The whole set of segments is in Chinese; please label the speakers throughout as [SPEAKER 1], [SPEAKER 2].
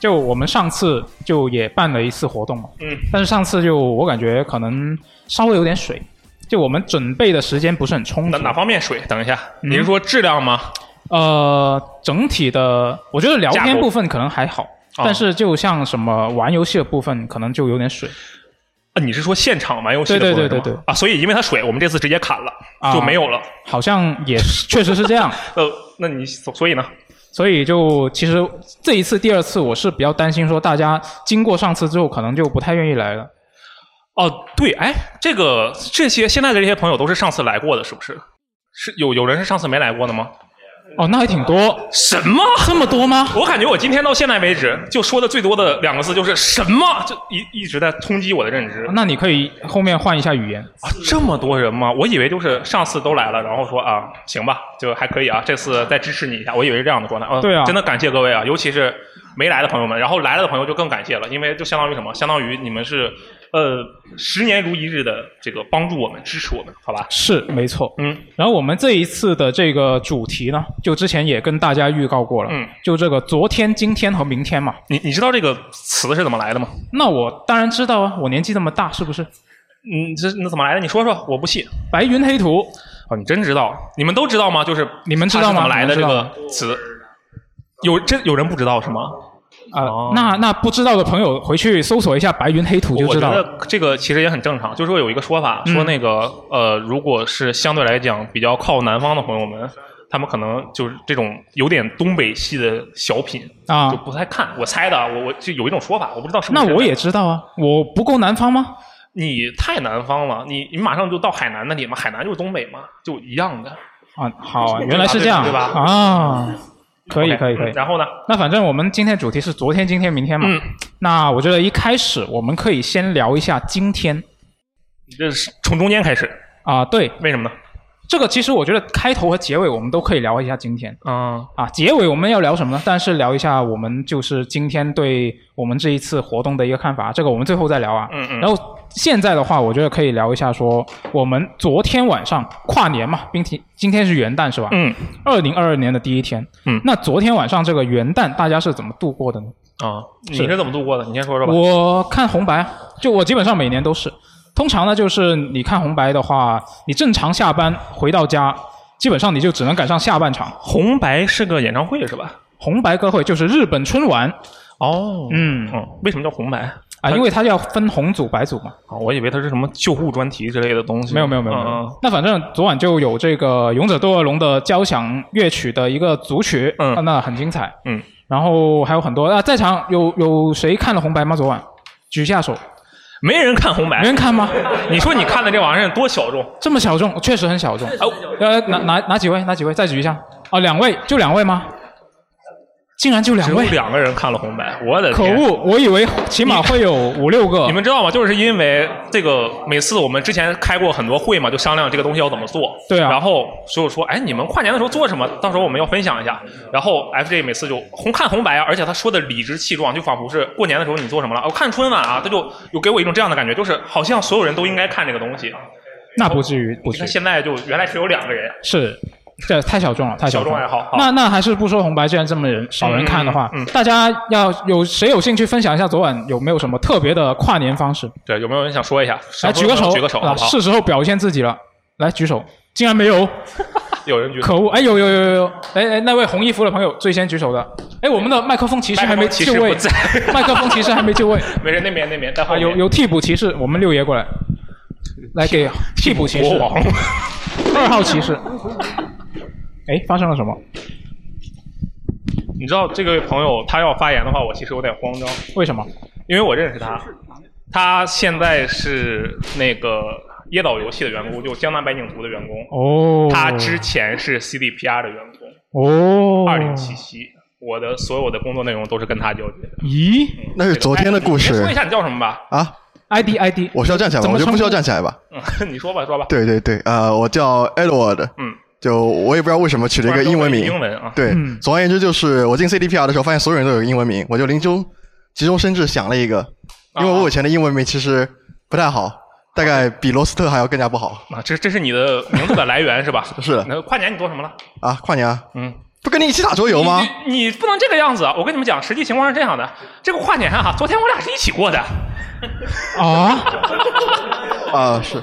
[SPEAKER 1] 就我们上次就也办了一次活动嘛，
[SPEAKER 2] 嗯，
[SPEAKER 1] 但是上次就我感觉可能稍微有点水，就我们准备的时间不是很充足
[SPEAKER 2] 哪。哪方面水？等一下，
[SPEAKER 1] 嗯
[SPEAKER 2] 你是说质量吗？
[SPEAKER 1] 呃，整体的我觉得聊
[SPEAKER 2] 架
[SPEAKER 1] 天
[SPEAKER 2] 构
[SPEAKER 1] 部分可能还好，
[SPEAKER 2] 哦
[SPEAKER 1] 但是就像什么玩游戏的部分，可能就有点水。
[SPEAKER 2] 啊，你是说现场玩游戏的
[SPEAKER 1] 对
[SPEAKER 2] 部
[SPEAKER 1] 对
[SPEAKER 2] 分
[SPEAKER 1] 对
[SPEAKER 2] 是吗
[SPEAKER 1] 对对
[SPEAKER 2] 啊，所以因为它水，我们这次直接砍了，
[SPEAKER 1] 啊
[SPEAKER 2] 就没有了。
[SPEAKER 1] 好像也是，确实是这样。
[SPEAKER 2] 呃，那你所所以呢？
[SPEAKER 1] 所以就其实这一次第二次，我是比较担心说大家经过上次之后，可能就不太愿意来了。
[SPEAKER 2] 哦，对，哎，这个这些现在的这些朋友都是上次来过的，是不是？是有有人是上次没来过的吗？
[SPEAKER 1] 哦，那还挺多，
[SPEAKER 2] 什么？
[SPEAKER 1] 这么多吗？
[SPEAKER 2] 我感觉我今天到现在为止，就说的最多的两个字就是什么，就一一直在冲击我的认知
[SPEAKER 1] 那你可以后面换一下语言。
[SPEAKER 2] 啊！这么多人吗？我以为就是上次都来了，然后说啊，行吧，就还可以啊，这次再支持你一下，我以为是这样的状态。啊
[SPEAKER 1] 对啊
[SPEAKER 2] 真的感谢各位啊，尤其是没来的朋友们，然后来了的朋友就更感谢了，因为就相当于什么？相当于你们是呃十年如一日的这个帮助我们、支持我们，好吧？
[SPEAKER 1] 是，没错。
[SPEAKER 2] 嗯，
[SPEAKER 1] 然后我们这一次的这个主题呢，就之前也跟大家预告过了，
[SPEAKER 2] 嗯，
[SPEAKER 1] 就这个昨天、今天和明天嘛。
[SPEAKER 2] 你你知道这个词是怎么来的吗？
[SPEAKER 1] 那我当然知道啊，我年纪这么大，是不是？
[SPEAKER 2] 嗯，这那怎么来的？你说说，我不信。
[SPEAKER 1] 白云黑土，
[SPEAKER 2] 哦，你真知道？你们都知道吗？就是
[SPEAKER 1] 你们知道吗
[SPEAKER 2] 它是怎么来的
[SPEAKER 1] 你
[SPEAKER 2] 这
[SPEAKER 1] 们知道吗
[SPEAKER 2] 个词？有真有人不知道是吗？
[SPEAKER 1] 啊、
[SPEAKER 2] 哦
[SPEAKER 1] 那那不知道的朋友回去搜索一下“白云黑土”就
[SPEAKER 2] 我
[SPEAKER 1] 知
[SPEAKER 2] 觉
[SPEAKER 1] 道了。
[SPEAKER 2] 得这个其实也很正常，就是说有一个说法，
[SPEAKER 1] 嗯
[SPEAKER 2] 说那个、呃，如果是相对来讲比较靠南方的朋友们，他们可能就是这种有点东北系的小品
[SPEAKER 1] 啊
[SPEAKER 2] 就不太看。我猜的啊，我我就有一种说法，我不知道是不是
[SPEAKER 1] 那
[SPEAKER 2] 真的。
[SPEAKER 1] 我也知道啊，我不够南方吗？
[SPEAKER 2] 你太南方了，你你马上就到海南那里嘛，海南就是东北嘛，就一样的。
[SPEAKER 1] 啊，好啊，原来是这样，
[SPEAKER 2] 对吧
[SPEAKER 1] 啊，可以，
[SPEAKER 2] OK，
[SPEAKER 1] 可以，可
[SPEAKER 2] 嗯
[SPEAKER 1] 以。
[SPEAKER 2] 然后呢？
[SPEAKER 1] 那反正我们今天主题是昨天、今天、明天嘛。
[SPEAKER 2] 嗯
[SPEAKER 1] 那我觉得一开始我们可以先聊一下今天
[SPEAKER 2] 你这是从中间开始，
[SPEAKER 1] 啊，对，
[SPEAKER 2] 为什么呢？
[SPEAKER 1] 这个其实我觉得开头和结尾我们都可以聊一下今天
[SPEAKER 2] 嗯，
[SPEAKER 1] 啊，结尾我们要聊什么呢？但是聊一下我们就是今天对我们这一次活动的一个看法，这个我们最后再聊啊。
[SPEAKER 2] 嗯嗯
[SPEAKER 1] 然后现在的话，我觉得可以聊一下说我们昨天晚上跨年嘛，并且今天是元旦是吧？
[SPEAKER 2] 嗯
[SPEAKER 1] 二零二二年的第一天，
[SPEAKER 2] 嗯
[SPEAKER 1] 那昨天晚上这个元旦大家是怎么度过的呢？
[SPEAKER 2] 啊，你
[SPEAKER 1] 是
[SPEAKER 2] 是怎么度过的？你先说说吧。
[SPEAKER 1] 我看红白，就我基本上每年都是。通常呢，就是你看红白的话，你正常下班回到家，基本上你就只能赶上下半场。
[SPEAKER 2] 红白是个演唱会是吧？
[SPEAKER 1] 红白歌会就是日本春晚，
[SPEAKER 2] 哦嗯
[SPEAKER 1] 嗯
[SPEAKER 2] 嗯，为什么叫红白啊？
[SPEAKER 1] 啊，因为它要分红组、白组嘛。
[SPEAKER 2] 我以为它是什么救护专题之类的东西。嗯
[SPEAKER 1] 没有没有没有没有。那反正昨晚就有这个《勇者斗恶龙》的交响乐曲的一个组曲，
[SPEAKER 2] 嗯
[SPEAKER 1] 啊那很精彩。
[SPEAKER 2] 嗯，
[SPEAKER 1] 然后还有很多啊，在场有有谁看了红白吗？昨晚举下手，
[SPEAKER 2] 没人看红
[SPEAKER 1] 没
[SPEAKER 2] 白。
[SPEAKER 1] 人看吗？
[SPEAKER 2] 你说你看的这玩意儿多小众
[SPEAKER 1] 这么小众，确实很小众。
[SPEAKER 2] 哦！
[SPEAKER 1] 呃，哪哪哪几位？哪几位？再举一下。哦，两位，就两位吗？竟然就两
[SPEAKER 2] 只有
[SPEAKER 1] 位，
[SPEAKER 2] 两个人看了红白，我的
[SPEAKER 1] 可
[SPEAKER 2] 天！
[SPEAKER 1] 恶！我以为起码会有五六个
[SPEAKER 2] 你。们知道吗？就是因为这个，每次我们之前开过很多会嘛，就商量这个东西要怎么做。
[SPEAKER 1] 对啊
[SPEAKER 2] 然后所以说，哎，你们跨年的时候做什么？到时候我们要分享一下。然后 FJ 每次就红看红白啊，而且他说的理直气壮，就仿佛是过年的时候你做什么了？我看春晚啊，他就有给我一种这样的感觉，就是好像所有人都应该看这个东西。
[SPEAKER 1] 那不至于，不至于
[SPEAKER 2] 你看。现在就原来只有两个人，
[SPEAKER 1] 是，这太小众了，太
[SPEAKER 2] 小
[SPEAKER 1] 众
[SPEAKER 2] 众
[SPEAKER 1] 了。
[SPEAKER 2] 爱好。好
[SPEAKER 1] 那那还是不说红白，既然这么人少人看的话，
[SPEAKER 2] 嗯嗯嗯
[SPEAKER 1] 大家要有谁有兴趣分享一下昨晚有没有什么特别的跨年方式？
[SPEAKER 2] 对，有没有人想说一下？
[SPEAKER 1] 来
[SPEAKER 2] 想
[SPEAKER 1] 举
[SPEAKER 2] 说
[SPEAKER 1] 个
[SPEAKER 2] 的
[SPEAKER 1] 手，
[SPEAKER 2] 举个手，
[SPEAKER 1] 啊！
[SPEAKER 2] 好不好？
[SPEAKER 1] 是时候表现自己了，来举手，竟然没有，
[SPEAKER 2] 有人举手。
[SPEAKER 1] 可恶！哎，有有有有有，哎哎，那位红衣服的朋友最先举手的，哎，我们的麦克风骑士还没
[SPEAKER 2] 麦克风骑士
[SPEAKER 1] 就位
[SPEAKER 2] 不在，
[SPEAKER 1] 麦克风骑士还没就位
[SPEAKER 2] 没人那边那边，待会
[SPEAKER 1] 啊！
[SPEAKER 2] 儿
[SPEAKER 1] 有有替补骑士，我们六爷过来，来给替补骑
[SPEAKER 2] 国
[SPEAKER 1] 士，
[SPEAKER 2] 王。
[SPEAKER 1] 二号骑士。 哎，发生了什么？
[SPEAKER 2] 你知道这个朋友他要发言的话，我其实有点慌张，
[SPEAKER 1] 为什么？
[SPEAKER 2] 因为我认识他，他现在是那个椰岛游戏的员工，就江南百景图的员工，
[SPEAKER 1] 哦，
[SPEAKER 2] 他之前是 CDPR 的员工，
[SPEAKER 1] 哦，
[SPEAKER 2] 二零七七。我的所有的工作内容都是跟他交接的。
[SPEAKER 1] 咦
[SPEAKER 3] 那是昨天的故
[SPEAKER 2] 哎你先说一
[SPEAKER 3] 事
[SPEAKER 2] 下你叫什么吧？
[SPEAKER 3] 啊！
[SPEAKER 1] ，ID ID，
[SPEAKER 3] 我需要站起来
[SPEAKER 1] 怎
[SPEAKER 3] 吗？
[SPEAKER 1] 么
[SPEAKER 3] 我就不
[SPEAKER 1] 称呼
[SPEAKER 3] 需要站起来吧？
[SPEAKER 2] 嗯，你说吧，说吧。
[SPEAKER 3] 对对对，呃，我叫 Edward，
[SPEAKER 2] 嗯，
[SPEAKER 3] 就我也不知道为什么取了一个英文名
[SPEAKER 2] 英。文啊，
[SPEAKER 3] 对
[SPEAKER 1] 嗯，
[SPEAKER 3] 总而言之就是我进 CDPR 的时候，发现所有人都有英文名，我就临终急中生智想了一个，
[SPEAKER 2] 啊
[SPEAKER 3] 因为我以前的英文名其实不太好，大概比罗斯特还要更加不好。
[SPEAKER 2] 啊，这这是你的名字的来源是吧？
[SPEAKER 3] 是的
[SPEAKER 2] 那跨年你做什么了？
[SPEAKER 3] 啊，跨年啊，
[SPEAKER 2] 嗯，
[SPEAKER 3] 不跟你一起打桌游吗？
[SPEAKER 2] 你不能这个样子啊！我跟你们讲，实际情况是这样的：这个跨年啊，昨天我俩是一起过的，
[SPEAKER 1] 啊，
[SPEAKER 3] 啊是，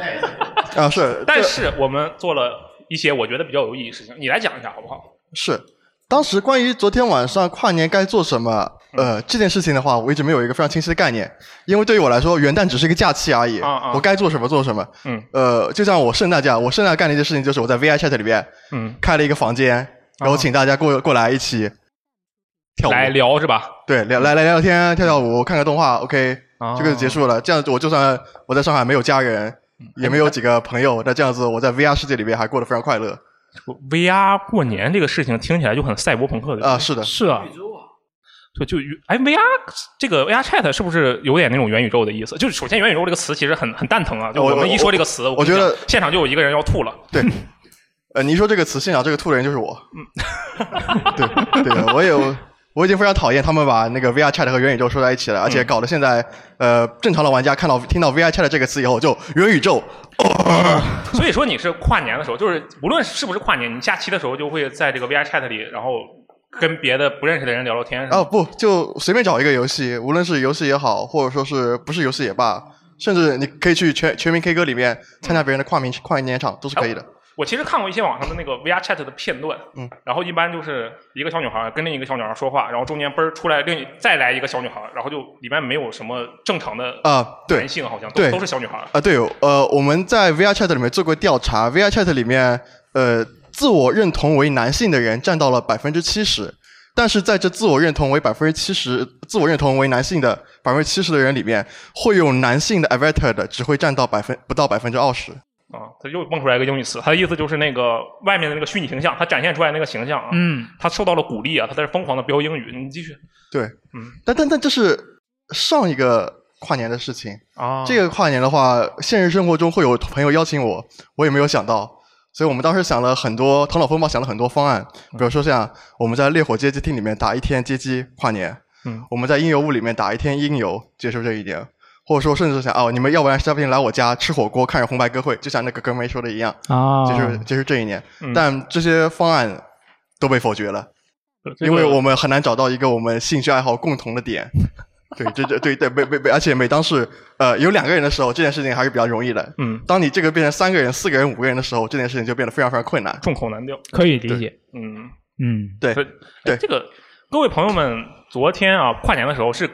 [SPEAKER 3] 啊是，
[SPEAKER 2] 但是我们做了一些我觉得比较有意义的事情。你来讲一下好不好？
[SPEAKER 3] 是，当时关于昨天晚上跨年该做什么，
[SPEAKER 2] 嗯
[SPEAKER 3] 呃，这件事情的话，我一直没有一个非常清晰的概念，因为对于我来说，元旦只是一个假期而已，
[SPEAKER 2] 啊啊
[SPEAKER 3] 我该做什么做什么。
[SPEAKER 2] 嗯
[SPEAKER 3] 呃，就像我圣诞假，我圣诞干的一件事情就是我在 VI Chat 里边
[SPEAKER 2] 嗯，
[SPEAKER 3] 开了一个房间，然
[SPEAKER 2] 啊
[SPEAKER 3] 后请大家过过来一起跳舞，
[SPEAKER 2] 来聊是吧？
[SPEAKER 3] 对，聊来来聊聊天，跳跳舞，看个动画，OK，
[SPEAKER 2] 啊
[SPEAKER 3] 这个就结束了。这样子，我就算我在上海没有家人，
[SPEAKER 2] 嗯
[SPEAKER 3] 也没有几个朋友，那这样子我在 VR 世界里边还过得非常快乐。
[SPEAKER 2] VR 过年这个事情听起来就很赛博朋克的
[SPEAKER 3] 啊是的
[SPEAKER 1] 是啊，
[SPEAKER 2] 就就哎，VR 这个 VR Chat 是不是有点那种元宇宙的意思？就是首先元宇宙这个词其实很很蛋疼啊，就
[SPEAKER 3] 我
[SPEAKER 2] 我们一
[SPEAKER 3] 我
[SPEAKER 2] 说这个词，
[SPEAKER 3] 我
[SPEAKER 2] 跟你
[SPEAKER 3] 觉
[SPEAKER 2] 讲
[SPEAKER 3] 得
[SPEAKER 2] 现场就有一个人要 吐了。
[SPEAKER 3] 对，呃，你一说这个词，现场这个吐的人就是我。对对的，我也有，我已经非常讨厌他们把那个 VR Chat 和元宇宙说在一起了，而且搞得现在呃正常的玩家看到听到 VR Chat 这个词以后就元宇宙，
[SPEAKER 2] 所以说你是跨年的时候，就是无论是不是跨年，你假期的时候就会在这个 VR Chat 里，然后跟别的不认识的人聊聊天。是吧
[SPEAKER 3] 啊，不，就随便找一个游戏，无论是游戏也好，或者说是不是游戏也罢，甚至你可以去全全民 K 歌里面参加别人的跨民跨年场都是可以的。
[SPEAKER 2] 我其实看过一些网上的那个 VR Chat 的片段，
[SPEAKER 3] 嗯，
[SPEAKER 2] 然后一般就是一个小女孩跟另一个小女孩说话，然后中间嘣儿出来另一再来一个小女孩，然后就里面没有什么正常的
[SPEAKER 3] 啊对
[SPEAKER 2] 男性好像
[SPEAKER 3] 对
[SPEAKER 2] 都都是小女孩。
[SPEAKER 3] 啊，对，呃，我们在 VR Chat 里面做过调查，VR Chat 里面，呃，自我认同为男性的人占到了百分之七十，但是在这自我认同为百分之七十、自我认同为男性的百分之七十的人里面，会有男性的 avatar 的只会占到百分不到百分之二十。
[SPEAKER 2] 啊，他又蹦出来一个英语词，他的意思就是那个外面的那个虚拟形象，他展现出来那个形象啊，
[SPEAKER 1] 嗯，
[SPEAKER 2] 他受到了鼓励啊，他在这疯狂的飙英语。你继续
[SPEAKER 3] 对，
[SPEAKER 2] 嗯，
[SPEAKER 3] 但但但这是上一个跨年的事情。
[SPEAKER 2] 啊
[SPEAKER 3] 这个跨年的话，现实生活中会有朋友邀请我，我也没有想到，所以我们当时想了很多，头脑风暴想了很多方案，
[SPEAKER 2] 嗯
[SPEAKER 3] 比如说像我们在烈火街机厅里面打一天街机跨年，
[SPEAKER 2] 嗯，
[SPEAKER 3] 我们在音游屋里面打一天音游，结束这一年，或者说甚至想哦，你们要不然实在不行来我家吃火锅，看着红白歌会，就像那个哥们儿说的一样，
[SPEAKER 1] 啊，
[SPEAKER 3] 结束结束这一年
[SPEAKER 2] 嗯，
[SPEAKER 3] 但这些方案都被否决了。因为我们很难找到一个我们兴趣爱好共同的点。对，这这对对，每每每，而且每当是呃有两个人的时候，这件事情还是比较容易的。
[SPEAKER 2] 嗯
[SPEAKER 3] 当你这个变成三个人、四个人、五个人的时候，这件事情就变得非常非常困难。
[SPEAKER 2] 众口难调，
[SPEAKER 1] 可以理解，
[SPEAKER 2] 嗯，
[SPEAKER 1] 嗯，
[SPEAKER 3] 对，对
[SPEAKER 2] 哎这个各位朋友们，昨天啊跨年的时候是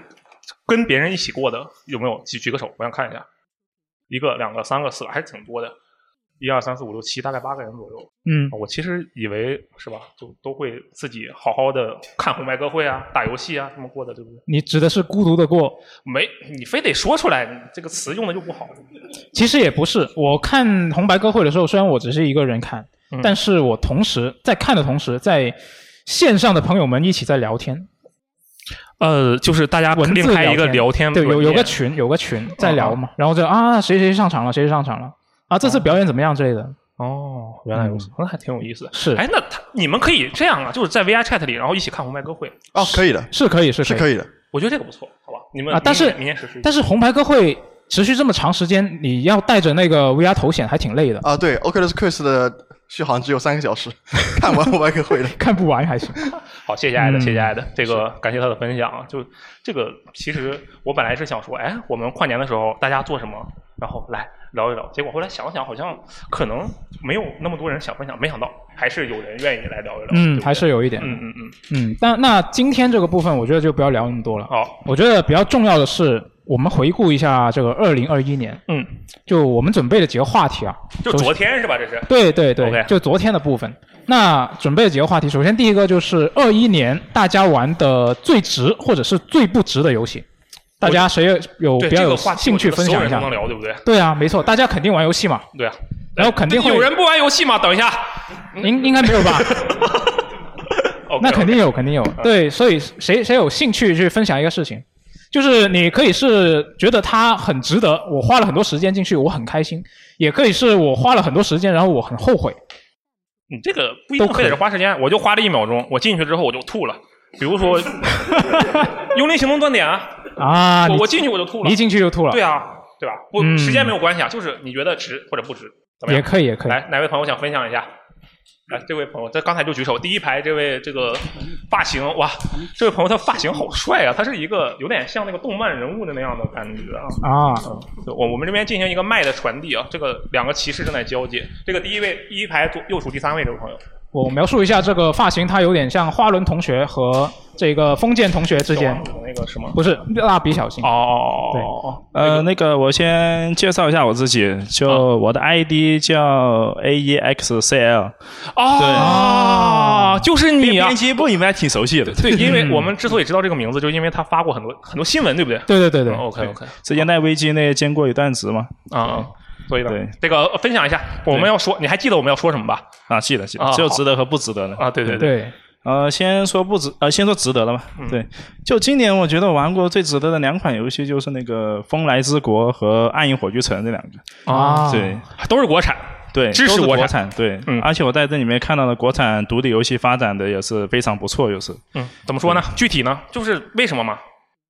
[SPEAKER 2] 跟别人一起过的，有没有？举举个手，我想看一下，一个、两个、三个、四个，还是挺多的。一二三四五六七，大概八个人左右。啊
[SPEAKER 1] 嗯，
[SPEAKER 2] 我其实以为是吧，就都会自己好好的看红白歌会啊，打游戏啊，这么过的，对不对？
[SPEAKER 1] 你指的是孤独的过，
[SPEAKER 2] 没，你非得说出来，你这个词用的就不好。
[SPEAKER 1] 其实也不是。我看红白歌会的时候，虽然我只是一个人看，
[SPEAKER 2] 嗯
[SPEAKER 1] 但是我同时在看的同时，在线上的朋友们一起在聊天，
[SPEAKER 2] 呃，就是大家
[SPEAKER 1] 文字
[SPEAKER 2] 另开一个
[SPEAKER 1] 聊
[SPEAKER 2] 聊天
[SPEAKER 1] 对，有
[SPEAKER 2] 软
[SPEAKER 1] 有
[SPEAKER 2] 件
[SPEAKER 1] 个群，有个群在聊
[SPEAKER 2] 哦
[SPEAKER 1] 嘛，然后就啊，谁谁上场了，谁谁上场了，啊，这次表演怎么样之类的，嗯
[SPEAKER 2] 哦，原来如此，那还挺有意思的。
[SPEAKER 1] 是
[SPEAKER 2] 哎，那他你们可以这样啊，就是在 VR Chat 里，然后一起看红白歌会，
[SPEAKER 3] 哦，可以的，
[SPEAKER 1] 是可以，是
[SPEAKER 3] 是
[SPEAKER 1] 以。
[SPEAKER 3] 可以的。
[SPEAKER 2] 我觉得这个不错，好吧？你们
[SPEAKER 1] 啊但是
[SPEAKER 2] 明年明年实施一下。
[SPEAKER 1] 但是红白歌会持续这么长时间，你要带着那个 VR 头显还挺累的，
[SPEAKER 3] 啊，对，Oculus Quest 的续航只有三个小时，看完我还可以回的。
[SPEAKER 1] 看不完还 行。
[SPEAKER 2] 好，谢谢艾德，
[SPEAKER 1] 嗯
[SPEAKER 2] 谢谢艾德，这个感谢他的分享啊。就这个，其实我本来是想说，哎，我们跨年的时候大家做什么，然后来聊一聊。结果后来想了想，好像可能没有那么多人想分享，没想到还是有人愿意来聊一聊。对不
[SPEAKER 1] 嗯，
[SPEAKER 2] 对
[SPEAKER 1] 还是有一点。
[SPEAKER 2] 嗯嗯嗯，
[SPEAKER 1] 嗯，但那今天这个部分，我觉得就不要聊那么多了。
[SPEAKER 2] 好，
[SPEAKER 1] 我觉得比较重要的是，我们回顾一下这个二零二一年，
[SPEAKER 2] 嗯，
[SPEAKER 1] 就我们准备了几个话题啊。
[SPEAKER 2] 就
[SPEAKER 1] 首先
[SPEAKER 2] 昨天是吧？这是
[SPEAKER 1] 对对对
[SPEAKER 2] OK
[SPEAKER 1] 就昨天的部分。那准备了几个话题，首先第一个就是二一年大家玩的最值或者是最不值的游戏，大家谁有有
[SPEAKER 2] 对
[SPEAKER 1] 比较有
[SPEAKER 2] 这个话题，
[SPEAKER 1] 兴
[SPEAKER 2] 我觉
[SPEAKER 1] 趣
[SPEAKER 2] 得
[SPEAKER 1] 分
[SPEAKER 2] 所有
[SPEAKER 1] 享一
[SPEAKER 2] 人
[SPEAKER 1] 下
[SPEAKER 2] 都？能聊，对不对？
[SPEAKER 1] 对啊，没错，大家肯定玩游戏嘛，
[SPEAKER 2] 对啊。
[SPEAKER 1] 然后肯定会
[SPEAKER 2] 有人不玩游戏吗？等一下，
[SPEAKER 1] 应应该没有吧？
[SPEAKER 2] OK，
[SPEAKER 1] 那肯定有，肯定有。
[SPEAKER 2] 嗯
[SPEAKER 1] 对，所以谁谁有兴趣去分享一个事情，就是你可以是觉得它很值得，我花了很多时间进去，我很开心；也可以是我花了很多时间，然后我很后悔。
[SPEAKER 2] 你这个不一定
[SPEAKER 1] 嗯都可以
[SPEAKER 2] 非得是花时间，我就花了一秒钟，我进去之后我就吐了。比如说《幽灵行动：断点》啊，
[SPEAKER 1] 啊，
[SPEAKER 2] 我
[SPEAKER 1] 你
[SPEAKER 2] 我进去我就吐了
[SPEAKER 1] 你一。进去就吐了，
[SPEAKER 2] 对啊，对吧？不，
[SPEAKER 1] 嗯
[SPEAKER 2] 时间没有关系啊，就是你觉得值或者不值，怎么
[SPEAKER 1] 也
[SPEAKER 2] 样？
[SPEAKER 1] 可以，也可以。
[SPEAKER 2] 来，哪位朋友想分享一下？啊，这位朋友，他刚才就举手，第一排这位这个发型，哇，这位朋友他发型好帅啊，他是一个有点像那个动漫人物的那样的感觉啊。
[SPEAKER 1] 啊，
[SPEAKER 2] 对我我们这边进行一个麦的传递啊，这个两个骑士正在交接，这个第一位第一排左右数第三位这位朋友，
[SPEAKER 1] 我描述一下这个发型，它有点像花轮同学和这个封建同学之间，
[SPEAKER 2] 那个是吗？
[SPEAKER 1] 不是蜡笔小新。
[SPEAKER 2] 哦，
[SPEAKER 4] 呃，那个我先介绍一下我自己，就我的 ID 叫 A E X C L。
[SPEAKER 2] 哦，就是你啊
[SPEAKER 4] 编辑部你们还挺熟悉的。嗯
[SPEAKER 2] 对，因为我们之所以知道这个名字，就因为他发过很多很多新闻，对不对？哦
[SPEAKER 1] 对对对对。
[SPEAKER 2] OK OK
[SPEAKER 4] 之前在微机内兼过一段职嘛。
[SPEAKER 2] 啊，所以呢
[SPEAKER 4] 对，
[SPEAKER 2] 这个呃分享一下，我们要说，你还记得我们要说什么吧？
[SPEAKER 4] 啊，记得记得
[SPEAKER 2] 啊，
[SPEAKER 4] 只有
[SPEAKER 2] 好
[SPEAKER 4] 值得和不值得的
[SPEAKER 2] 啊，对对对，
[SPEAKER 1] 对，
[SPEAKER 4] 呃，先说不值，呃，先说值得了吧。对，就今年我觉得我玩过最值得的两款游戏就是那个《风来之国》和《暗影火炬城》这两个。
[SPEAKER 1] 啊
[SPEAKER 4] 对
[SPEAKER 2] 都是国产，
[SPEAKER 4] 对，
[SPEAKER 2] 支持
[SPEAKER 4] 都是
[SPEAKER 2] 国
[SPEAKER 4] 国产。
[SPEAKER 2] 产
[SPEAKER 4] 对，
[SPEAKER 2] 嗯
[SPEAKER 4] 而且我在这里面看到的国产独立游戏发展的也是非常不错，就是。
[SPEAKER 2] 嗯，怎么说呢？具体呢，就是为什么嘛？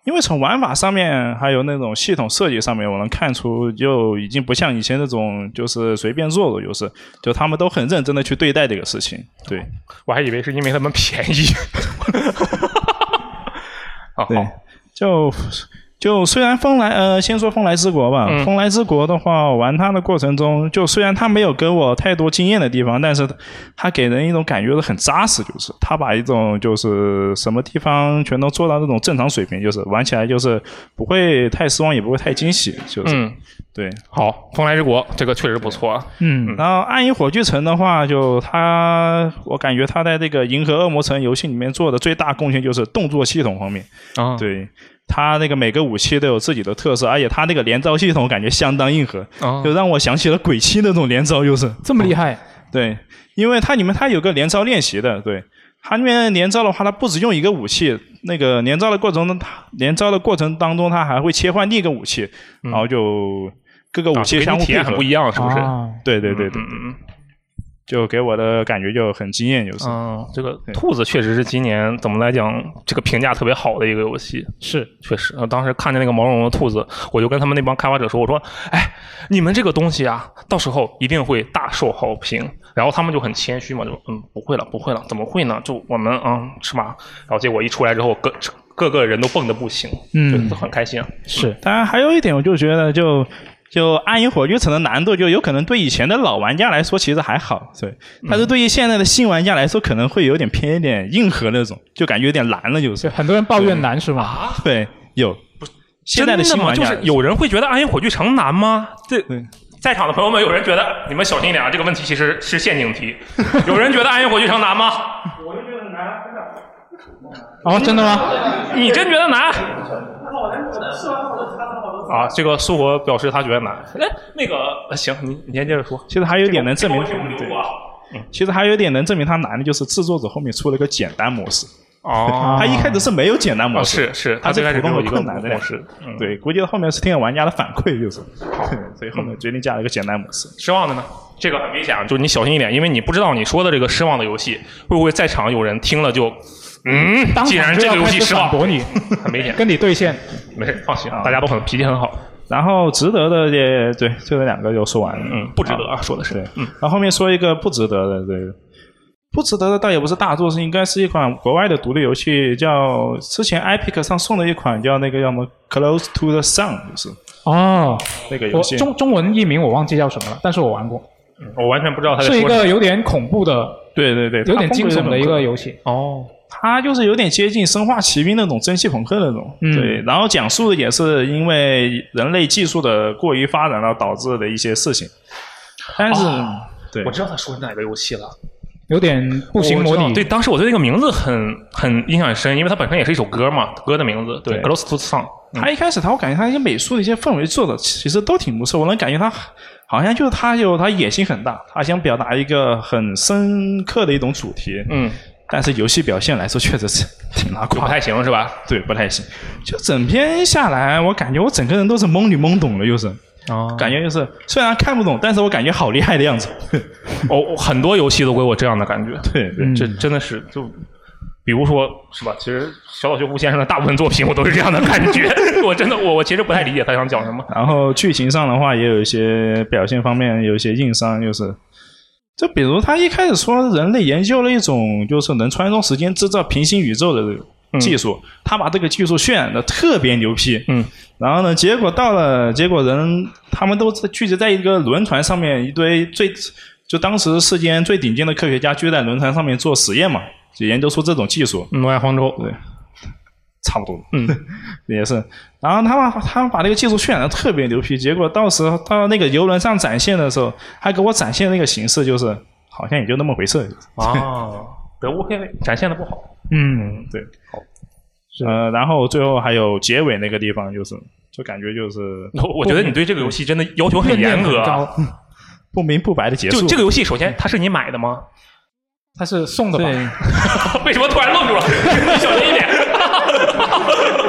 [SPEAKER 4] 因为从玩法上面，还有那种系统设计上面，我能看出，就已经不像以前那种就是随便做的游戏，就他们都很认真的去对待这个事情。对，
[SPEAKER 2] 我还以为是因为他们便宜。啊，
[SPEAKER 4] 对
[SPEAKER 2] 好，，
[SPEAKER 4] 就就虽然风来呃，先说风来之国吧。
[SPEAKER 2] 嗯
[SPEAKER 4] 风来之国的话，玩它的过程中，就虽然它没有给我太多经验的地方，但是它给人一种感觉是很扎实，就是它把一种就是什么地方全都做到那种正常水平，就是玩起来就是不会太失望，也不会太惊喜，就是、
[SPEAKER 2] 嗯，
[SPEAKER 4] 对。
[SPEAKER 2] 好，《风来之国》这个确实不错啊。
[SPEAKER 1] 嗯，
[SPEAKER 4] 然后《暗影火炬城》的话，就它，我感觉它在这个《银河恶魔城》游戏里面做的最大贡献就是动作系统方面。
[SPEAKER 2] 啊，
[SPEAKER 4] 对，它那个每个武器都有自己的特色，而且它那个连招系统感觉相当硬核，
[SPEAKER 2] 啊，
[SPEAKER 4] 就让我想起了鬼泣那种连招，就是
[SPEAKER 1] 这么厉害
[SPEAKER 4] 对，因为它里面它有个连招练习的，对。它里面连招的话，它不只用一个武器，那个连招的过程中，它连招的过程当中，它还会切换另一个武器，然后就各个武
[SPEAKER 2] 啊就
[SPEAKER 4] 器
[SPEAKER 2] 嗯跟
[SPEAKER 4] 相
[SPEAKER 2] 你
[SPEAKER 4] 互
[SPEAKER 2] 体
[SPEAKER 4] 配
[SPEAKER 2] 验
[SPEAKER 4] 合
[SPEAKER 2] 很不。一样，是不是？
[SPEAKER 1] 啊
[SPEAKER 4] 对对对对，
[SPEAKER 2] 嗯嗯嗯。
[SPEAKER 4] 就给我的感觉就很惊艳，就是、
[SPEAKER 2] 嗯，这个
[SPEAKER 4] 对
[SPEAKER 2] 兔子确实是今年怎么来讲，这个评价特别好的一个游戏，
[SPEAKER 1] 是
[SPEAKER 2] 确实。呃当时看见那个毛茸茸的兔子，我就跟他们那帮开发者说：“我说，哎，你们这个东西啊，到时候一定会大受好评。”然后他们就很谦虚嘛，就嗯，不会了，不会了，怎么会呢？就我们嗯，是吧？然后结果一出来之后，各各个人都蹦的不行，
[SPEAKER 1] 嗯
[SPEAKER 2] 就都很开心啊。
[SPEAKER 1] 是，
[SPEAKER 4] 当然还有一点，我就觉得就呃就《暗影火炬城》的难度，就有可能对以前的老玩家来说其实还好，对，但是对于现在的新玩家来说，可能会有点偏一点硬核那种，就感觉有点难了，就
[SPEAKER 1] 就是很多人抱怨难是吗？
[SPEAKER 4] 对，有现在
[SPEAKER 2] 真的
[SPEAKER 4] 新
[SPEAKER 2] 吗？
[SPEAKER 1] 啊
[SPEAKER 4] 玩
[SPEAKER 2] 就
[SPEAKER 4] 家
[SPEAKER 2] 是哎有人会觉得《暗影火炬城》难吗？这
[SPEAKER 4] 对
[SPEAKER 2] 在场的朋友们，有人觉得你们小心一点啊，这个问题其实是陷阱题。有人觉得《暗影火炬城》难吗？
[SPEAKER 1] 哦，真的吗？
[SPEAKER 2] 你真觉得难？啊，这个苏活表示他觉得难。哎，那个呃行，你你先接着说。
[SPEAKER 4] 其实还有一点能证明，
[SPEAKER 2] 这个我听不
[SPEAKER 4] 对
[SPEAKER 2] 懂啊
[SPEAKER 4] 其实还有一点能证明它难的就是制作者后面出了个简单模式，
[SPEAKER 2] 哦，
[SPEAKER 4] 他一开始是没有简单模
[SPEAKER 2] 啊
[SPEAKER 4] 式，
[SPEAKER 2] 是是，
[SPEAKER 4] 它
[SPEAKER 2] 他
[SPEAKER 4] 是
[SPEAKER 2] 最开始
[SPEAKER 4] 普
[SPEAKER 2] 只
[SPEAKER 4] 通
[SPEAKER 2] 有
[SPEAKER 4] 和
[SPEAKER 2] 一个
[SPEAKER 4] 困难的
[SPEAKER 2] 模式，嗯，
[SPEAKER 4] 对，估计后面是听了玩家的反馈，就是， 所以后
[SPEAKER 2] 嗯
[SPEAKER 4] 面决定加了一个简单模式。
[SPEAKER 2] 失望的呢？这个很危险啊，就是你小心一点，因为你不知道你说的这个失望的游戏会不会在场有人听了就，嗯，
[SPEAKER 1] 当
[SPEAKER 2] 既然
[SPEAKER 1] 场
[SPEAKER 2] 这
[SPEAKER 1] 就要
[SPEAKER 2] 个游
[SPEAKER 1] 开
[SPEAKER 2] 戏
[SPEAKER 1] 始
[SPEAKER 2] 失
[SPEAKER 1] 反
[SPEAKER 2] 望，
[SPEAKER 1] 驳你，
[SPEAKER 2] 很危险。
[SPEAKER 1] 跟你对线。啊
[SPEAKER 2] 没事，放心，啊大家都很脾气很好。
[SPEAKER 4] 然后值得的也对，就这两个就说完了。
[SPEAKER 2] 嗯，不值得啊，说的是。
[SPEAKER 4] 对，然后后面说一个不值得的，对，不值得的倒也不是大作，是应该是一款国外的独立游戏，叫之前 Epic 上送的一款叫那个叫什么 Close to the Sun，就是
[SPEAKER 1] 哦，
[SPEAKER 4] 那个游
[SPEAKER 1] 我
[SPEAKER 4] 戏。
[SPEAKER 1] 中中文译名我忘记叫什么了，但是我玩过，
[SPEAKER 2] 嗯我完全不知道他在
[SPEAKER 1] 是
[SPEAKER 2] 说
[SPEAKER 1] 一
[SPEAKER 2] 什么。
[SPEAKER 1] 个有点恐怖的、
[SPEAKER 4] 对对对，
[SPEAKER 1] 有点
[SPEAKER 4] 它
[SPEAKER 1] 惊
[SPEAKER 4] 风格
[SPEAKER 1] 悚的一
[SPEAKER 4] 很
[SPEAKER 1] 个游戏。
[SPEAKER 2] 哦，
[SPEAKER 4] 它就是有点接近《生化奇兵》那种蒸汽朋克那种，
[SPEAKER 1] 嗯
[SPEAKER 4] 对。然后讲述的也是因为人类技术的过于发展了导致的一些事情，但是、
[SPEAKER 2] 哦
[SPEAKER 4] 对
[SPEAKER 2] 我，知道他说哪个游戏了。
[SPEAKER 1] 有点步行模
[SPEAKER 2] 我知道
[SPEAKER 1] 拟，
[SPEAKER 2] 对，当时我对这个名字很很印象很深，因为它本身也是一首歌嘛，歌的名字对
[SPEAKER 4] 对
[SPEAKER 2] ，Close to the Sun。
[SPEAKER 4] 他一开始他我感觉他一些美术的一些氛围做的其实都挺不错，我能感觉他好像就是他有他野心很大，他想表达一个很深刻的一种主题，
[SPEAKER 2] 嗯，
[SPEAKER 4] 但是游戏表现来说确实是挺拉
[SPEAKER 2] 就不
[SPEAKER 4] 胯的，
[SPEAKER 2] 太行是吧？
[SPEAKER 4] 对，不太行。就整篇下来，我感觉我整个人都是懵里懵懂的，就是
[SPEAKER 2] 哦
[SPEAKER 4] 感觉就是虽然看不懂，但是我感觉好厉害的样 子。哦
[SPEAKER 2] 我很多游戏都给我这样的 感觉，
[SPEAKER 4] 对对，
[SPEAKER 2] 这真的是就。比如说，是吧？其实小岛秀夫先生的大部分作品，我都是这样的感觉。 我真的，我我其实不太理解他想讲什么。
[SPEAKER 4] 然后剧情上的话，也有一些表现方面有一些硬伤，就是就比如他一开始说人类研究了一种就是能穿梭时间制造平行宇宙的这个技术，他把这个技术渲染的特别牛批，
[SPEAKER 2] 嗯，
[SPEAKER 4] 然后呢，结果到了，结果人他们都在聚集在一个轮船上面，一堆最就当时世间最顶尖的科学家聚在轮船上面做实验嘛，就研究出这种技术，
[SPEAKER 2] 挪亚方舟，
[SPEAKER 4] 对，差不多，
[SPEAKER 2] 嗯，
[SPEAKER 4] 也是。然后他把他们把那个技术渲染的特别牛批，结果到时候到那个游轮上展现的时候，他给我展现那个形式就是好像也就那么回事。
[SPEAKER 2] 啊，得物配位展现的不好。
[SPEAKER 4] 嗯，对，好。呃，然后最后还有结尾那个地方，就是就感觉就是
[SPEAKER 2] 我我觉得你对这个游戏真的要求很严格啊。
[SPEAKER 1] 高，
[SPEAKER 4] 不明不白的 结束。
[SPEAKER 2] 就这个游戏，首先它是你买的吗？
[SPEAKER 1] 它是送的吧？
[SPEAKER 5] 对，
[SPEAKER 2] 为什么突然 愣住了？你小心一 点。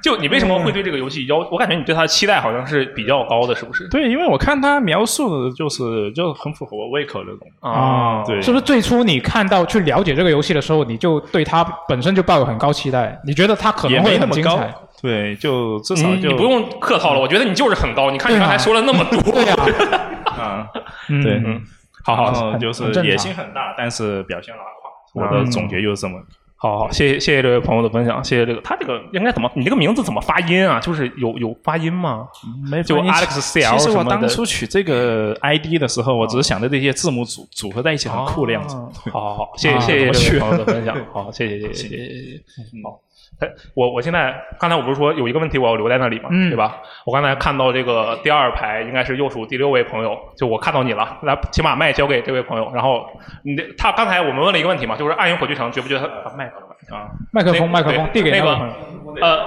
[SPEAKER 2] 就你为什么会对这个游戏要？我感觉你对它的期待好像是比较高的，是不是？
[SPEAKER 4] 对，因为我看他描述的就是就很符合我胃口那种。
[SPEAKER 1] 哦
[SPEAKER 2] 啊，
[SPEAKER 4] 对，
[SPEAKER 1] 是不是最初你看到去了解这个游戏的时候，你就对它本身就抱有很高期待？你觉得它可
[SPEAKER 4] 也
[SPEAKER 1] 能
[SPEAKER 4] 没
[SPEAKER 1] 会
[SPEAKER 4] 那
[SPEAKER 1] 很
[SPEAKER 4] 么
[SPEAKER 1] 精
[SPEAKER 4] 高
[SPEAKER 1] 彩？。
[SPEAKER 4] 对，就至
[SPEAKER 2] 你
[SPEAKER 4] 少就
[SPEAKER 2] 嗯你不用啊客套了，我觉得你就是很高。你看你刚才说了那么多，
[SPEAKER 1] 对呀、
[SPEAKER 4] 啊，
[SPEAKER 1] 嗯
[SPEAKER 4] 对，
[SPEAKER 2] 嗯好
[SPEAKER 4] 然
[SPEAKER 2] 好
[SPEAKER 4] 后就是
[SPEAKER 1] 很正常
[SPEAKER 4] 野心很大，但是表现拉胯。我的
[SPEAKER 1] 嗯
[SPEAKER 4] 总结就是这么。
[SPEAKER 2] 好好，谢谢谢谢这位朋友的分享，谢谢这个他这个应该怎么？你这个名字怎么发音啊？就是有有发音吗？
[SPEAKER 4] 没
[SPEAKER 2] 就
[SPEAKER 4] 反应
[SPEAKER 2] Alex
[SPEAKER 4] 其
[SPEAKER 2] CL
[SPEAKER 4] 其实
[SPEAKER 2] 什么
[SPEAKER 4] 我
[SPEAKER 2] 的
[SPEAKER 4] 当初取这个 ID 的时候，我只是想着这些字母组组合在一起很酷的样子。
[SPEAKER 2] 啊好好好，谢谢
[SPEAKER 1] 啊
[SPEAKER 2] 谢
[SPEAKER 1] 我去
[SPEAKER 2] 谢
[SPEAKER 1] 嗯
[SPEAKER 2] 这位朋友的分享，好，谢谢谢谢谢谢谢谢。好，哎，我我现在刚才我不是说有一个问题我要留在那里嘛，
[SPEAKER 1] 嗯
[SPEAKER 2] 对吧？我刚才看到这个第二排应该是右数第六位朋友，就我看到你了，来，请把麦交给这位朋友。然后你的他刚才我们问了一个问题嘛，就是《暗影火炬城》觉不觉得他把麦克风啊？
[SPEAKER 1] 麦克
[SPEAKER 2] 那
[SPEAKER 1] 风，麦克风，
[SPEAKER 2] 对
[SPEAKER 1] 递给
[SPEAKER 2] 那
[SPEAKER 1] 位
[SPEAKER 2] 个
[SPEAKER 1] 朋友。
[SPEAKER 2] 呃，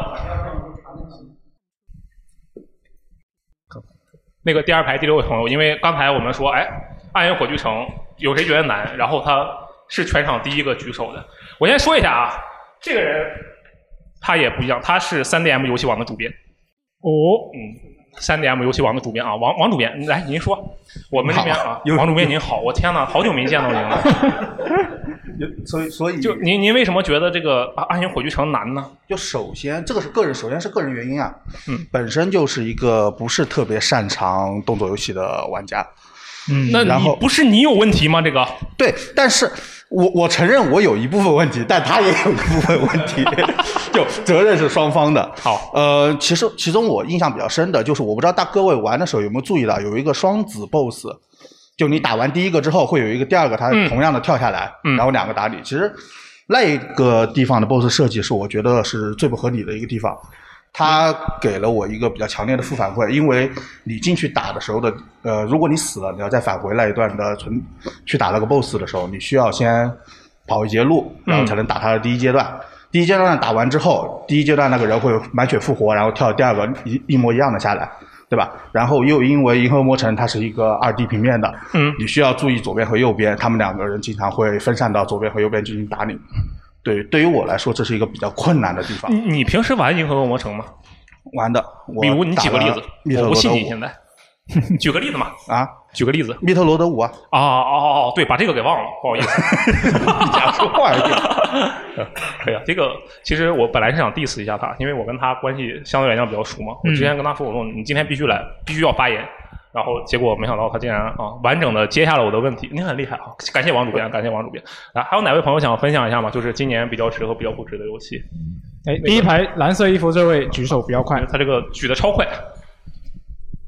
[SPEAKER 2] 那个第二排第六位朋友，因为刚才我们说，哎，暗影火炬城有谁觉得难？然后他是全场第一个举手的。我先说一下啊，这个人他也不一样，他是 3DM 游戏网的主编。
[SPEAKER 1] 哦，
[SPEAKER 2] 嗯。3DM 游戏网的主编啊，王王主编，来您说，我们这边啊，王主编您好，我天哪，好久没见到您 了。
[SPEAKER 6] 所以所以
[SPEAKER 2] 就您您为什么觉得这个啊《暗影火炬城》难呢？
[SPEAKER 6] 就首先，这个是个人，首先是个人原因啊。
[SPEAKER 2] 嗯，
[SPEAKER 6] 本身就是一个不是特别擅长动作游戏的玩家。
[SPEAKER 1] 嗯，
[SPEAKER 2] 那
[SPEAKER 6] 然
[SPEAKER 2] 你
[SPEAKER 6] 后
[SPEAKER 2] 不是你有问题吗？这个
[SPEAKER 6] 对，但是我我承认我有一部分问题，但他也有一部分问 题，就责任是双方的。
[SPEAKER 2] 好，
[SPEAKER 6] 呃，其实其中我印象比较深的就是，我不知道大各位玩的时候有没有注意到，有一个双子 BOSS，就你打完第一个之后会有一个第二个，它
[SPEAKER 2] 嗯
[SPEAKER 6] 同样的跳下来，
[SPEAKER 2] 嗯
[SPEAKER 6] 然后两个打你。其实那个地方的 BOSS 设计是我觉得是最不合理的一个地方。它给了我一个比较强烈的负反馈，因为你进去打的时候的，呃，如果你死了，你要再返回那一段的存去打那个 BOSS 的时候，你需要先跑一节路，然
[SPEAKER 2] 嗯
[SPEAKER 6] 后才能打它的第一阶段。第一阶段打完之后，第一阶段那个人会满血复活，然后跳到第二个一一模一样的下来，对吧？然后又因为银河魔城它是一个二 D 平面的，
[SPEAKER 2] 嗯
[SPEAKER 6] 你需要注意左边和右边，他们两个人经常会分散到左边和右边进行打你。对，对于我来说，这是一个比较困难的地方
[SPEAKER 2] 你。你平时玩《银河恶魔城》吗？
[SPEAKER 6] 玩的，我
[SPEAKER 2] 比如你
[SPEAKER 6] 打
[SPEAKER 2] 举个
[SPEAKER 6] 了
[SPEAKER 2] 例子
[SPEAKER 6] 密，特
[SPEAKER 2] 我
[SPEAKER 6] 罗
[SPEAKER 2] 不信
[SPEAKER 6] 德
[SPEAKER 2] 你
[SPEAKER 6] 五
[SPEAKER 2] 现在， 举个例子嘛，
[SPEAKER 6] 啊，
[SPEAKER 2] 举个例子。
[SPEAKER 6] 密特罗德五啊，
[SPEAKER 2] 哦哦哦哦，对，把这个给忘了，不好意思。
[SPEAKER 6] 你讲错话 了。
[SPEAKER 2] 可以啊，这个其实我本来是想 diss 一下他，因为我跟他关系相对来讲比较熟嘛。我之前跟他说，我说你今天必须来，必须要发言。然后结果没想到他竟然啊完整的接下了我的问题，您很厉害啊！感谢王主编，感谢王主编。啊，还有哪位朋友想分享一下吗？就是今年比较值和比较不值的游戏，
[SPEAKER 1] 哎，第一排蓝色衣服这位举手比较快，
[SPEAKER 2] 他这个举的超快，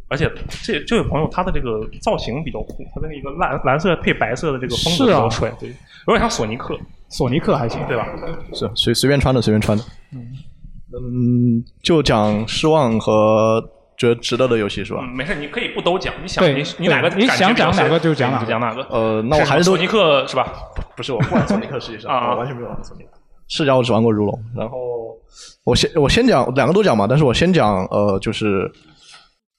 [SPEAKER 2] 而且这这位朋友他的这个造型比较酷，他的那个蓝蓝色配白色的这个风格
[SPEAKER 1] 是
[SPEAKER 2] 比
[SPEAKER 1] 啊
[SPEAKER 2] 较帅，对，有点像索尼克，
[SPEAKER 1] 索尼克还行，
[SPEAKER 2] 对吧？
[SPEAKER 5] 是随随便穿的，随便穿的。嗯，就讲失望和觉得值得的游戏是吧？
[SPEAKER 2] 嗯，没事，你可以不都讲，你想
[SPEAKER 1] 对
[SPEAKER 2] 你你
[SPEAKER 1] 对
[SPEAKER 2] 哪个
[SPEAKER 1] 你
[SPEAKER 2] 感觉
[SPEAKER 1] 想
[SPEAKER 2] 比较
[SPEAKER 1] 讲哪
[SPEAKER 2] 深
[SPEAKER 1] 个就讲
[SPEAKER 2] 对
[SPEAKER 1] 哪
[SPEAKER 2] 你
[SPEAKER 1] 个
[SPEAKER 2] 就讲哪个。
[SPEAKER 5] 呃，那我还是
[SPEAKER 2] 什么索
[SPEAKER 5] 都
[SPEAKER 2] 尼克是吧？
[SPEAKER 5] 不是我不玩索尼克，实 际
[SPEAKER 2] 啊
[SPEAKER 5] 上我完全没有玩索尼克。世嘉我只玩过如龙，然后我先我先讲两个都讲嘛，但是我先讲呃就是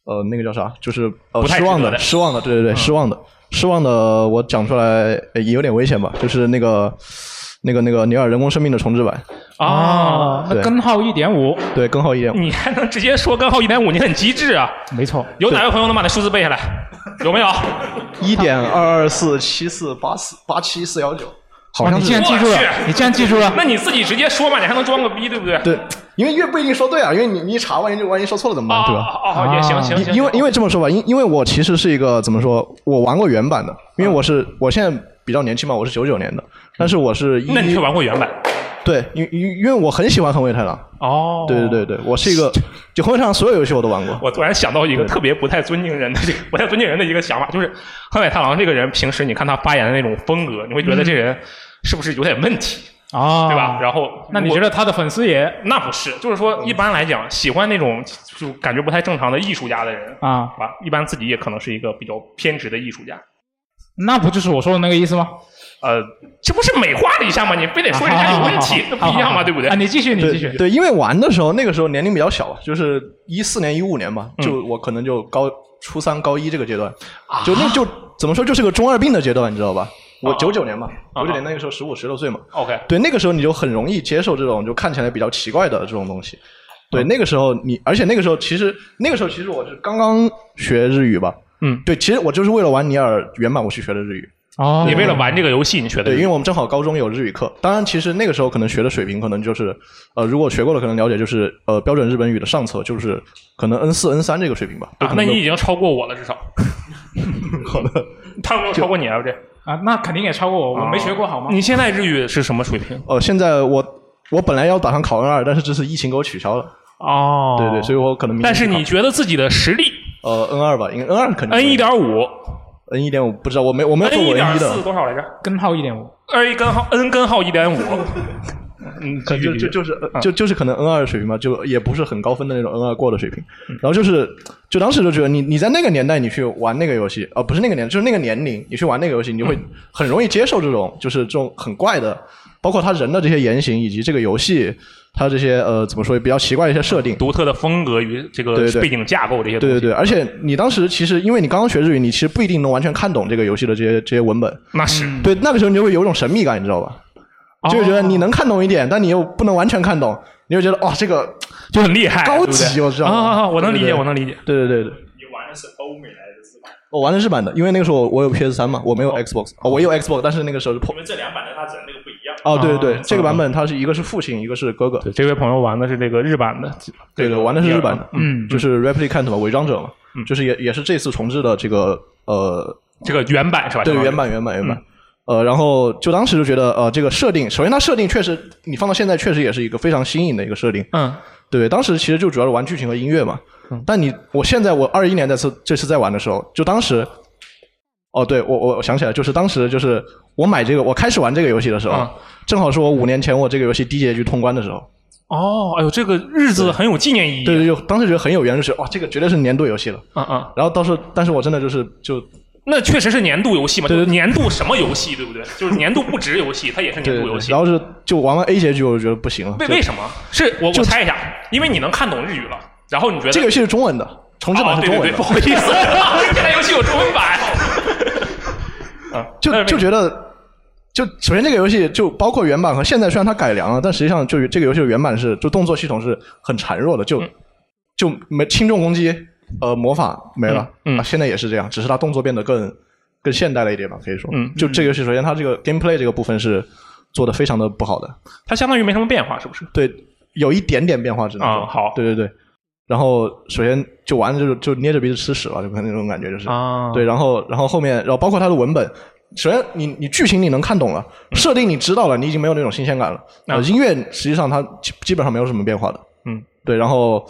[SPEAKER 5] 呃那个叫啥，就是呃
[SPEAKER 2] 不太
[SPEAKER 5] 失望
[SPEAKER 2] 值得的
[SPEAKER 5] 的失望的，对对对，
[SPEAKER 1] 嗯
[SPEAKER 5] 失望的失望的，我讲出来呃也有点危险吧，就是那个那个那个尼尔人工生命的重置版，
[SPEAKER 1] 啊，那
[SPEAKER 5] 对
[SPEAKER 1] 根号一点五，嗯
[SPEAKER 5] 对更好一点。
[SPEAKER 2] 你还能直接说根号一点五，你很机智啊！
[SPEAKER 1] 没错，
[SPEAKER 2] 有哪位朋友能把那数字背下来？有没有？
[SPEAKER 5] 一点二二四七四八四八七四幺九，好
[SPEAKER 1] 哇，啊
[SPEAKER 5] 像
[SPEAKER 1] 你
[SPEAKER 5] 是
[SPEAKER 1] 竟然记住了
[SPEAKER 2] 我去，
[SPEAKER 1] 你竟然记住了，
[SPEAKER 2] 那你自己直接说吧，你还能装个逼，对不对？
[SPEAKER 5] 对，因为越不一定说对啊，因为你你一查，万一就万一说错了怎么
[SPEAKER 1] 啊
[SPEAKER 5] 办，对吧？啊
[SPEAKER 2] 哦哦也行行
[SPEAKER 5] 因
[SPEAKER 2] 行
[SPEAKER 5] 因为因为这么说吧，因因为我其实是一个怎么说，我玩过原版的，因为我是我现在比较年轻嘛，我是九九年的，但是我是一
[SPEAKER 2] 那你却玩过原版？
[SPEAKER 5] 对，因因因为我很喜欢横尾太郎。
[SPEAKER 2] 哦，
[SPEAKER 5] 对对对对，我是一个，就横尾太郎所有游戏我都玩过。
[SPEAKER 2] 我突然想到一个特别不太尊敬人的这个不太尊敬人的一个想法，就是横尾太郎这个人，平时你看他发言的那种风格，你会
[SPEAKER 1] 嗯
[SPEAKER 2] 觉得这人是不是有点问题？
[SPEAKER 1] 啊，
[SPEAKER 2] 对吧？然后，
[SPEAKER 1] 那你觉得他的粉丝也？
[SPEAKER 2] 那不是，就是说，
[SPEAKER 5] 嗯
[SPEAKER 2] 一般来讲，喜欢那种就感觉不太正常的艺术家的人
[SPEAKER 1] 啊，
[SPEAKER 2] 吧，一般自己也可能是一个比较偏执的艺术家。
[SPEAKER 1] 那不就是我说的那个意思吗？
[SPEAKER 2] 呃，这不是美化了一下吗？你非得说人家有问 题，那不一样吗？对不对？
[SPEAKER 1] 啊，你继续，你继续。
[SPEAKER 5] 对，因为玩的时候那个时候年龄比较小，就是一四年一五年吧，
[SPEAKER 2] 嗯
[SPEAKER 5] 就我可能就高初三高一这个阶段，就那就怎么说就是个中二病的阶段，你知道吧？我九九年嘛，九九年那个时候十五十六岁嘛，
[SPEAKER 2] OK，
[SPEAKER 5] 对，那个时候你就很容易接受这种就看起来比较奇怪的这种东西。对，那个时候你，而且那个时候其实那个时候其实我是刚刚学日语吧，
[SPEAKER 2] 嗯，
[SPEAKER 5] 对，其实我就是为了玩尼尔原版我去学的日语。
[SPEAKER 1] 哦
[SPEAKER 2] 你为了玩这个游戏，你学的
[SPEAKER 5] 对，因为我们正好高中有日语课，当然其实那个时候可能学的水平可能就是，呃，如果学过了可能了解就是呃标准日本语的上册就是可能 N 四 N 三这个水平吧。
[SPEAKER 2] 啊，那你已经超过我了，至少。
[SPEAKER 5] 好的，
[SPEAKER 2] 他有没有超过你啊？这啊
[SPEAKER 1] 啊，那肯定也超过我，我没学过好吗？
[SPEAKER 2] 你现在日语是什么水平？
[SPEAKER 5] 呃，现在我我本来要打算考 N 二，但是这次疫情给我取消了。
[SPEAKER 2] 哦
[SPEAKER 5] 对对，所以我可能明年
[SPEAKER 2] 但是
[SPEAKER 5] 去考
[SPEAKER 2] 你觉得自己的实力
[SPEAKER 5] 呃 N 二吧，因为 N 二肯定
[SPEAKER 2] N 一点五
[SPEAKER 5] N 一点我不知道，我没我没有
[SPEAKER 2] ，N
[SPEAKER 5] 做
[SPEAKER 2] 一
[SPEAKER 5] 过 N
[SPEAKER 2] 点
[SPEAKER 5] 一
[SPEAKER 2] 四
[SPEAKER 5] 的，
[SPEAKER 2] 多少来着
[SPEAKER 1] 根号一点五，
[SPEAKER 2] ？N 一根号 N 根号一点五。嗯， 继续
[SPEAKER 5] 就
[SPEAKER 2] 继续
[SPEAKER 5] 就就是呃就就是可能 N 二的水平吧，就也不是很高分的那种 N 二过的水平。
[SPEAKER 2] 嗯
[SPEAKER 5] 然后就是就当时就觉得你你在那个年代你去玩那个游戏，呃不是那个年，就是那个年龄你去玩那个游戏，你就
[SPEAKER 2] 嗯
[SPEAKER 5] 会很容易接受这种就是这种很怪的，包括他人的这些言行以及这个游戏它这些呃怎么说比较奇怪的一些设定。
[SPEAKER 2] 独特的风格与这个
[SPEAKER 5] 对对
[SPEAKER 2] 背景架构这些东
[SPEAKER 5] 对
[SPEAKER 2] 西。
[SPEAKER 5] 对对，而且你当时其实因为你刚刚学日语，你其实不一定能完全看懂这个游戏的这些这些文本。
[SPEAKER 2] 那是哦
[SPEAKER 5] 对，那个时候你就会有一种神秘感，你知道吧？就会觉得你能看懂一点，但你又不能完全看懂，你会觉得哇，这个
[SPEAKER 2] 就很厉害，
[SPEAKER 5] 高
[SPEAKER 2] 对不对
[SPEAKER 5] 级，我知道
[SPEAKER 2] 啊啊，啊我能理解，
[SPEAKER 5] 对对对
[SPEAKER 2] 我能理解。
[SPEAKER 5] 对对对对，
[SPEAKER 2] 你玩的是欧美来的字版，
[SPEAKER 5] 我玩的日版的，因为那个时候我我有 PS 三嘛，我没有 Xbox，哦，我有 Xbox，但是那个时候是破。
[SPEAKER 2] 为这两版的它整那个不一样。
[SPEAKER 5] 哦，对对对，这个版本它是一个是父亲，一个是哥哥。
[SPEAKER 2] 啊嗯对，这位朋友玩的是这个日版的，
[SPEAKER 5] 对对，玩的是日版的，
[SPEAKER 1] 嗯
[SPEAKER 5] 就是 Replicant 嘛，伪装者嘛，
[SPEAKER 2] 嗯
[SPEAKER 5] 就是也也是这次重置的这个呃
[SPEAKER 2] 这个原版是吧？
[SPEAKER 5] 对，
[SPEAKER 2] 这个嗯
[SPEAKER 5] 原版原版原版。呃，然后就当时就觉得，呃，这个设定，首先它设定确实，你放到现在确实也是一个非常新颖的一个设定，
[SPEAKER 1] 嗯，
[SPEAKER 5] 对。当时其实就主要是玩剧情和音乐嘛。
[SPEAKER 2] 嗯
[SPEAKER 5] 但你我现在我二一年在次这次在玩的时候，就当时，哦，对我我我想起来，就是当时就是我买这个我开始玩这个游戏的时候，
[SPEAKER 2] 嗯
[SPEAKER 5] 正好是我五年前我这个游戏低结局通关的时候，
[SPEAKER 2] 哦，哎呦，这个日子很有纪念意义。
[SPEAKER 5] 对对，就当时觉得很有缘，就是哇，这个绝对是年度游戏了。
[SPEAKER 2] 嗯嗯，
[SPEAKER 5] 然后到时候，但是我真的就是就
[SPEAKER 2] 那确实是年度游戏嘛，就是年度什么游戏， 对不对？就是年度不止游戏，它也是
[SPEAKER 5] 对
[SPEAKER 2] 年
[SPEAKER 5] 对
[SPEAKER 2] 度游
[SPEAKER 5] 对，
[SPEAKER 2] 戏
[SPEAKER 5] 然。后是就玩完 A 结局，我就觉得不行了。
[SPEAKER 2] 为
[SPEAKER 5] 就
[SPEAKER 2] 为什么？是我我
[SPEAKER 5] 就
[SPEAKER 2] 猜一下，因为你能看懂日语了，然后你觉得
[SPEAKER 5] 这个游戏是中文的，重置版
[SPEAKER 2] 哦，对
[SPEAKER 5] 是中
[SPEAKER 2] 对
[SPEAKER 5] 文
[SPEAKER 2] 对，
[SPEAKER 5] 的，
[SPEAKER 2] 不好意思， 这台游戏有中文版。啊，那
[SPEAKER 5] 就就觉得，就首先这个游戏就包括原版和现在虽然它改良了，但实际上就是这个游戏的原版是就动作系统是很孱弱的，就、
[SPEAKER 2] 嗯
[SPEAKER 5] 就没轻重攻击，呃，魔法没了，
[SPEAKER 2] 嗯嗯
[SPEAKER 5] 啊，现在也是这样，只是它动作变得更更现代了一点吧，可以说，
[SPEAKER 2] 嗯
[SPEAKER 5] 就这个游戏首先它这个 gameplay 这个部分是做的非常的不好的，
[SPEAKER 2] 它相当于没什么变化，是不是？
[SPEAKER 5] 对，有一点点变化，只能说、
[SPEAKER 2] 啊好
[SPEAKER 5] 对对对。然后首先就完了，就是就捏着鼻子吃屎了，就可能那种感觉就是
[SPEAKER 2] 啊
[SPEAKER 5] 对，然后然后后面，然后包括它的文本，首先你你剧情你能看懂了，
[SPEAKER 2] 嗯
[SPEAKER 5] 设定你知道了，你已经没有那种新鲜感了。
[SPEAKER 2] 啊
[SPEAKER 5] 呃，音乐实际上它基基本上没有什么变化的，
[SPEAKER 2] 嗯，
[SPEAKER 5] 对，然后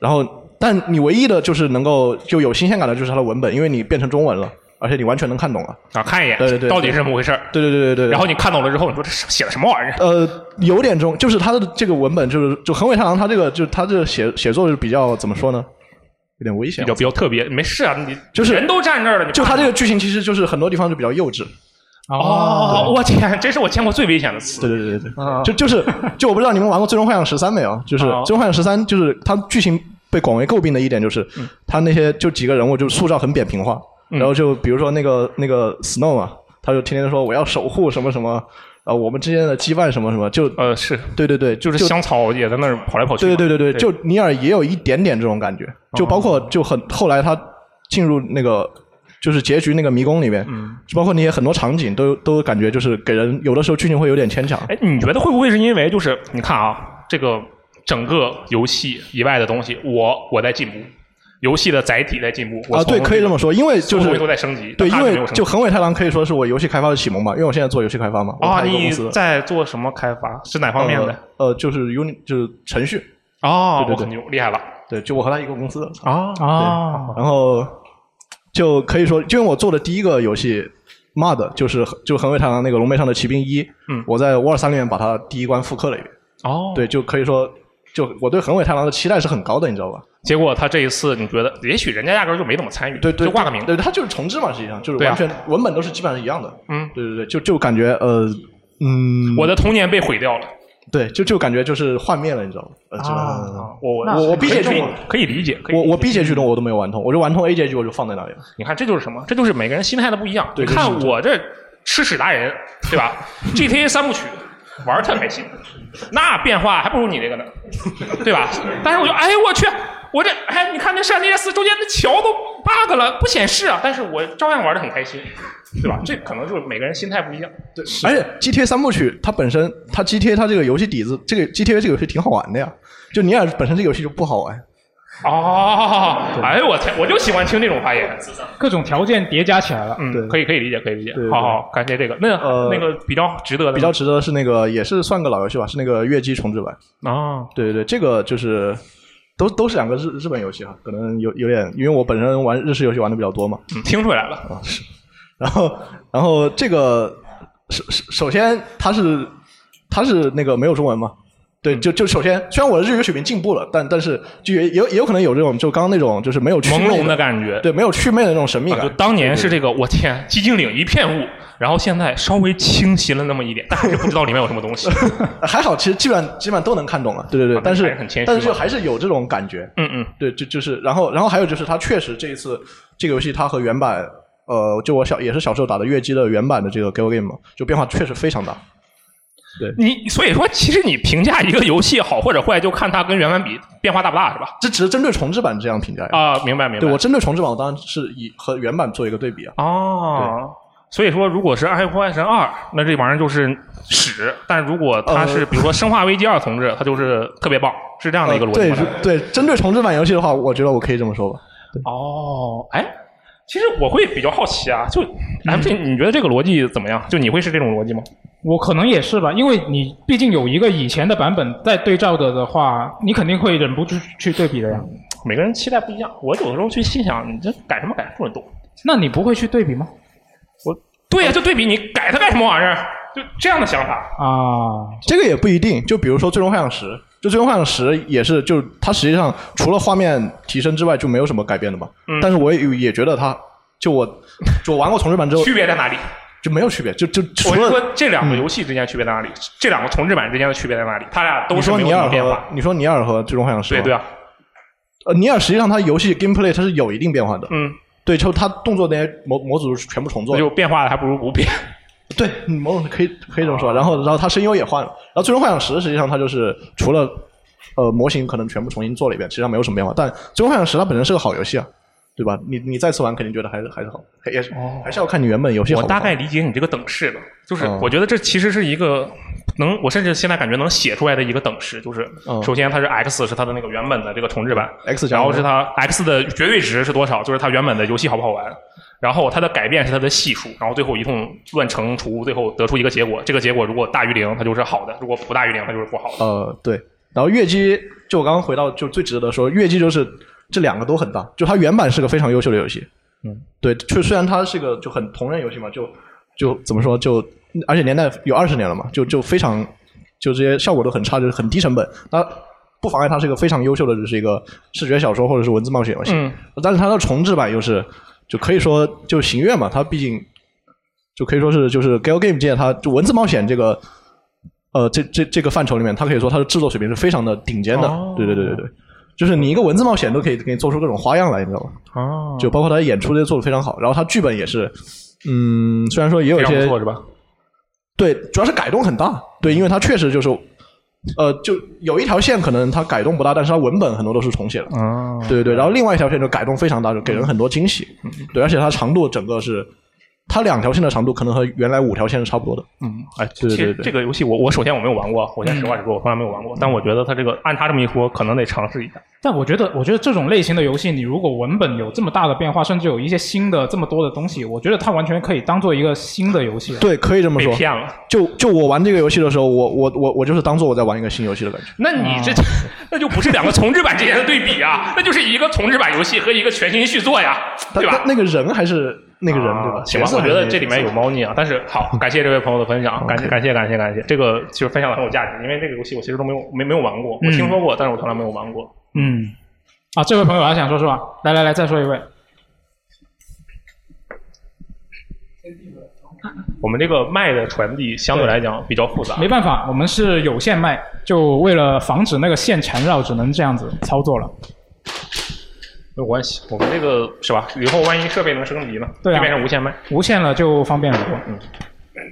[SPEAKER 5] 然后但你唯一的就是能够就有新鲜感的就是它的文本，因为你变成中文了，而且你完全能看懂了。
[SPEAKER 2] 啊，看一眼，
[SPEAKER 5] 对对对
[SPEAKER 2] 到底是怎么回事儿？
[SPEAKER 5] 对对对对对。
[SPEAKER 2] 然后你看懂了之后，你说这是写的什么玩意儿？
[SPEAKER 5] 呃，有点中，就是他的这个文本，就是就横尾太郎，他这个就是他这个写写作是比较怎么说呢？有点危险
[SPEAKER 2] 比较。比较特别，没事啊，你
[SPEAKER 5] 就是
[SPEAKER 2] 人都站这儿了，你
[SPEAKER 5] 就他这
[SPEAKER 2] 个
[SPEAKER 5] 个剧情，其实就是很多地方就比较幼稚。
[SPEAKER 2] 哦，我天，这是我见过最危险的
[SPEAKER 5] 对
[SPEAKER 2] 词。嗯
[SPEAKER 5] 对对对对，就就是就我不知道你们玩过《最终幻想十三》没有？就是
[SPEAKER 2] 啊
[SPEAKER 5] 《最终幻想十三》，就是它剧情被广为诟病的一点就是，
[SPEAKER 2] 嗯
[SPEAKER 5] 他那些就几个人物就塑造很扁平化，然后就比如说那个那个 Snow 嘛，他就天天说我要守护什么什么，啊，我们之间的羁绊什么什么，就
[SPEAKER 2] 呃，是，
[SPEAKER 5] 对对对，就
[SPEAKER 2] 就是香草也在那儿跑来跑去
[SPEAKER 5] 对
[SPEAKER 2] 嘛。
[SPEAKER 5] 对对对
[SPEAKER 2] 对哦
[SPEAKER 5] 对，就尼尔也有一点点这种感觉，就包括就很后来他进入那个就是结局那个迷宫里面，
[SPEAKER 2] 嗯
[SPEAKER 5] 就包括那些很多场景都都感觉就是给人有的时候剧情会有点牵强。
[SPEAKER 2] 哎，你觉得会不会是因为就是你看啊，这个整个游戏以外的东西，我我在进步，游戏的载体在进步。我
[SPEAKER 5] 啊，
[SPEAKER 2] 从
[SPEAKER 5] 对，可以这么说，因为就
[SPEAKER 2] 所有
[SPEAKER 5] 是
[SPEAKER 2] 东西都在升级，但
[SPEAKER 5] 对，因
[SPEAKER 2] 它没
[SPEAKER 5] 为
[SPEAKER 2] 有升级
[SPEAKER 5] 就横尾太郎可以说是我游戏开发的启蒙嘛，因为我现在做游戏开发嘛。我
[SPEAKER 2] 啊，
[SPEAKER 5] 开一个
[SPEAKER 2] 你
[SPEAKER 5] 公司
[SPEAKER 2] 在做什么开发？是哪方面的？？
[SPEAKER 5] 呃，呃就是 Uni 就是程序。
[SPEAKER 2] 哦，
[SPEAKER 5] 对
[SPEAKER 2] 我
[SPEAKER 5] 对
[SPEAKER 2] 很
[SPEAKER 5] 对，
[SPEAKER 2] 牛，厉害了
[SPEAKER 5] 对，就我和他一个公司的。
[SPEAKER 2] 啊
[SPEAKER 1] 啊！
[SPEAKER 5] 然后就可以说，就因为我做的第一个游戏 MUD 就是就横尾太郎那个《龙背上的骑兵一》，
[SPEAKER 2] 嗯
[SPEAKER 5] 我在 War 三里面把它第一关复刻了一遍。
[SPEAKER 2] 哦，
[SPEAKER 5] 对，就可以说，就我对横尾太郎的期待是很高的，你知道吧？
[SPEAKER 2] 结果他这一次，你觉得也许人家压根儿就没怎么参与，
[SPEAKER 5] 对对，
[SPEAKER 2] 就挂个名。
[SPEAKER 5] 对，它就是重置嘛，实际上就是
[SPEAKER 2] 对啊
[SPEAKER 5] 完全、文本都是基本上一样的。
[SPEAKER 2] 嗯，
[SPEAKER 5] 对对对，就就感觉呃，嗯，
[SPEAKER 2] 我的童年被毁掉了
[SPEAKER 5] 对，就就感觉就是幻灭了，你知道吗？呃，就
[SPEAKER 2] 啊！我
[SPEAKER 5] 那
[SPEAKER 2] 我
[SPEAKER 5] 我
[SPEAKER 2] 可以
[SPEAKER 5] BJ
[SPEAKER 2] 可以
[SPEAKER 5] 中
[SPEAKER 2] 可以理解，可以
[SPEAKER 5] 我
[SPEAKER 2] 理解
[SPEAKER 5] 我 B 结局中我都没有玩通，我就玩通 A 结局我就放在那里了。
[SPEAKER 2] 你看这就是什么？这就是每个人心态的不一样。
[SPEAKER 5] 对
[SPEAKER 2] 你
[SPEAKER 5] 这是
[SPEAKER 2] 看我这吃屎达人，对 吧？GTA 三部曲玩儿特开心，那变化还不如你这个呢，对吧？但是我就哎我去，我这哎你看那上 g 四中间那桥都 bug 了，不显示啊，但是我照样玩的很开心，对吧？这可能就是每个人心态不一样。
[SPEAKER 5] 对，而且 GTA 三部曲它本身，它 GTA 它这个游戏底子，这个 GTA 这个游戏挺好玩的呀。就你俩本身这个游戏就不好玩，
[SPEAKER 2] 哦， 哎呦我天，我就喜欢听这种发言。
[SPEAKER 1] 各种条件叠加起来了。
[SPEAKER 2] 嗯，
[SPEAKER 5] 对
[SPEAKER 2] 可以可以理解，可以理解
[SPEAKER 5] 对。对
[SPEAKER 2] 好好，感谢这个。那
[SPEAKER 5] 呃
[SPEAKER 2] 那个比较值得的吗，
[SPEAKER 5] 比较值得是那个也是算个老游戏吧，是那个月姬重置版。
[SPEAKER 2] 啊，
[SPEAKER 5] 对对对，这个就是都都是两个日日本游戏哈，可能有有点，因为我本身玩日式游戏玩的比较多嘛。啊
[SPEAKER 2] 嗯听出来了。
[SPEAKER 5] 然后然后这个首首首先它是它是那个没有中文嘛。
[SPEAKER 2] 嗯
[SPEAKER 5] 对，就就首先，虽然我的日语水平进步了，但但是就也也有也有可能有这种，就刚刚那种就是没有趣
[SPEAKER 2] 朦
[SPEAKER 5] 味
[SPEAKER 2] 胧的感觉，
[SPEAKER 5] 对，没有祛魅的那种神秘
[SPEAKER 2] 啊，
[SPEAKER 5] 感。
[SPEAKER 2] 就当年是这个，我天，寂静岭一片雾，然后现在稍微清晰了那么一点，但 还是不知道里面有什么东 西。
[SPEAKER 5] 还好，其实基本上基本上都能看懂了。对对对，
[SPEAKER 2] 啊
[SPEAKER 5] 但
[SPEAKER 2] 还
[SPEAKER 5] 是
[SPEAKER 2] 是很谦虚
[SPEAKER 5] 但是就
[SPEAKER 2] 嘛
[SPEAKER 5] 还是有这种感觉。
[SPEAKER 2] 嗯嗯，
[SPEAKER 5] 对，就就是，然后然后还有就是，它确实这一次这个游戏它和原版，呃，就我小也是小时候打的月姬的原版的这个 Gal Game，嘛就变化确实非常大。
[SPEAKER 2] 你所以说，其实你评价一个游戏好或者坏，就看它跟原版比变化大不大，是吧？
[SPEAKER 5] 这只是针对重置版这样评价呀。
[SPEAKER 2] 啊，明白明白。
[SPEAKER 5] 对我针对重置版，我当然是以和原版做一个对比啊。
[SPEAKER 2] 哦。所以说，如果是《暗黑破坏神二》，那这玩意儿就是屎；但如果它是
[SPEAKER 5] 呃
[SPEAKER 2] 比如说《生化危机二》同志，它就是特别棒，是这样的一个逻辑
[SPEAKER 5] 对
[SPEAKER 2] 吗。
[SPEAKER 5] 如对，针对重置版游戏的话，我觉得我可以这么说吧。
[SPEAKER 2] 哦，哎，其实我会比较好奇啊，就
[SPEAKER 5] 嗯
[SPEAKER 2] M T，你觉得这个逻辑怎么样？就你会是这种逻辑吗？
[SPEAKER 1] 我可能也是吧，因为你毕竟有一个以前的版本在对照着的话，你肯定会忍不住去对比的呀。
[SPEAKER 2] 每个人期待不一样。我有的时候去心想，你这改什么改，不准动。
[SPEAKER 1] 那你不会去对比吗？
[SPEAKER 2] 对呀、就对比你改它干什么玩意儿？就这样的想法。
[SPEAKER 1] 啊，
[SPEAKER 5] 这个也不一定。就比如说《最终幻想十》，就《最终幻想十》也是，就它实际上除了画面提升之外，就没有什么改变的嘛。
[SPEAKER 2] 嗯
[SPEAKER 5] 但是我也也觉得它，就我就我玩过重置版之后
[SPEAKER 2] 区别在哪里？
[SPEAKER 5] 就没有区别，就就
[SPEAKER 2] 我就
[SPEAKER 5] 除了嗯
[SPEAKER 2] 说这两个游戏之间区别在哪里？这两个重置版之间的区别在哪里？它俩都
[SPEAKER 5] 你
[SPEAKER 2] 是
[SPEAKER 5] 说
[SPEAKER 2] 没有
[SPEAKER 5] 尼
[SPEAKER 2] 什么
[SPEAKER 5] 尔
[SPEAKER 2] 变
[SPEAKER 5] 和
[SPEAKER 2] 化。
[SPEAKER 5] 你说尼尔和《最终幻想十》
[SPEAKER 2] 对
[SPEAKER 5] 嘛
[SPEAKER 2] 对，啊，
[SPEAKER 5] 呃，尼尔实际上它游戏 gameplay 它是有一定变化的。
[SPEAKER 2] 嗯，
[SPEAKER 5] 对，就它动作那些模模组是全部重做
[SPEAKER 2] 那
[SPEAKER 5] 的，
[SPEAKER 2] 就变化了，还不如不变。
[SPEAKER 5] 对，嗯某种可以可以这 么说。然后，然后它声优也换了，然后《最终幻想十》实际上它就是除了呃模型可能全部重新做了一遍，实际上没有什么变化。但《最终幻想十》它本身是个好游戏啊，对吧？你你再次玩肯定觉得还是还是好，也是、还是要看你原本游戏好
[SPEAKER 2] 我
[SPEAKER 5] 不好。
[SPEAKER 2] 大概理解你这个等式了，就是
[SPEAKER 5] 嗯
[SPEAKER 2] 我觉得这其实是一个能，我甚至现在感觉能写出来的一个等式，就是
[SPEAKER 5] 嗯
[SPEAKER 2] 首先它是 x 是它的那个原本的这个重置版
[SPEAKER 5] X 加
[SPEAKER 2] 然后
[SPEAKER 5] 1
[SPEAKER 2] 是它 x 的绝对值是多少，就是它原本的游戏好不好玩，然后它的改变是它的系数，然后最后一通乱乘除，最后得出一个结果，这个结果如果大于零，它就是好的；如果不大于零，它就是不好的。
[SPEAKER 5] 呃，对。然后月姬，就我刚刚回到就最值得说，月姬就是这两个都很大，就它原版是个非常优秀的游戏，
[SPEAKER 2] 嗯，
[SPEAKER 5] 对，就虽然它是个就很同人游戏嘛，就就怎么说就，而且年代有二十年了嘛，就就非常就这些效果都很差，就是很低成本，那不妨碍它是个非常优秀的，就是一个视觉小说或者是文字冒险游戏，
[SPEAKER 2] 嗯，
[SPEAKER 5] 但是它的重置版又是就可以说就行月嘛，它毕竟就可以说是就是 Gal Game 界它就文字冒险这个呃这这这个范畴里面，它可以说它的制作水平是非常的顶尖的。
[SPEAKER 2] 哦
[SPEAKER 5] 对对对对对，就是你一个文字冒险都可以给你做出各种花样来，你知道吗？
[SPEAKER 2] 哦
[SPEAKER 5] 就包括它的演出这些做的非常好，然后它剧本也是，嗯，虽然说也有
[SPEAKER 2] 非
[SPEAKER 5] 一
[SPEAKER 2] 常不
[SPEAKER 5] 些
[SPEAKER 2] 错是吧？
[SPEAKER 5] 对，主要是改动很大，对，因为它确实就是。呃，就有一条线可能它改动不大，但是它文本很多都是重写的。
[SPEAKER 2] 啊，
[SPEAKER 5] 对对，然后另外一条线就改动非常大，就给人很多惊喜。对，而且它长度整个是它两条线的长度可能和原来五条线是差不多的。
[SPEAKER 2] 嗯，哎，
[SPEAKER 5] 对
[SPEAKER 2] 其
[SPEAKER 5] 对
[SPEAKER 2] 实
[SPEAKER 5] 对
[SPEAKER 2] 这个游戏我我首先我没有玩过，我先实话实说，我从来没有玩过。但我觉得他这个按他这么一说，可能得尝试一下。
[SPEAKER 1] 但我觉得，我觉得这种类型的游戏，你如果文本有这么大的变化，甚至有一些新的这么多的东西，我觉得它完全可以当做一个新的游戏。
[SPEAKER 5] 对，可以这么说。
[SPEAKER 1] 被骗了。
[SPEAKER 5] 就就我玩这个游戏的时候，我我我我就是当做我在玩一个新游戏的感觉。
[SPEAKER 2] 那你这、那就不是两个重置版之间的对比啊， 那就是一个重置版游戏和一个全新续作呀，对吧？
[SPEAKER 5] 那个人还是那个人、对
[SPEAKER 2] 啊
[SPEAKER 5] 吧？
[SPEAKER 2] 呃行
[SPEAKER 5] 角
[SPEAKER 2] 吧，
[SPEAKER 5] 色
[SPEAKER 2] 我
[SPEAKER 5] 还
[SPEAKER 2] 觉
[SPEAKER 5] 是
[SPEAKER 2] 得
[SPEAKER 5] 那
[SPEAKER 2] 这
[SPEAKER 5] 个
[SPEAKER 2] 里面
[SPEAKER 5] 角
[SPEAKER 2] 有
[SPEAKER 5] 色
[SPEAKER 2] 猫腻啊，但是好，感谢这位朋友的分享，
[SPEAKER 1] 嗯
[SPEAKER 2] 感谢感谢感谢感谢，这个其实分享的很有价值，因为这个游戏我其实都没有没没有玩过，我
[SPEAKER 1] 嗯
[SPEAKER 2] 听说过，但是我从来没有玩过。
[SPEAKER 1] 嗯，啊，这位朋友还想说是吧？来来来，再说一位。
[SPEAKER 2] 我们这个麦的传递相对来讲比较复杂，
[SPEAKER 1] 没办法，我们是有线麦，就为了防止那个线缠绕，只能这样子操作了。
[SPEAKER 2] 没有关系，我们这个是吧？以后万一设备能升级呢？
[SPEAKER 1] 对啊
[SPEAKER 2] 这边是无线麦。
[SPEAKER 1] 无线了就方便很多。嗯，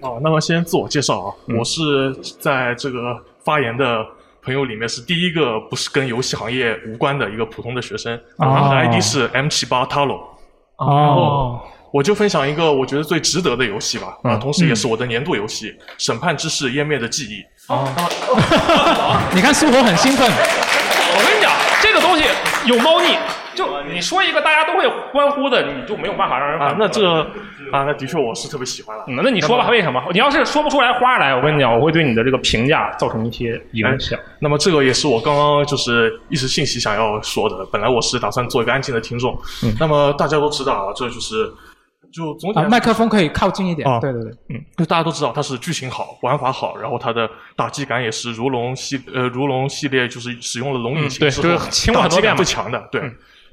[SPEAKER 7] 哦，那么先自我介绍啊，
[SPEAKER 2] 嗯
[SPEAKER 7] 我是在这个发言的朋友里面是第一个不是跟游戏行业无关的一个普通的学生，
[SPEAKER 1] 哦
[SPEAKER 2] 啊
[SPEAKER 7] 啊然后我的 ID 是 M 七八 Talo。
[SPEAKER 1] 哦，
[SPEAKER 7] 我就分享一个我觉得最值得的游戏吧，啊，
[SPEAKER 1] 嗯
[SPEAKER 7] 同时也是我的年度游戏《审判之士：湮灭的记忆》。
[SPEAKER 2] 哦
[SPEAKER 1] 你看苏活很兴奋。
[SPEAKER 2] 我跟你讲，这个东西有猫腻，就你说一个大家都会欢呼的，你就没有办法让人
[SPEAKER 7] 啊
[SPEAKER 2] 反，
[SPEAKER 7] 那这啊，那的确我是特别喜欢了。
[SPEAKER 2] 嗯那你说吧，为什么？你要是说不出来花来，我跟你讲，我会对你的这个评价造成一些
[SPEAKER 7] 哎
[SPEAKER 2] 影响。
[SPEAKER 7] 那么这个也是我刚刚就是一时兴起想要说的。本来我是打算做一个安静的听众，
[SPEAKER 1] 嗯
[SPEAKER 7] 那么大家都知道啊，这就是就总体
[SPEAKER 1] 啊
[SPEAKER 7] 来，说
[SPEAKER 1] 麦克风可以靠近一
[SPEAKER 2] 哦
[SPEAKER 1] 点。对对对，
[SPEAKER 7] 嗯，就大家都知道它是剧情好，玩法好，然后它的打击感也是如龙系呃如龙系列就是使用了龙
[SPEAKER 2] 嗯
[SPEAKER 7] 引
[SPEAKER 2] 对
[SPEAKER 7] 擎之
[SPEAKER 2] 就是
[SPEAKER 7] 后
[SPEAKER 2] 清过
[SPEAKER 7] 打
[SPEAKER 2] 很多
[SPEAKER 7] 击
[SPEAKER 2] 遍嘛
[SPEAKER 7] 感
[SPEAKER 2] 嗯
[SPEAKER 7] 最强的，对。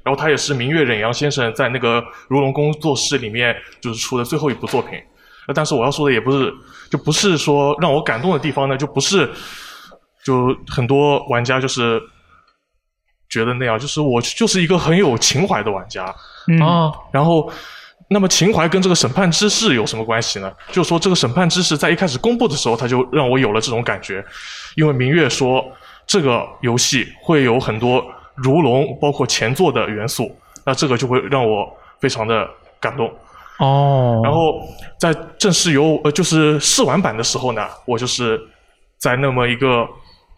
[SPEAKER 7] 然后它也是明月忍阳先生在那个如龙工作室里面就是出的最后一部作品。呃但是我要说的也不是，就不是说让我感动的地方呢，就不是，就很多玩家就是觉得那样，就是我就是一个很有情怀的玩家，
[SPEAKER 1] 嗯
[SPEAKER 2] 啊，
[SPEAKER 7] 然后，那么情怀跟这个审判之士有什么关系呢？就是说，这个审判之士在一开始公布的时候，他就让我有了这种感觉，因为明月说这个游戏会有很多如龙，包括前作的元素，那这个就会让我非常的感动。
[SPEAKER 1] 哦
[SPEAKER 7] 然后在正式游呃就是试玩版的时候呢，我就是在那么一个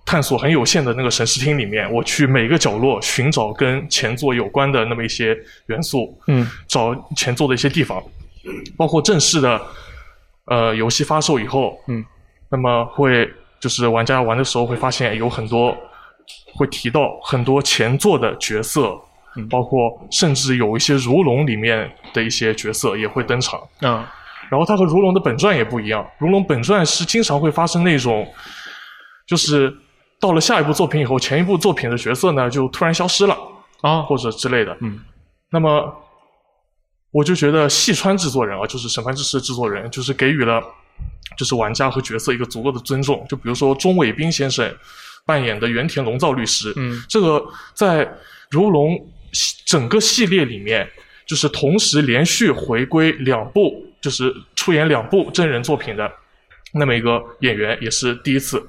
[SPEAKER 7] 探索很有限的那个神视厅里面，我去每个角落寻找跟前作有关的那么一些元素，
[SPEAKER 1] 哎
[SPEAKER 2] 嗯，
[SPEAKER 7] 找前作的一些地方，包括正式的呃游戏发售以后，
[SPEAKER 2] 嗯，
[SPEAKER 7] 那么会就是玩家玩的时候会发现哎有很多会提到很多前作的角色，
[SPEAKER 2] 嗯
[SPEAKER 7] 包括甚至有一些如龙里面的一些角色也会登场。
[SPEAKER 2] 嗯，
[SPEAKER 7] 然后它和如龙的本传也不一样，如龙本传是经常会发生那种，就是到了下一部作品以后，前一部作品的角色呢就突然消失了
[SPEAKER 2] 啊，
[SPEAKER 7] 或者之类的。
[SPEAKER 2] 嗯，
[SPEAKER 7] 那么我就觉得细川制作人啊，就是《审判之士》的制作人，就是给予了就是玩家和角色一个足够的尊重。就比如说中尾彬先生扮演的原田龙造律师，
[SPEAKER 2] 嗯，
[SPEAKER 7] 这个在如龙系整个系列里面，就是同时连续回归两部，就是出演两部真人作品的那么一个演员，也是第一次。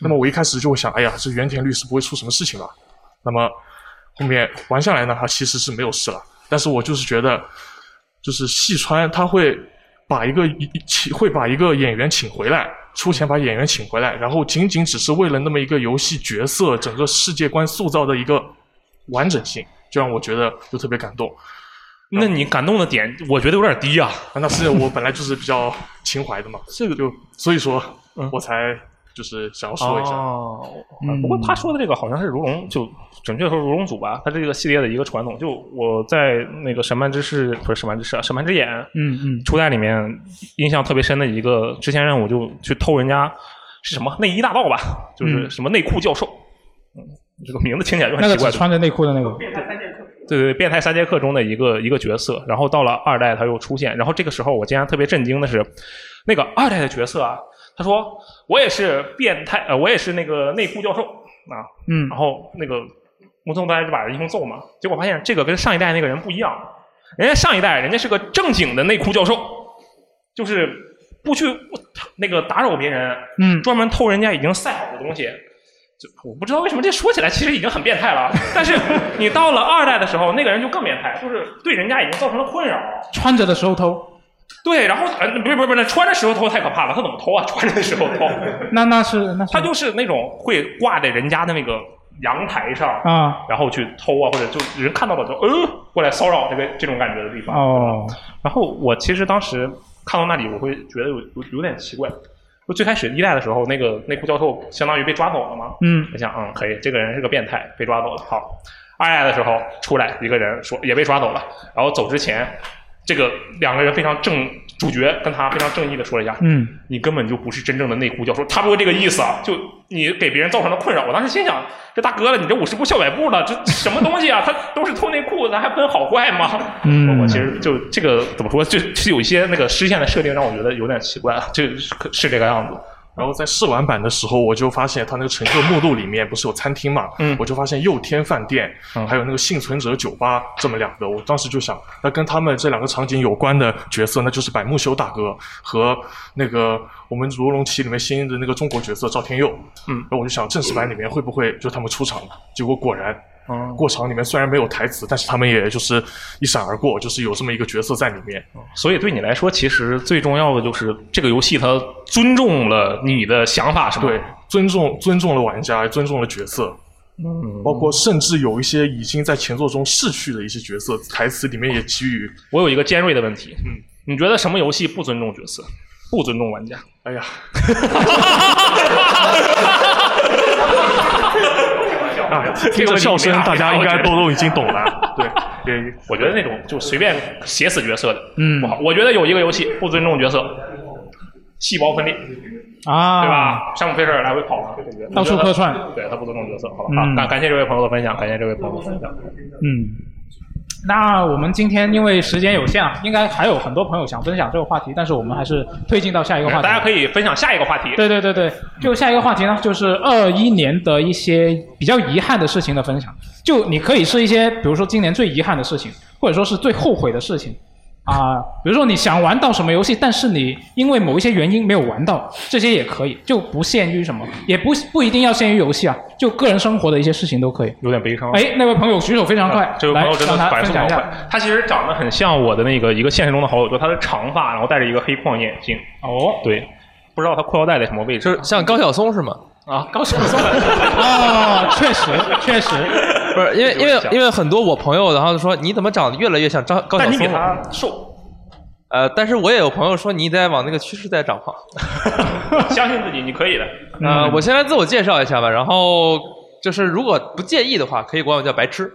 [SPEAKER 7] 那么我一开始就会想，哎呀，这原田律师不会出什么事情吧？那么后面玩下来呢，他其实是没有事了。但是我就是觉得，就是细川他会把一个一一请会把一个演员请回来，出钱把演员请回来，然后仅仅只是为了那么一个游戏角色整个世界观塑造的一个完整性，就让我觉得就特别感动。
[SPEAKER 2] 那你感动的点，我觉得有点低啊。
[SPEAKER 7] 啊那是我本来就是比较情怀的嘛，这个就所以说
[SPEAKER 2] 嗯
[SPEAKER 7] 我才就是想要说一下。
[SPEAKER 2] 哦，不过
[SPEAKER 1] 嗯
[SPEAKER 2] 他说的这个好像是如龙，就准确地说如龙组吧，他这个系列的一个传统。就我在那个《审判之士》不是《审判之士》啊，《审判之眼》
[SPEAKER 1] 嗯嗯，
[SPEAKER 2] 初代里面印象特别深的一个支线任务，就去偷人家是什么内衣大盗吧，就是
[SPEAKER 1] 嗯
[SPEAKER 2] 什么内裤教授。嗯，这个名字听起来就很
[SPEAKER 1] 那
[SPEAKER 2] 奇
[SPEAKER 1] 个
[SPEAKER 2] 怪。
[SPEAKER 1] 只
[SPEAKER 2] 对吧
[SPEAKER 1] 穿着内裤的那个，
[SPEAKER 2] 对对，变态三剑客中的一个一个角色，然后到了二代他又出现，然后这个时候我竟然特别震惊的是，那个二代的角色啊，他说我也是变态，呃，我也是那个内裤教授啊，
[SPEAKER 1] 嗯
[SPEAKER 2] 然后那个木村大就把人一通揍嘛，结果发现这个跟上一代那个人不一样，人家上一代人家是个正经的内裤教授，就是不去那个打扰别人，
[SPEAKER 1] 嗯
[SPEAKER 2] 专门偷人家已经晒好的东西。就我不知道为什么这说起来其实已经很变 态了，但是你到了二代的时候，那个人就更变态，就是对人家已经造成了困扰。
[SPEAKER 1] 穿着的时候偷。
[SPEAKER 2] 对，然后呃，不是不是不是，穿着石头偷太可怕了，他怎么偷啊？穿着石头偷，
[SPEAKER 1] 那那是那是
[SPEAKER 2] 他就是那种会挂在人家的那个阳台上
[SPEAKER 1] 啊，
[SPEAKER 2] 然后去偷啊，或者就人看到了就呃过来骚扰这个这种感觉的地方。
[SPEAKER 1] 哦，
[SPEAKER 2] 然后我其实当时看到那里，我会觉得有有有点奇怪。就最开始一代的时候，那个内裤教授相当于被抓走了嘛，
[SPEAKER 1] 嗯，
[SPEAKER 2] 我想嗯可以，这个人是个变态，被抓走了。好，二代的时候出来一个人说也被抓走了，然后走之前，这个两个人非常正，主角跟他非常正义的说了一下，
[SPEAKER 1] 嗯，
[SPEAKER 2] 你根本就不是真正的内裤教授，他不会这个意思啊！就你给别人造成了困扰。我当时心想，这大哥了，你这五十步笑百步了，这什么东西啊？他都是偷内裤，咱还分好坏吗？
[SPEAKER 1] 嗯
[SPEAKER 2] 我其实就这个怎么说，就是有一些那个支线的设定让我觉得有点奇怪，
[SPEAKER 7] 啊
[SPEAKER 2] 就是是这个样子。
[SPEAKER 7] 然后在试玩版的时候，我就发现它那个成就目录里面不是有餐厅嘛，
[SPEAKER 2] 嗯
[SPEAKER 7] 我就发现佑天饭店，还有那个幸存者酒吧这么两个，我当时就想，那跟他们这两个场景有关的角色，那就是百慕修大哥和那个我们《如龙七》里面新的那个中国角色赵天佑，
[SPEAKER 2] 嗯
[SPEAKER 7] 然后我就想正式版里面会不会就他们出场了？结果果然。
[SPEAKER 2] 嗯
[SPEAKER 7] 过场里面虽然没有台词，但是他们也就是一闪而过，就是有这么一个角色在里面。
[SPEAKER 2] 哦所以对你来说，其实最重要的就是这个游戏它尊重了你的想法，是吧？
[SPEAKER 7] 对，，尊重尊重了玩家，尊重了角色，
[SPEAKER 2] 嗯，
[SPEAKER 7] 包括甚至有一些已经在前作中逝去的一些角色，台词里面也给予，
[SPEAKER 2] 我有一个尖锐的问题，嗯，你觉得什么游戏不尊重角色，不尊重玩家？
[SPEAKER 7] 哎呀，啊，听着笑声，大家应该都都已经 懂了。对，也
[SPEAKER 2] 我觉得那种就随便写死角色的，
[SPEAKER 1] 嗯
[SPEAKER 2] 不好。我觉得有一个游戏不尊重角色，细胞分裂，对
[SPEAKER 1] 啊，？
[SPEAKER 2] 吧？山姆菲舍尔来回跑嘛，
[SPEAKER 1] 到处客串
[SPEAKER 2] 我觉得对他不尊重角色，好吧？
[SPEAKER 1] 嗯
[SPEAKER 2] 好感感谢这位朋友的分享，感谢这位朋友的分享。
[SPEAKER 1] 嗯，那我们今天因为时间有限啊，应该还有很多朋友想分享这个话题，但是我们还是推进到下一个话题。
[SPEAKER 2] 大家可以分享下一个话题。
[SPEAKER 1] 对对对对，就下一个话题呢，就是二一年的一些比较遗憾的事情的分享。就你可以是一些，比如说今年最遗憾的事情，或者说是最后悔的事情啊、比如说你想玩到什么游戏，但是你因为某一些原因没有玩到，这些也可以，就不限于什么，也不不一定要限于游戏啊，就个人生活的一些事情都可以。
[SPEAKER 2] 有点悲伤
[SPEAKER 1] 哎，那位朋友举手非常快，
[SPEAKER 2] 这位
[SPEAKER 1] 来
[SPEAKER 2] 朋友真的
[SPEAKER 1] 让他
[SPEAKER 2] 百
[SPEAKER 1] 分
[SPEAKER 2] 分
[SPEAKER 1] 享
[SPEAKER 2] 百
[SPEAKER 1] 一下。
[SPEAKER 2] 快。他其实长得很像我的那个一个现实中的好友，就他的长发，然后戴着一个黑框眼镜。
[SPEAKER 1] 哦，
[SPEAKER 2] 对，不知道他裤腰带在什么位置
[SPEAKER 8] 就是像高晓松是吗？
[SPEAKER 2] 啊？高晓松。
[SPEAKER 1] 啊，确 实确实，
[SPEAKER 8] 不是，因为因为
[SPEAKER 2] 有点像
[SPEAKER 8] 因为很多我朋友，然后说你怎么长得越来越像张 高晓
[SPEAKER 2] 但你比
[SPEAKER 8] 松啊了？
[SPEAKER 2] 他瘦，
[SPEAKER 8] 呃，但是我也有朋友说你在往那个趋势在长胖。
[SPEAKER 2] 相信自己，你可以的。
[SPEAKER 8] 呃，我先来自我介绍一下吧，然后就是如果不介意的话，可以管我叫白痴。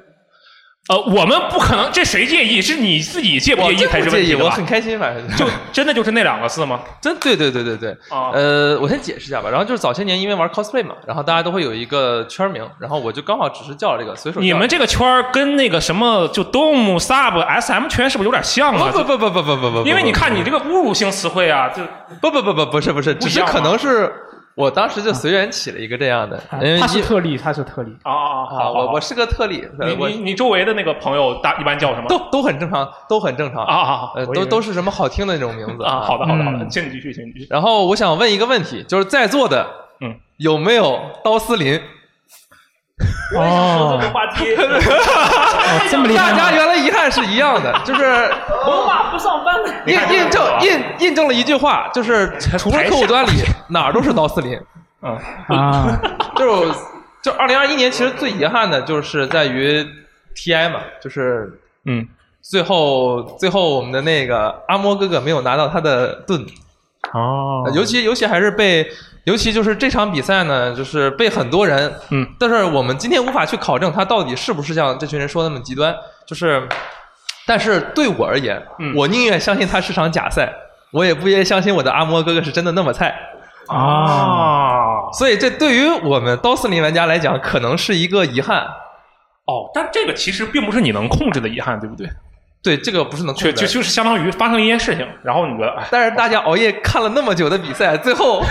[SPEAKER 2] 呃，我们不可能，这谁介意？是你自己介不
[SPEAKER 8] 我
[SPEAKER 2] 介意
[SPEAKER 8] 真
[SPEAKER 2] 才是
[SPEAKER 8] 不
[SPEAKER 2] 问
[SPEAKER 8] 介
[SPEAKER 2] 题
[SPEAKER 8] 意，
[SPEAKER 2] 的
[SPEAKER 8] 我
[SPEAKER 2] 吧
[SPEAKER 8] 很？开心，反正就
[SPEAKER 2] 就真的就是那两个字吗？
[SPEAKER 8] 真对对对对对，
[SPEAKER 2] 啊
[SPEAKER 8] 呃，我先解释一下吧。然后就是早些年因为玩 cosplay 嘛，然后大家都会有一个圈名，然后我就刚好只是叫了这个，随手叫了
[SPEAKER 2] 你们这个圈儿跟那个什么就 Dom Sub SM 圈是不是有点像啊？
[SPEAKER 8] 不不不不不不不不不，
[SPEAKER 2] 因为你看你这个侮辱性词汇啊，就
[SPEAKER 8] 不不不不不是不是，只
[SPEAKER 2] 一
[SPEAKER 8] 是
[SPEAKER 2] 样嗯吗
[SPEAKER 8] 可能是我当时就随缘起了一个这样的，因为
[SPEAKER 1] 他是
[SPEAKER 8] 一
[SPEAKER 1] 特例，他是特例。
[SPEAKER 2] 啊啊
[SPEAKER 8] 啊，我我是个特例，
[SPEAKER 2] 你
[SPEAKER 8] 对我
[SPEAKER 2] 你你周围的那个朋友大一般叫什么？
[SPEAKER 8] 都都很正常，都很正常
[SPEAKER 2] 啊啊啊
[SPEAKER 8] 呃，
[SPEAKER 2] 我以为
[SPEAKER 8] 都都是什么好听的那种名字
[SPEAKER 2] 啊，好的好的好的，
[SPEAKER 1] 嗯
[SPEAKER 2] 请你继续，请你继续。
[SPEAKER 8] 然后我想问一个问题，就是在座的，
[SPEAKER 2] 嗯，
[SPEAKER 8] 有没有刀丝林？
[SPEAKER 1] 哦，
[SPEAKER 2] 话题，
[SPEAKER 1] 哦这么厉害
[SPEAKER 8] 大
[SPEAKER 1] 吗，
[SPEAKER 8] 家原来遗憾是一样的，就是
[SPEAKER 9] 头发不上班的。
[SPEAKER 8] 印印证印印证了一句话，就是除了客户端里哪儿都是刀丝林。
[SPEAKER 1] 啊，
[SPEAKER 8] 就是我就二零二一年，其实最遗憾的就是在于 TI 嘛，就是
[SPEAKER 2] 嗯，
[SPEAKER 8] 最后最后我们的那个阿莫哥哥没有拿到他的盾，
[SPEAKER 2] 哦
[SPEAKER 8] 呃尤其尤其还是被，尤其就是这场比赛呢，就是被很多人，
[SPEAKER 2] 嗯，
[SPEAKER 8] 但是我们今天无法去考证他到底是不是像这群人说的那么极端，就是，但是对我而言，
[SPEAKER 2] 嗯
[SPEAKER 8] 我宁愿相信他是场假赛，我也不愿意相信我的阿莫哥哥是真的那么菜。
[SPEAKER 2] 啊
[SPEAKER 8] 所以这对于我们刀四零玩家来讲，可能是一个遗憾。
[SPEAKER 2] 哦，但这个其实并不是你能控制的遗憾，对不对？
[SPEAKER 8] 对，这个不是能控
[SPEAKER 2] 就
[SPEAKER 8] 制
[SPEAKER 2] 就
[SPEAKER 8] 的。
[SPEAKER 2] 就是相当于发生一件事情，然后你觉得哎，
[SPEAKER 8] 但是大家熬夜看了那么久的比赛，最 后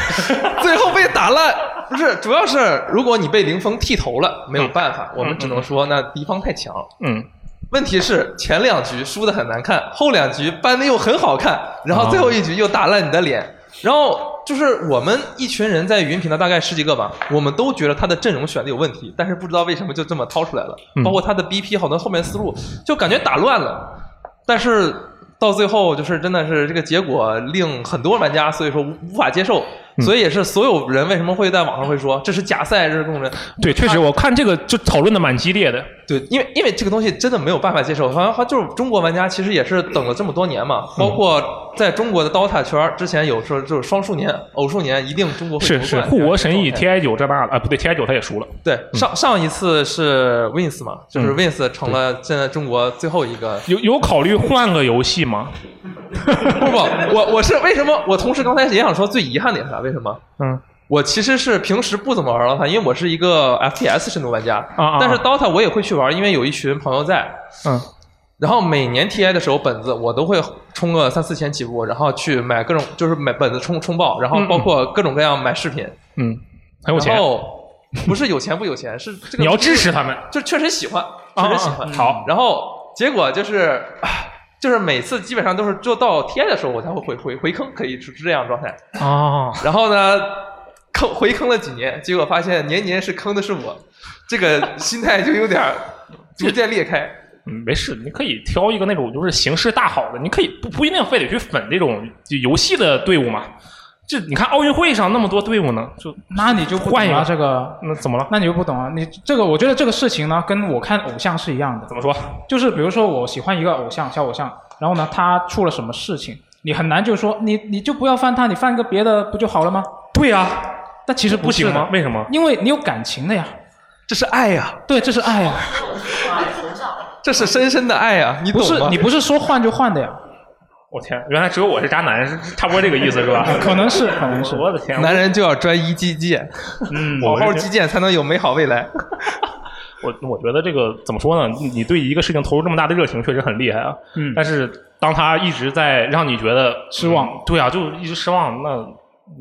[SPEAKER 8] 最后被打烂，不是，主要是如果你被零封剃头了，没有办法，我们只能说那敌方太强。
[SPEAKER 2] 嗯，
[SPEAKER 8] 问题是前两局输的很难看，后两局扳的又很好看，然后最后一局又打烂你的脸。然后就是我们一群人在语音频道大概十几个吧，我们都觉得他的阵容选的有问题，但是不知道为什么就这么掏出来了，包括他的 BP 好多后面思路就感觉打乱了。但是到最后就是真的是这个结果令很多玩家所以说无无法接受，
[SPEAKER 2] 嗯
[SPEAKER 8] 所以也是所有人为什么会在网上会说这是假赛，这是共振，
[SPEAKER 2] 对，确实，我看这个就讨论的蛮激烈的。
[SPEAKER 8] 对，因为因为这个东西真的没有办法接受，好像好像就是中国玩家其实也是等了这么多年
[SPEAKER 2] 嗯
[SPEAKER 8] 嘛，包括在中国的 DOTA 圈儿之前有时候就是双数年、偶数年，一定中国会
[SPEAKER 2] 是
[SPEAKER 8] 夺
[SPEAKER 2] 是，
[SPEAKER 8] 冠
[SPEAKER 2] 护国神翼 TI 九这那的啊，不对，TI 九他也输了。
[SPEAKER 8] 对，上上一次是 Wins 嘛，就是
[SPEAKER 2] 嗯
[SPEAKER 8] Wins 成了现在中国最后一个。
[SPEAKER 2] 有有考虑换个游戏吗？
[SPEAKER 8] 不不，我我是为什么？我同时刚才也想说最遗憾的也是啥？为什么？
[SPEAKER 2] 嗯，
[SPEAKER 8] 我其实是平时不怎么玩 DOTA，因为我是一个 FPS 深度玩家。
[SPEAKER 2] 啊啊
[SPEAKER 8] 但是 DOTA 我也会去玩，因为有一群朋友在。
[SPEAKER 2] 嗯。
[SPEAKER 8] 然后每年 TI 的时候，本子我都会充个三四千起步，然后去买各种就是买本子充充爆，然后包括各种各样买饰品。
[SPEAKER 2] 嗯，很有钱
[SPEAKER 8] 然。后不是有钱不有钱， 是这个
[SPEAKER 2] 你要支持他们，
[SPEAKER 8] 就确实喜欢，
[SPEAKER 2] 啊
[SPEAKER 8] 确实喜欢。
[SPEAKER 2] 啊好，
[SPEAKER 8] 然后结果就是， 唉就是每次基本上都是就到 TI 的时候我才会回回回坑，可以是这样的状态。
[SPEAKER 2] 哦，
[SPEAKER 8] 然后呢， 坑回坑了几年，结果发现年年是坑的是我，这个心态就有点儿逐渐裂开。
[SPEAKER 2] 嗯没事，你可以挑一个那种就是形势大好的，你可以不不一定非得去粉这种就游戏的队伍嘛。这你看奥运会上那么多队伍呢，就
[SPEAKER 1] 那你就不
[SPEAKER 2] 换一
[SPEAKER 1] 懂啊
[SPEAKER 2] 个
[SPEAKER 1] 这个，
[SPEAKER 2] 那怎么了？
[SPEAKER 1] 那你就不懂啊！你这个，我觉得这个事情呢，跟我看偶像是一样的。怎
[SPEAKER 2] 么说？
[SPEAKER 1] 就是比如说，我喜欢一个偶像，小偶像，然后呢，他出了什么事情，你很难就说你你就不要翻他，你翻个别的不就好了吗？
[SPEAKER 2] 对呀、
[SPEAKER 1] 但其实
[SPEAKER 2] 不行吗
[SPEAKER 1] 是的
[SPEAKER 2] 为什么
[SPEAKER 1] 因为你有感情的呀，
[SPEAKER 8] 这是爱呀、
[SPEAKER 1] 对，这是爱呀、
[SPEAKER 8] 这是深深的爱呀、你
[SPEAKER 1] 不
[SPEAKER 2] 懂
[SPEAKER 1] 是
[SPEAKER 2] 吗
[SPEAKER 1] 你不是说换就换的呀？
[SPEAKER 2] 我天，原来只有我是渣男，是是差不多这个意思是 吧？
[SPEAKER 1] 可能是，可能是。
[SPEAKER 2] 我的天，
[SPEAKER 8] 男人就要专一击剑，
[SPEAKER 2] 嗯
[SPEAKER 8] 好好击剑才能有美好未来。
[SPEAKER 2] 我我觉得这个怎么说呢？你你对一个事情投入这么大的热情，确实很厉害啊。
[SPEAKER 1] 嗯
[SPEAKER 2] 但是当他一直在让你觉得
[SPEAKER 1] 失望
[SPEAKER 2] 嗯对啊，就一直失望，那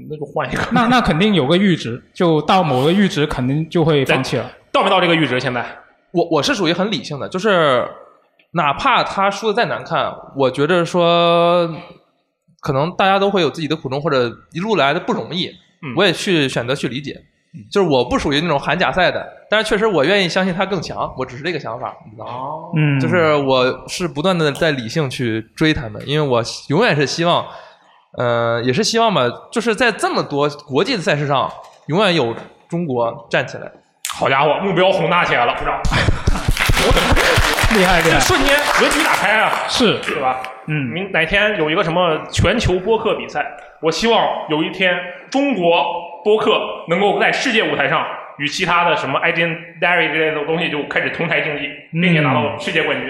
[SPEAKER 2] 那就换一个。
[SPEAKER 1] 那那肯定有个阈值，就到某个阈值肯定就会放弃了。
[SPEAKER 2] 到没到这个阈值？现在
[SPEAKER 8] 我我是属于很理性的，就是哪怕他输的再难看，我觉着说，可能大家都会有自己的苦衷，或者一路来的不容易，
[SPEAKER 2] 嗯
[SPEAKER 8] 我也去选择去理解。就是我不属于那种喊假赛的，但是确实我愿意相信他更强，我只是这个想法，你知道吗？
[SPEAKER 2] 哦
[SPEAKER 1] 嗯
[SPEAKER 8] 就是我是不断的在理性去追他们，因为我永远是希望，呃，也是希望吧，就是在这么多国际的赛事上，永远有中国站起来。
[SPEAKER 2] 好家伙，目标宏大起来了，鼓掌！
[SPEAKER 1] 厉害厉
[SPEAKER 2] 这
[SPEAKER 1] 害，
[SPEAKER 2] 瞬间格局打开啊，
[SPEAKER 1] 是
[SPEAKER 2] 对吧？
[SPEAKER 1] 嗯
[SPEAKER 2] 明哪天有一个什么全球播客比赛，我希望有一天中国播客能够在世界舞台上与其他的什么 i g n Dairy 之类的东西就开始同台竞技，并且拿到世界冠军。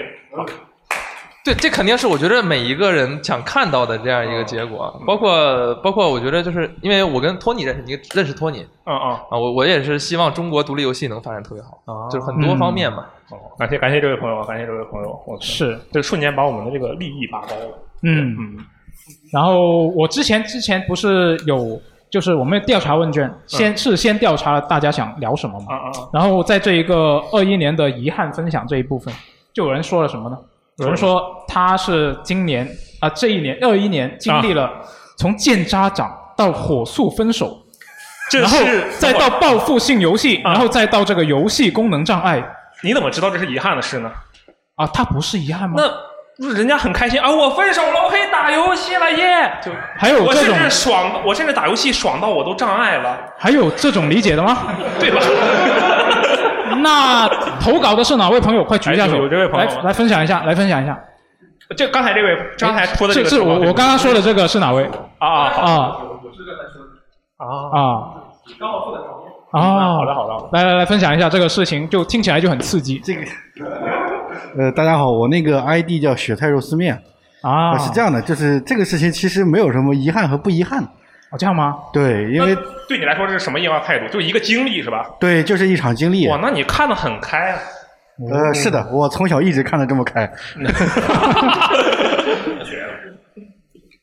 [SPEAKER 8] 对，这肯定是我觉得每一个人想看到的这样一个结果，
[SPEAKER 2] 嗯
[SPEAKER 8] 包括包括我觉得就是因为我跟托尼认识，你认识托尼
[SPEAKER 2] 嗯嗯，
[SPEAKER 8] 啊，我我也是希望中国独立游戏能发展特别好，就是很多方面嘛。
[SPEAKER 2] 哦嗯感谢感谢这位朋友，感谢这位朋友，我
[SPEAKER 1] 是
[SPEAKER 2] 这瞬间把我们的这个利益拔高了。
[SPEAKER 1] 嗯。然后我之前之前不是有，就是我们有调查问卷，先、是先调查了大家想聊什么嘛。
[SPEAKER 2] 嗯啊啊啊！
[SPEAKER 1] 然后在这一个二一年的遗憾分享这一部分，就有人说了什么呢？有人说他是今年啊、这一年二一年经历
[SPEAKER 2] 啊
[SPEAKER 1] 了从见家长到火速分手，
[SPEAKER 2] 这
[SPEAKER 1] 然后
[SPEAKER 2] 是
[SPEAKER 1] 再到报复性游戏，
[SPEAKER 2] 啊
[SPEAKER 1] 然后再到这个游戏功能障碍
[SPEAKER 2] 你怎么知道这是遗憾的事呢？
[SPEAKER 1] 啊，他不是遗憾吗？
[SPEAKER 2] 那人家很开心啊，我分手了，我可以打游戏了耶！就
[SPEAKER 1] 还有
[SPEAKER 2] 我
[SPEAKER 1] 这
[SPEAKER 2] 甚
[SPEAKER 1] 种
[SPEAKER 2] 至爽，我甚至打游戏爽到我都障碍了，
[SPEAKER 1] 还有这种理解的吗？
[SPEAKER 2] 对吧？
[SPEAKER 1] 那投稿的是哪位朋友？快举一下手，
[SPEAKER 2] 哎有有这位朋友吗
[SPEAKER 1] 来来分享一下，来分享一下。
[SPEAKER 2] 这刚才这位刚才说的这
[SPEAKER 1] 这
[SPEAKER 2] 个
[SPEAKER 1] 是我我刚刚说的这个是哪位？
[SPEAKER 2] 啊啊
[SPEAKER 1] 啊
[SPEAKER 2] 好啊
[SPEAKER 1] 啊
[SPEAKER 2] 刚好坐在旁边。
[SPEAKER 1] 啊！
[SPEAKER 2] 好的好的好的，
[SPEAKER 1] 来来来，分享一下这个事情，就听起来就很刺激。这个
[SPEAKER 10] 呃，大家好，我那个 ID 叫雪菜肉丝面
[SPEAKER 1] 啊，
[SPEAKER 10] 呃是这样的，就是这个事情其实没有什么遗憾和不遗憾，
[SPEAKER 1] 哦这样吗？
[SPEAKER 10] 对，因为
[SPEAKER 2] 对你来说这是什么一样态度？就一个经历是吧？啊
[SPEAKER 10] 对，就是一场经历。
[SPEAKER 2] 哇，那你看得很 开啊！
[SPEAKER 10] 呃，是的，我从小一直看得这 么开。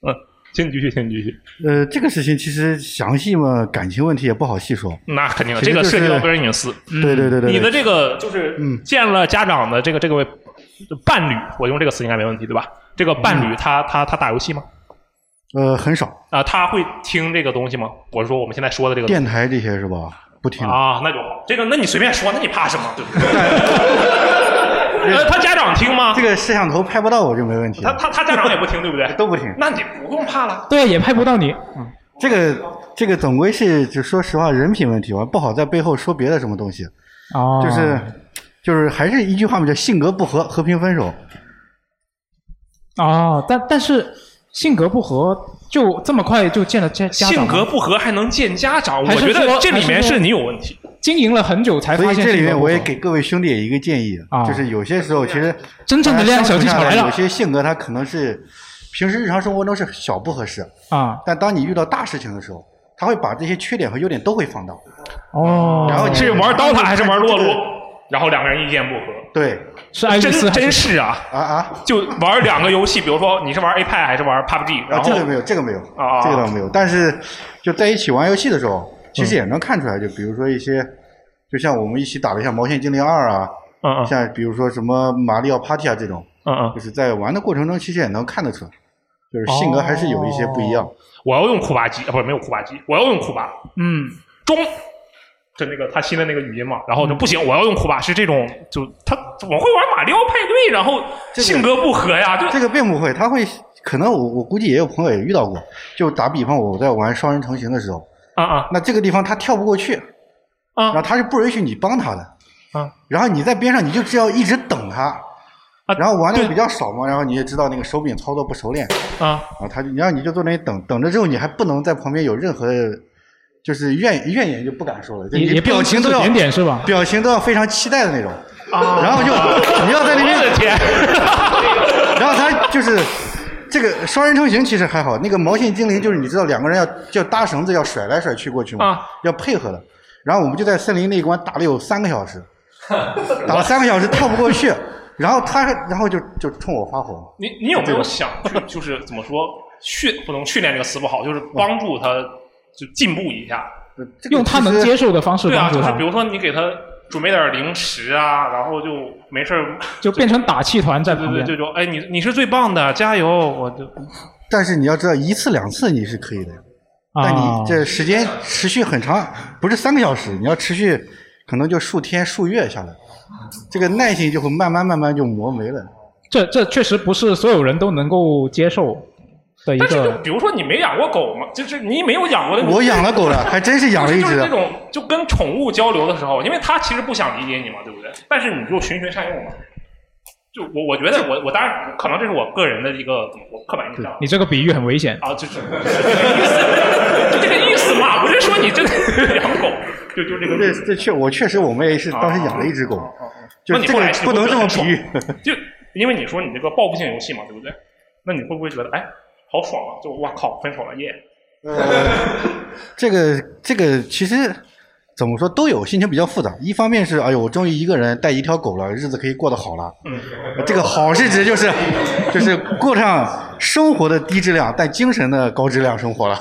[SPEAKER 2] 嗯，请你继续，请你继续。
[SPEAKER 10] 呃，这个事情其实详细嘛，感情问题也不好细说。
[SPEAKER 2] 那肯定，
[SPEAKER 10] 其
[SPEAKER 2] 这
[SPEAKER 10] 实
[SPEAKER 2] 个
[SPEAKER 10] 就是
[SPEAKER 2] 涉及到个人隐私。
[SPEAKER 10] 对对对对对嗯
[SPEAKER 2] 你的这个就是见了家长的这个这个位伴侣，我用这个词应该没问题对吧？这个
[SPEAKER 10] 嗯
[SPEAKER 2] 伴侣他他他打游戏吗？
[SPEAKER 10] 呃，很少
[SPEAKER 2] 啊，他会听这个东西吗？我是说我们现在说的这个东西
[SPEAKER 10] 电台这些是吧？不听。
[SPEAKER 2] 啊 啊，那就好。这个那你随便说，那你怕什么？对不对？呃，他家长听吗？
[SPEAKER 6] 这个摄像头拍不到我就没问题。
[SPEAKER 2] 他他他家长也不听，对不对？
[SPEAKER 6] 都不听。
[SPEAKER 2] 那你不用怕了。
[SPEAKER 1] 对，也拍不到你。
[SPEAKER 10] 嗯，这个这个总归是，就说实话，人品问题吧，不好在背后说别的什么东西。
[SPEAKER 1] 哦
[SPEAKER 10] 就是就是还是一句话嘛，叫性格不合，和平分手。
[SPEAKER 1] 哦，但但是性格不合，就这么快就见了家家长吗
[SPEAKER 2] 性格不合还能见家长，我
[SPEAKER 1] 还
[SPEAKER 2] 觉
[SPEAKER 1] 是
[SPEAKER 2] 得
[SPEAKER 1] 说
[SPEAKER 2] 这里
[SPEAKER 1] 还
[SPEAKER 2] 面
[SPEAKER 1] 是
[SPEAKER 2] 是
[SPEAKER 1] 说
[SPEAKER 2] 你有问题。
[SPEAKER 1] 经营了很久才
[SPEAKER 10] 所
[SPEAKER 1] 发
[SPEAKER 10] 以
[SPEAKER 1] 现
[SPEAKER 10] 这里
[SPEAKER 1] 性格
[SPEAKER 10] 面
[SPEAKER 1] 不
[SPEAKER 10] 我也
[SPEAKER 1] 合
[SPEAKER 10] 给各位兄弟一个建议，
[SPEAKER 1] 啊
[SPEAKER 10] 就是有些时候其实
[SPEAKER 1] 真正的恋爱小技巧来了
[SPEAKER 10] 大家相处下有些性格他可能是平时日常生活中是小不合适，
[SPEAKER 1] 啊，
[SPEAKER 10] 但当你遇到大事情的时候，他会把这些缺点和优点都会放大。
[SPEAKER 1] 哦
[SPEAKER 10] 然后你
[SPEAKER 2] 是玩刀塔还是玩洛洛？然后两个人意见不合。
[SPEAKER 10] 对，
[SPEAKER 1] 是爱丽丝
[SPEAKER 2] 真
[SPEAKER 1] 还是
[SPEAKER 2] 真是啊
[SPEAKER 10] 啊啊！
[SPEAKER 2] 就玩两个游戏，比如说你是玩 A 派还是玩 PUBG，然
[SPEAKER 10] 啊，
[SPEAKER 2] 后
[SPEAKER 10] 这个没有，这个没有，
[SPEAKER 2] 啊
[SPEAKER 10] 这个倒没有。但是就在一起玩游戏的时候，其实也能看出来，就比如说一些，就像我们一起打的像《毛线精灵二》啊，
[SPEAKER 2] 嗯嗯
[SPEAKER 10] 像比如说什么《马里奥 Party》啊这种，
[SPEAKER 2] 嗯嗯，
[SPEAKER 10] 就是在玩的过程中，其实也能看得出来，就是性格还是有一些不一样。
[SPEAKER 2] 哦我要用库巴基啊，不是没有库巴基，我要用库巴
[SPEAKER 1] 嗯，
[SPEAKER 2] 中，就那个他新的那个语音嘛，然后就不行，我要用库巴是这种，就他我会玩马里奥派对，然后性格不合呀，就
[SPEAKER 10] 这个并不会，他会可能我我估计也有朋友也遇到过，就打比方我在玩双人成行的时候，
[SPEAKER 2] 啊啊，
[SPEAKER 10] 那这个地方他跳不过去，
[SPEAKER 2] 啊，
[SPEAKER 10] 然后他是不允许你帮他的，
[SPEAKER 2] 啊，
[SPEAKER 10] 然后你在边上你就只要一直等他。
[SPEAKER 1] 啊
[SPEAKER 10] 然后玩的比较少嘛，然后你也知道那个手柄操作不熟练，
[SPEAKER 2] 啊，
[SPEAKER 10] 啊，他就然后你就坐那里等，等着之后你还不能在旁边有任何的，就是怨怨言就不敢说了，就
[SPEAKER 1] 也
[SPEAKER 10] 你
[SPEAKER 1] 也不能
[SPEAKER 10] 表情都要
[SPEAKER 1] 指指点点是吧
[SPEAKER 10] 表情都要非常期待的那种，
[SPEAKER 2] 啊
[SPEAKER 10] 然后就你要在那边，
[SPEAKER 2] 我的天
[SPEAKER 10] 然 后他就是这个双人成行其实还好，那个毛线精灵就是你知道两个人要要搭绳子要甩来甩去过去嘛，
[SPEAKER 2] 啊
[SPEAKER 10] 要配合的，然后我们就在森林那一关打了有三个小时，打了三个小时跳不过去，然后他然后就就冲我发火，
[SPEAKER 2] 你你有没有想去，就是怎么说训不能训练这个词不好，就是
[SPEAKER 10] 嗯
[SPEAKER 2] 帮助他就进步一下，
[SPEAKER 1] 用他能接受的方式
[SPEAKER 2] 对啊，
[SPEAKER 1] 帮
[SPEAKER 2] 就
[SPEAKER 1] 助
[SPEAKER 2] 是
[SPEAKER 1] 他
[SPEAKER 2] 比，如说你给他准备点零食啊，然后就没事儿
[SPEAKER 1] 就变成打气团在旁
[SPEAKER 2] 对
[SPEAKER 1] 边
[SPEAKER 2] 对，。就哎，你你是最棒的，加油！我就
[SPEAKER 10] 但是你要知道一次两次你是可以的，但你这时间持续很长，不是三个小时，你要持续可能就数天数月下来，这个耐性就会慢慢慢慢就磨没了。
[SPEAKER 1] 这这确实不是所有人都能够接受的一
[SPEAKER 2] 但是就
[SPEAKER 1] 个。
[SPEAKER 2] 比如说你没养过狗嘛，就是你没有养过的，
[SPEAKER 10] 我养了狗了，还真是养 了一
[SPEAKER 2] 就是
[SPEAKER 10] 只
[SPEAKER 2] 那。种就跟宠物交流的时候，因为它其实不想理解你嘛，对不对？但是你就循循善诱嘛。就我我觉得我我当然可能这是我个人的一个怎么我刻板印象
[SPEAKER 1] 你这个比喻很危险
[SPEAKER 2] 啊，就是 就这个意思嘛，不是说你真 的养狗，就就这个意
[SPEAKER 10] 这
[SPEAKER 2] 思。
[SPEAKER 10] 这确我确实我们也是当时养了一只狗，就
[SPEAKER 2] 那你
[SPEAKER 10] 这
[SPEAKER 2] 后
[SPEAKER 10] 个
[SPEAKER 2] 来是
[SPEAKER 10] 不能
[SPEAKER 2] 会
[SPEAKER 10] 这
[SPEAKER 2] 觉得
[SPEAKER 10] 么
[SPEAKER 2] 很
[SPEAKER 10] 比
[SPEAKER 2] 爽
[SPEAKER 10] 喻。
[SPEAKER 2] 就因为你说你这个报复性游戏嘛，对不对？那你会不会觉得哎，好爽啊？就哇靠，分手了耶！
[SPEAKER 1] 嗯
[SPEAKER 10] 这个这个其实怎么说都有，心情比较复杂。一方面是哎呦，我终于一个人带一条狗了，日子可以过得好了。
[SPEAKER 2] 嗯，
[SPEAKER 10] 这个好是指就是就是过上生活的低质量，但精神的高质量生活了。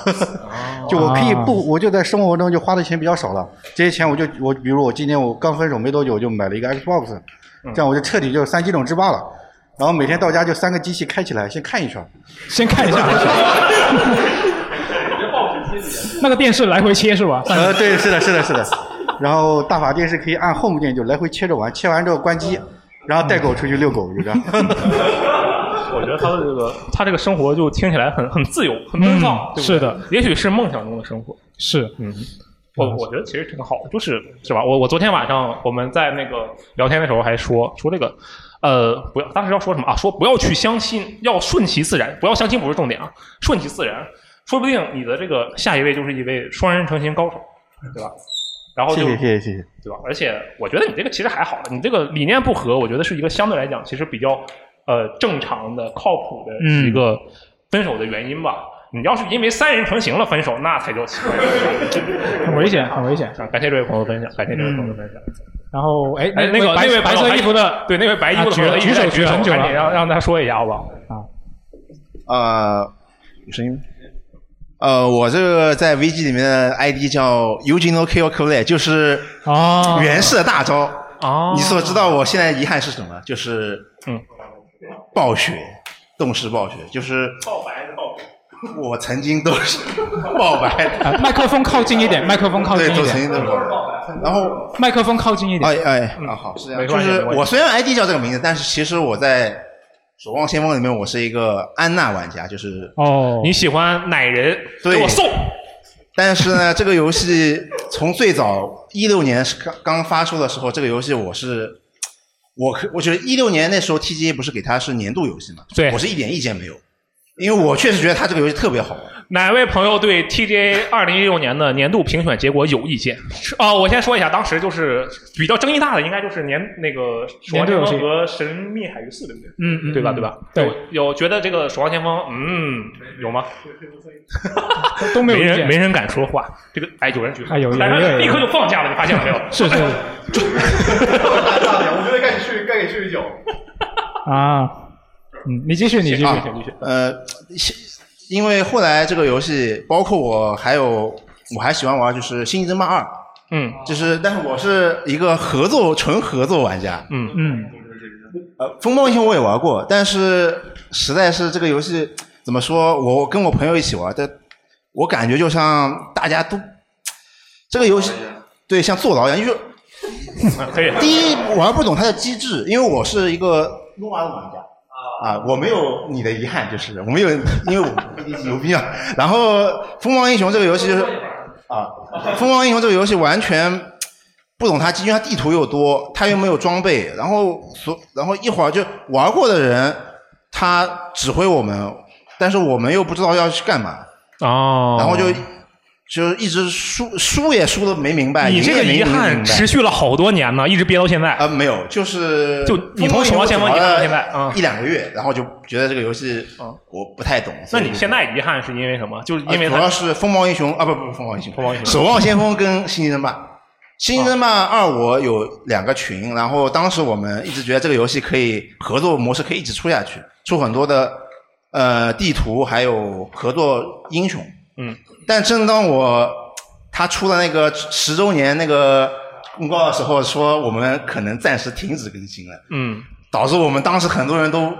[SPEAKER 10] 就我可以
[SPEAKER 1] 啊
[SPEAKER 10] 不，我就在生活中就花的钱比较少了。这些钱我就我比如我今年我刚分手没多久，我就买了一个 Xbox，这
[SPEAKER 1] 嗯
[SPEAKER 10] 样我就彻底就是三机种制霸了。然后每天到家就三个机器开起来，先看一圈。
[SPEAKER 1] 先看一下， 那个电视来回切是吧？
[SPEAKER 10] 呃，对，是的，是的，是的。然后大法电视可以按 home 键就来回切着玩，切完之后关机，然后带狗出去遛狗，就这样。
[SPEAKER 2] 我觉得他的这个他这个生活就听起来很很自由，很奔放，
[SPEAKER 1] 嗯
[SPEAKER 2] 对不对
[SPEAKER 1] 是的，
[SPEAKER 2] 也许是梦想中的生活。
[SPEAKER 1] 是，
[SPEAKER 2] 嗯，我我觉得其实挺好的，就是是吧？我我昨天晚上我们在那个聊天的时候还说说这个，呃，不要当时要说什么啊？说不要去相亲，要顺其自然，不要相亲不是重点啊，顺其自然，说不定你的这个下一位就是一位双人成行高手，对吧？ 然后
[SPEAKER 10] 谢
[SPEAKER 2] 就
[SPEAKER 10] 谢，谢谢，谢谢。
[SPEAKER 2] 对吧？而且我觉得你这个其实还好的，你这个理念不合，我觉得是一个相对来讲其实比较呃正常的、靠谱的
[SPEAKER 1] 嗯
[SPEAKER 2] 一个分手的原因吧。你要是因为三人成行了分手，那才叫奇怪。
[SPEAKER 1] 很危险，很危险。
[SPEAKER 2] 啊
[SPEAKER 1] 嗯
[SPEAKER 2] 感谢这位朋友分享，感谢这位朋友分享。
[SPEAKER 1] 然后哎，
[SPEAKER 2] 哎，那个
[SPEAKER 1] 白
[SPEAKER 2] 那位
[SPEAKER 1] 白
[SPEAKER 2] 朋
[SPEAKER 1] 色
[SPEAKER 2] 友
[SPEAKER 1] 衣服的，
[SPEAKER 2] 对那位白衣服的
[SPEAKER 1] 啊举
[SPEAKER 2] 朋友
[SPEAKER 1] 了
[SPEAKER 2] 一
[SPEAKER 1] 举
[SPEAKER 2] 直在
[SPEAKER 1] 手
[SPEAKER 2] 举
[SPEAKER 1] 举很久
[SPEAKER 2] 赶紧
[SPEAKER 1] 了，
[SPEAKER 2] 让让他说一下好不好？
[SPEAKER 11] 呃，
[SPEAKER 4] 有声音吗？
[SPEAKER 11] 呃，我这个在危机里面的 ID 叫 Eugene k o k l e 就是
[SPEAKER 2] 啊
[SPEAKER 1] 哦
[SPEAKER 11] 袁氏的大招。
[SPEAKER 2] 哦
[SPEAKER 11] 你所知道我现在遗憾是什么？就是
[SPEAKER 2] 嗯，
[SPEAKER 11] 暴雪，动视暴雪，就是
[SPEAKER 2] 爆白的爆
[SPEAKER 11] 我曾经都是爆白的。
[SPEAKER 1] 啊麦克风靠近一点，麦克风靠近一
[SPEAKER 11] 对，
[SPEAKER 1] 点。
[SPEAKER 11] 都曾经都是爆白的。然后
[SPEAKER 1] 麦克风靠近一点。嗯
[SPEAKER 11] 哎哎，啊好，是这样。就是我虽然 ID 叫这个名字，但是其实我在《守望先锋》里面，我是一个安娜玩家，就是
[SPEAKER 1] 哦，
[SPEAKER 2] 你喜欢奶人，
[SPEAKER 11] 对
[SPEAKER 2] 给我送。
[SPEAKER 11] 但是呢，这个游戏从最早一六年是刚刚发售的时候，这个游戏我是我可我觉得一六年那时候 TGA 不是给它是年度游戏嘛，
[SPEAKER 2] 对
[SPEAKER 11] 我是一点意见没有，因为我确实觉得它这个游戏特别好玩。
[SPEAKER 2] 哪位朋友对 TGA 二零一六年的年度评选结果有意见？啊、我先说一下，当时就是比较争议大的，应该就是年那个《守望先锋》和《神秘海域四》，对不对？
[SPEAKER 1] 嗯嗯
[SPEAKER 2] 对吧？对吧？
[SPEAKER 1] 对
[SPEAKER 2] 有有觉得这个《守望先锋》，嗯，有吗？
[SPEAKER 1] 都没有
[SPEAKER 2] 没
[SPEAKER 1] 意见
[SPEAKER 2] 人没人敢说话。这个哎，有人举手，
[SPEAKER 1] 哎有有
[SPEAKER 2] 但是
[SPEAKER 1] 有有
[SPEAKER 2] 立刻就放假了，你发现了没有？
[SPEAKER 1] 是是是
[SPEAKER 3] 啊我觉得该你去，该你去一脚。
[SPEAKER 1] 啊，嗯，你继续，你继续，
[SPEAKER 11] 啊呃，是因为后来这个游戏，包括我还有我还喜欢玩就是《星际争霸二》，
[SPEAKER 2] 嗯，
[SPEAKER 11] 就是但是我是一个合作纯合作玩家，
[SPEAKER 2] 嗯
[SPEAKER 1] 嗯，
[SPEAKER 11] 呃，风暴英雄我也玩过，但是实在是这个游戏怎么说，我跟我朋友一起玩，但我感觉就像大家都这个游戏对像坐牢一样，就是
[SPEAKER 2] 可以。啊
[SPEAKER 11] 第一玩不懂它的机制，因为我是一个撸啊的玩家。啊，我没有你的遗憾，就是我没有，因为我牛逼啊。然后《疯狂英雄》这个游戏就是啊，《疯狂英雄》这个游戏完全不懂它，因为它地图又多，它又没有装备，然后所然后一会儿就玩过的人他指挥我们，但是我们又不知道要去干嘛，
[SPEAKER 2] 哦
[SPEAKER 11] 然后就就一直输输也输的没明白，
[SPEAKER 2] 你这个
[SPEAKER 11] 赢
[SPEAKER 2] 遗
[SPEAKER 11] 也没哎明
[SPEAKER 2] 憾
[SPEAKER 11] 白呃
[SPEAKER 2] 持续了好多年呢，一直憋到现在。啊、
[SPEAKER 11] 没有，就是
[SPEAKER 2] 就你从守望先锋一直到现在嗯
[SPEAKER 11] 啊，一两个月，然后就觉得这个游戏我不太懂。
[SPEAKER 2] 那
[SPEAKER 11] 所以
[SPEAKER 2] 你现在遗憾是因为什么？就是
[SPEAKER 11] 啊
[SPEAKER 2] 因为
[SPEAKER 11] 主
[SPEAKER 2] 它
[SPEAKER 11] 要是风暴英雄啊，不不，风暴英雄，
[SPEAKER 2] 风暴英雄
[SPEAKER 11] 守望先锋跟星际争霸。星际争霸二我有两个群，然后当时我们一直觉得这个游戏可以合作模式可以一直出下去，出很多的呃地图，还有合作英雄。
[SPEAKER 2] 嗯，
[SPEAKER 11] 但正当我他出了那个十周年那个公告的时候，说我们可能暂时停止更新了，
[SPEAKER 2] 嗯，
[SPEAKER 11] 导致我们当时很多人都，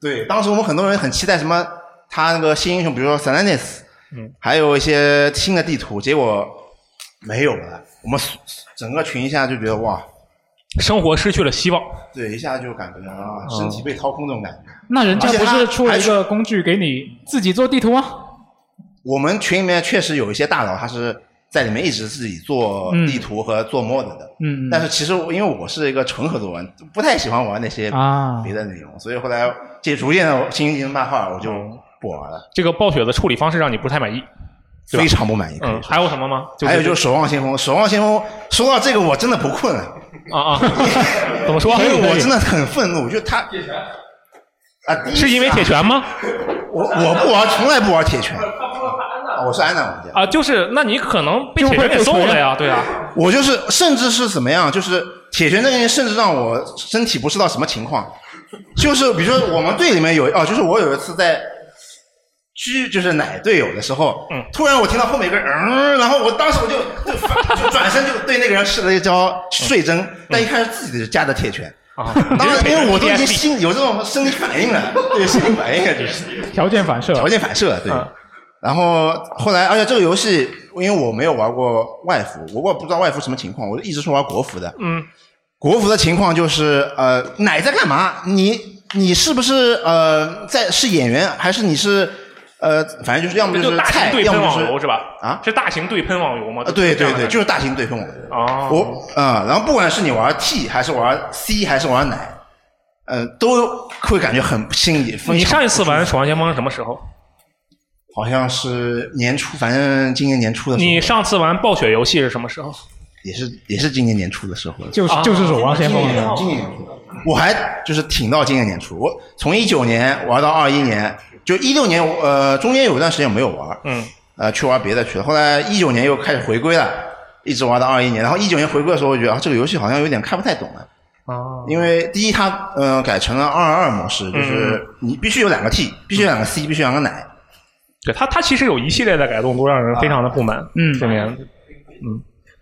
[SPEAKER 11] 对，当时我们很多人很期待什么他那个新英雄，比如说 Salinas，
[SPEAKER 2] 嗯，
[SPEAKER 11] 还有一些新的地图，结果没有了。我们整个群一下就觉得哇，
[SPEAKER 2] 生活失去了希望。嗯
[SPEAKER 11] 对，一下就感觉啊，
[SPEAKER 1] 哦
[SPEAKER 11] 身体被掏空这种感觉。
[SPEAKER 1] 那人家
[SPEAKER 11] 而且
[SPEAKER 1] 不
[SPEAKER 11] 他
[SPEAKER 1] 是出了一个工具给你自己做地图吗？
[SPEAKER 11] 我们群里面确实有一些大佬，他是在里面一直自己做
[SPEAKER 2] 嗯
[SPEAKER 11] 地图和做 mod 的，
[SPEAKER 1] 嗯，嗯
[SPEAKER 11] 但是其实我因为我是一个纯合作玩，不太喜欢玩那些
[SPEAKER 1] 啊
[SPEAKER 11] 别的内容，所以后来这逐渐的新型漫画我就不玩了，
[SPEAKER 2] 这个暴雪的处理方式让你不太满意，对吧
[SPEAKER 11] 非常不满意。
[SPEAKER 2] 嗯，还有什么吗？
[SPEAKER 11] 还有就是《守望先锋》，《守望先锋》说到这个我真的不困了，
[SPEAKER 2] 啊啊， 怎么说？
[SPEAKER 11] 因为我真的很愤怒，就他啊，第一次啊
[SPEAKER 2] 是因为铁拳吗？
[SPEAKER 11] 我我不玩，从来不玩铁拳，啊我是安娜玩家。
[SPEAKER 2] 啊，就是那你可能被铁拳给揍了呀，对啊，
[SPEAKER 11] 我就是，甚至是怎么样，就是铁拳这个东西，甚至让我身体不适到什么情况。就是比如说我们队里面有哦，就是我有一次在狙就是奶队友的时候，嗯，突然我听到后面有个人嗯，然后我当时我就就反就转身就对那个人试了一招睡针，但一看是自己家的铁拳。
[SPEAKER 2] 啊，
[SPEAKER 11] 当 然，因为我都已经心有这种生理反应 了，对生理反应了，就是
[SPEAKER 1] 条件反射，条
[SPEAKER 11] 件反射，对。然后后来，而且这个游戏，因为我没有玩过外服，我也不知道外服什么情况，我一直是玩国服的。
[SPEAKER 2] 嗯，
[SPEAKER 11] 国服的情况就是，呃，奶在干嘛？你你是不是呃在是演员，还是你是呃，反正就是要么
[SPEAKER 2] 这
[SPEAKER 11] 是
[SPEAKER 2] 大型
[SPEAKER 11] 菜，
[SPEAKER 2] 对
[SPEAKER 11] 要
[SPEAKER 2] 喷
[SPEAKER 11] 么就
[SPEAKER 2] 网
[SPEAKER 11] 是
[SPEAKER 2] 游是吧？
[SPEAKER 11] 啊，
[SPEAKER 2] 是大型对喷网游吗？
[SPEAKER 11] 啊，对对对，就是大型对碰我的。
[SPEAKER 2] 哦，
[SPEAKER 11] 我啊、然后不管是你玩 T 还是玩 C 还是玩奶，嗯、都会感觉很心里。
[SPEAKER 2] 你上一次玩《守望先锋》是什么时候？
[SPEAKER 11] 好像是年初，反正今年年初的时候，
[SPEAKER 2] 你上次玩暴雪游戏是什么时候？
[SPEAKER 11] 也是也是今年年初的时候，
[SPEAKER 2] 就是啊就是守望先锋
[SPEAKER 11] 今年今年年初，我还就是挺到今年年初，我从一九年玩到二一年，就一六年我呃中间有一段时间我没有玩，
[SPEAKER 2] 嗯，
[SPEAKER 11] 呃去玩别的去了，后来一九年又开始回归了，一直玩到二一年，然后一九年回归的时候，我觉得啊这个游戏好像有点看不太懂了。
[SPEAKER 2] 哦，
[SPEAKER 11] 因为第一它呃改成了二二二模式，就是
[SPEAKER 2] 嗯
[SPEAKER 11] 你必须有两个 T，必须有两个 C，必须有两个奶。
[SPEAKER 2] 对它它其实有一系列的改动都让人非常的不满。
[SPEAKER 1] 嗯
[SPEAKER 2] 今年，嗯，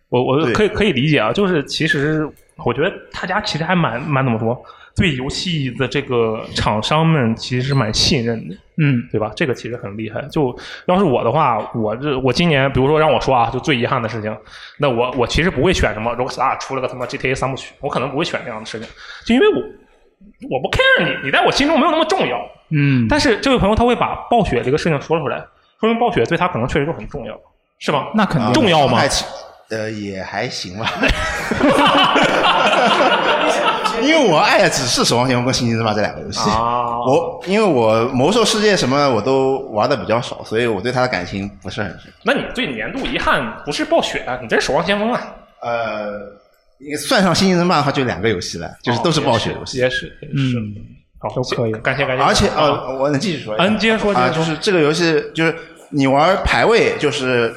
[SPEAKER 2] 我我可以可以理解啊，就是其实我觉得大家其实还蛮蛮怎么说，对游戏的这个厂商们其实是蛮信任的，
[SPEAKER 1] 嗯，
[SPEAKER 2] 对吧？这个其实很厉害。就要是我的话，我这我今年比如说让我说啊，就最遗憾的事情，那我我其实不会选什么 Rockstar 啊出了个他妈 GTA 三部曲，我可能不会选这样的事情，就因为我我不 care 你，你在我心中没有那么重要。
[SPEAKER 1] 嗯，
[SPEAKER 2] 但是这位朋友他会把暴雪这个事情说出来，说明暴雪对他可能确实就很重要，是吧？
[SPEAKER 1] 那
[SPEAKER 2] 肯定重要吗
[SPEAKER 11] 爱情呃，也还行吧。因为我爱的只是《守望先锋》跟《星际争霸》这两个游戏。
[SPEAKER 2] 啊
[SPEAKER 11] 我因为我魔兽世界什么我都玩的比较少，所以我对它的感情不是很深。
[SPEAKER 2] 那你对年度遗憾不是暴雪啊，你这是守望先锋啊。
[SPEAKER 11] 呃，算上《星际争霸》的话，就两个游戏了，就是都是暴雪游戏。
[SPEAKER 2] 哦也是，
[SPEAKER 1] 嗯，
[SPEAKER 2] 好，都
[SPEAKER 11] 可
[SPEAKER 1] 以。
[SPEAKER 2] 感谢感谢。
[SPEAKER 11] 而且呃，我能继续说一下吗。
[SPEAKER 2] 嗯接着说
[SPEAKER 11] 啊，
[SPEAKER 2] 接着说
[SPEAKER 11] 就是这个游戏，就是你玩排位，就是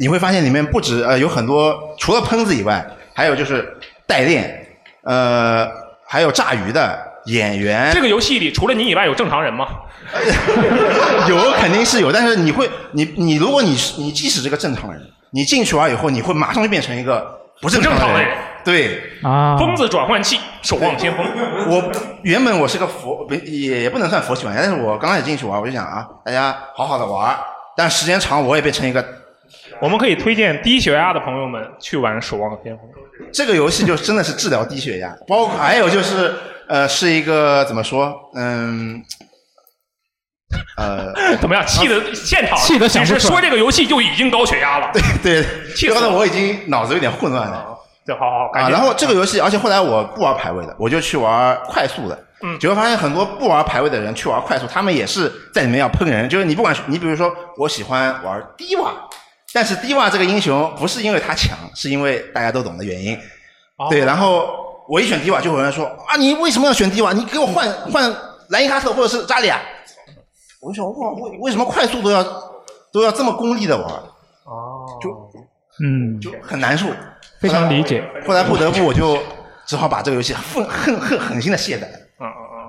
[SPEAKER 11] 你会发现里面不止呃有很多，除了喷子以外，还有就是代练，呃，还有炸鱼的演员。
[SPEAKER 2] 这个游戏里除了你以外有正常人吗？
[SPEAKER 11] 有肯定是有，但是你会，你你如果你是你即使是个正常人，你进去玩以后，你会马上就变成一个不正
[SPEAKER 2] 不正常
[SPEAKER 11] 的
[SPEAKER 2] 的人
[SPEAKER 11] 对，
[SPEAKER 1] 啊
[SPEAKER 2] 疯子转换器，守望先锋。
[SPEAKER 11] 我原本我是个佛，不也也不能算佛系玩家，但是我刚开始进去玩，我就想啊，大家好好的玩，但时间长我也变成一个。
[SPEAKER 2] 我们可以推荐低血压的朋友们去玩《守望先锋》。
[SPEAKER 11] 这个游戏就真的是治疗低血压，包括还有就是呃，是一个怎么说，嗯，呃，
[SPEAKER 2] 怎么样？啊气的现场，
[SPEAKER 11] 气得想
[SPEAKER 2] 其
[SPEAKER 11] 不出来
[SPEAKER 2] 实说这个游戏就已经高血压了。对
[SPEAKER 11] 对，
[SPEAKER 2] 气死
[SPEAKER 11] 刚
[SPEAKER 2] 了
[SPEAKER 11] 才我已经脑子有点混乱了。
[SPEAKER 2] 对，好好好，感
[SPEAKER 11] 啊，
[SPEAKER 2] 谢。
[SPEAKER 11] 然后这个游戏，而且后来我不玩排位的，我就去玩快速的。
[SPEAKER 2] 嗯
[SPEAKER 11] 结果发现很多不玩排位的人去玩快速，他们也是在里面要喷人。就是你不管是你比如说，我喜欢玩低瓦，但是低瓦这个英雄不是因为他强，是因为大家都懂的原因。
[SPEAKER 2] 哦
[SPEAKER 11] 对，然后我一选低瓦，就有人说啊，你为什么要选低瓦？你给我换换莱因哈特或者是扎里亚。我就想，哇，为为什么快速都要都要这么功利的玩？
[SPEAKER 2] 哦，
[SPEAKER 11] 就
[SPEAKER 1] 嗯，
[SPEAKER 11] 很难受。
[SPEAKER 1] 非常理解。
[SPEAKER 11] 后来不得不我就只好把这个游戏恨恨恨狠心的卸载，
[SPEAKER 2] 嗯嗯嗯，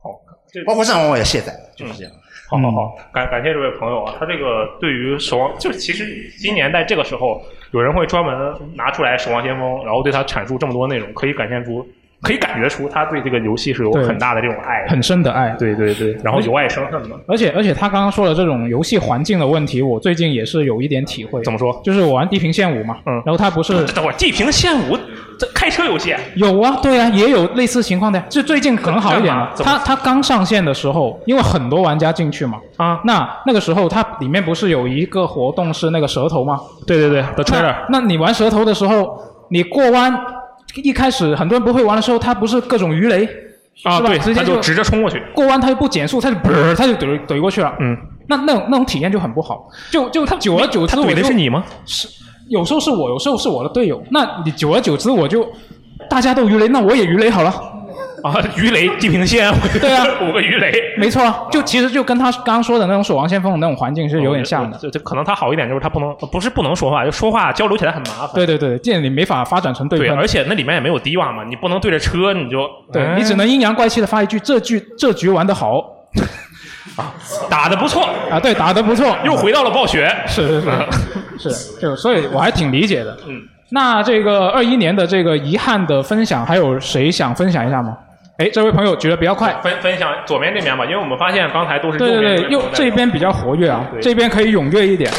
[SPEAKER 2] 好，这
[SPEAKER 11] 包括上网我也卸载，
[SPEAKER 1] 嗯
[SPEAKER 11] 就是哦这样。
[SPEAKER 2] 好好好，感感谢这位朋友啊，他这个对于守望，就是其实今年在这个时候，有人会专门拿出来《守望先锋》，然后对他阐述这么多内容，可以感现出，可以感觉出他对这个游戏是有
[SPEAKER 1] 对
[SPEAKER 2] 很大的这种爱的，
[SPEAKER 1] 很深的爱。
[SPEAKER 2] 对对对，然后由爱生恨嘛。
[SPEAKER 1] 而且而且他刚刚说的这种游戏环境的问题，我最近也是有一点体会。怎
[SPEAKER 2] 么说？
[SPEAKER 1] 就是我玩《地平线五》嘛，嗯，然后他不是
[SPEAKER 2] 等会儿《地平线五》这开车游戏，
[SPEAKER 1] 有啊，对啊，也有类似情况的呀。就最近可能好一点了。
[SPEAKER 2] 啊怎么
[SPEAKER 1] 它它刚上线的时候，因为很多玩家进去嘛，
[SPEAKER 2] 啊，
[SPEAKER 1] 那那个时候它里面不是有一个活动是那个蛇头吗？
[SPEAKER 2] 对对对，The
[SPEAKER 1] 那。那你玩蛇头的时候，你过弯一开始很多人不会玩的时候，它不是各种鱼雷
[SPEAKER 2] 啊
[SPEAKER 1] 是吧
[SPEAKER 2] 对
[SPEAKER 1] 直接
[SPEAKER 2] 它就直接冲过去，
[SPEAKER 1] 过弯它就不减速，它就嘣，它就怼怼过去了。
[SPEAKER 2] 嗯，
[SPEAKER 1] 那那种那种体验就很不好。就就它久而久之，
[SPEAKER 2] 他怼的是你吗？
[SPEAKER 1] 是，有时候是我，有时候是我的队友。那你久而久之，我就大家都鱼雷，那我也鱼雷好了。
[SPEAKER 2] 啊，鱼雷地平线，
[SPEAKER 1] 对啊
[SPEAKER 2] ，五个鱼雷，
[SPEAKER 1] 没错啊，就其实就跟他刚刚说的那种守望先锋的那种环境是有点像的。
[SPEAKER 2] 这这哦可能他好一点就是他不能，不是不能说话，就说话交流起来很麻烦。
[SPEAKER 1] 对对对，这你没法发展成对
[SPEAKER 2] 对，
[SPEAKER 1] 喷，
[SPEAKER 2] 而且那里面也没有低洼嘛，你不能对着车，你就哎
[SPEAKER 1] 对你只能阴阳怪气的发一句：“这局这局玩的 好。
[SPEAKER 2] 打的不错
[SPEAKER 1] 啊，对，打的不 错，
[SPEAKER 2] 又回到了暴雪。
[SPEAKER 1] 是是是是，就所以我还挺理解的。
[SPEAKER 2] 嗯，
[SPEAKER 1] 那这个二一年的这个遗憾的分享，还有谁想分享一下吗？哎，这位朋友举得比较快，
[SPEAKER 2] 分分享左边这边吧，因为我们发现刚才都是
[SPEAKER 1] 对
[SPEAKER 2] 右边
[SPEAKER 1] 对对，右
[SPEAKER 2] 边
[SPEAKER 1] 这边比较活跃啊，
[SPEAKER 2] 对
[SPEAKER 1] 这边可以踊跃一点。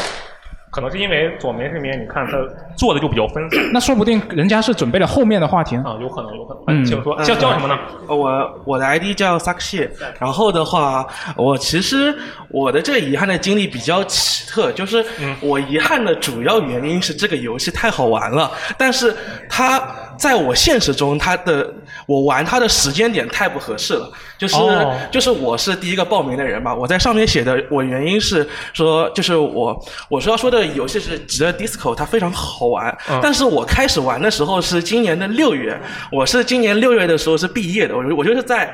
[SPEAKER 2] 可能是因为左边这边你看他做的就比较分散
[SPEAKER 1] 那说不定人家是准备了后面的话题呢。
[SPEAKER 2] 啊，有可能有可能。
[SPEAKER 1] 嗯
[SPEAKER 2] 请说叫叫什么呢？
[SPEAKER 12] 呃我我的 ID 叫 Sakshi，然后的话，我其实我的这个遗憾的经历比较奇特，就是
[SPEAKER 2] 嗯
[SPEAKER 12] 我遗憾的主要原因是这个游戏太好玩了，但是它在我现实中它的我玩它的时间点太不合适了，就是、
[SPEAKER 13] 哦
[SPEAKER 12] 就是我是第一个报名的人嘛，我在上面写的我原因是说，就是我我说要说的游戏是《极乐 DISCO》，它非常好玩，
[SPEAKER 13] 嗯
[SPEAKER 12] 但是我开始玩的时候是今年的六月，我是今年六月的时候是毕业的，我就我就是在。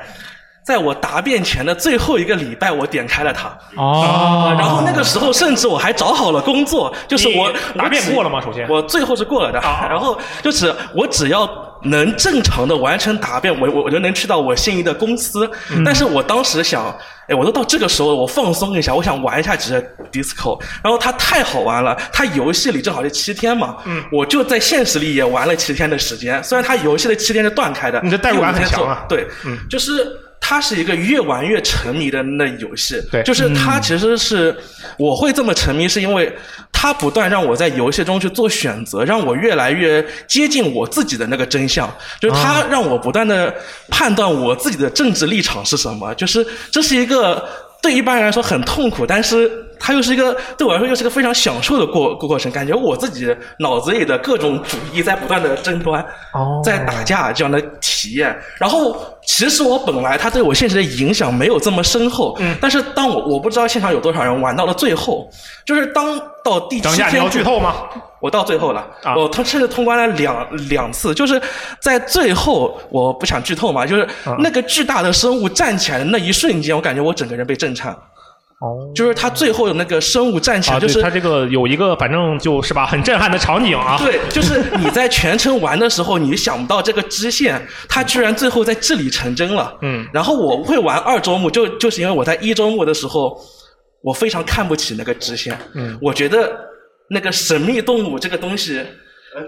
[SPEAKER 12] 在我答辩前的最后一个礼拜，我点开了它。
[SPEAKER 13] 啊
[SPEAKER 1] 哦
[SPEAKER 12] 然后那个时候，甚至我还找好了工作，就是我
[SPEAKER 2] 你答辩过了吗首先
[SPEAKER 13] 啊
[SPEAKER 12] 我最后是过了的。然后就是我只要能正常的完成答辩，我我我就能去到我心仪的公司。
[SPEAKER 13] 嗯
[SPEAKER 12] 但是我当时想，哎，我都到这个时候了，我放松一下，我想玩一下职业 disco。然后它太好玩了，它游戏里正好是七天嘛，
[SPEAKER 13] 嗯
[SPEAKER 12] 我就在现实里也玩了七天的时间。虽然它游戏的七天是断开的，你
[SPEAKER 13] 这代入感很强啊
[SPEAKER 12] 对，
[SPEAKER 2] 嗯
[SPEAKER 12] 就是它是一个越玩越沉迷的那游戏。
[SPEAKER 13] 对
[SPEAKER 12] 就是它其实是我会这么沉迷，是因为它不断让我在游戏中去做选择，让我越来越接近我自己的那个真相。就是它让我不断的判断我自己的政治立场是什么。就是这是一个对一般人来说很痛苦，但是。它又是一个对我来说又是个非常享受的过过过程，感觉我自己脑子里的各种主义在不断的争端。
[SPEAKER 2] 哦
[SPEAKER 12] 在打架这样的体验。然后，其实我本来它对我现实的影响没有这么深厚，
[SPEAKER 2] 嗯
[SPEAKER 12] 但是当我我不知道现场有多少人玩到了最后，就是当到第
[SPEAKER 2] 等
[SPEAKER 12] 七
[SPEAKER 2] 一下
[SPEAKER 12] 天
[SPEAKER 2] 你要剧
[SPEAKER 14] 嗯
[SPEAKER 2] 透吗？
[SPEAKER 12] 我到最后了，
[SPEAKER 2] 啊
[SPEAKER 12] 我通甚至通关了两两次，就是在最后，我不想剧透嘛，就是
[SPEAKER 2] 啊
[SPEAKER 12] 那个巨大的生物站起来的那一瞬间，我感觉我整个人被震颤。
[SPEAKER 2] 哦，
[SPEAKER 12] 就是他最后的那个生物站起来，
[SPEAKER 2] 啊，
[SPEAKER 12] 就
[SPEAKER 2] 对，
[SPEAKER 12] 是
[SPEAKER 2] 他这个有一个，反正就是吧，很震撼的场景啊。
[SPEAKER 12] 对，就是你在全程玩的时候，你想不到这个支线，它居然最后在这里成真了。
[SPEAKER 2] 嗯
[SPEAKER 12] 然后我会玩二周目，就就是因为我在一周目的时候，我非常看不起那个支线。
[SPEAKER 13] 嗯
[SPEAKER 12] 我觉得那个神秘动物这个东西，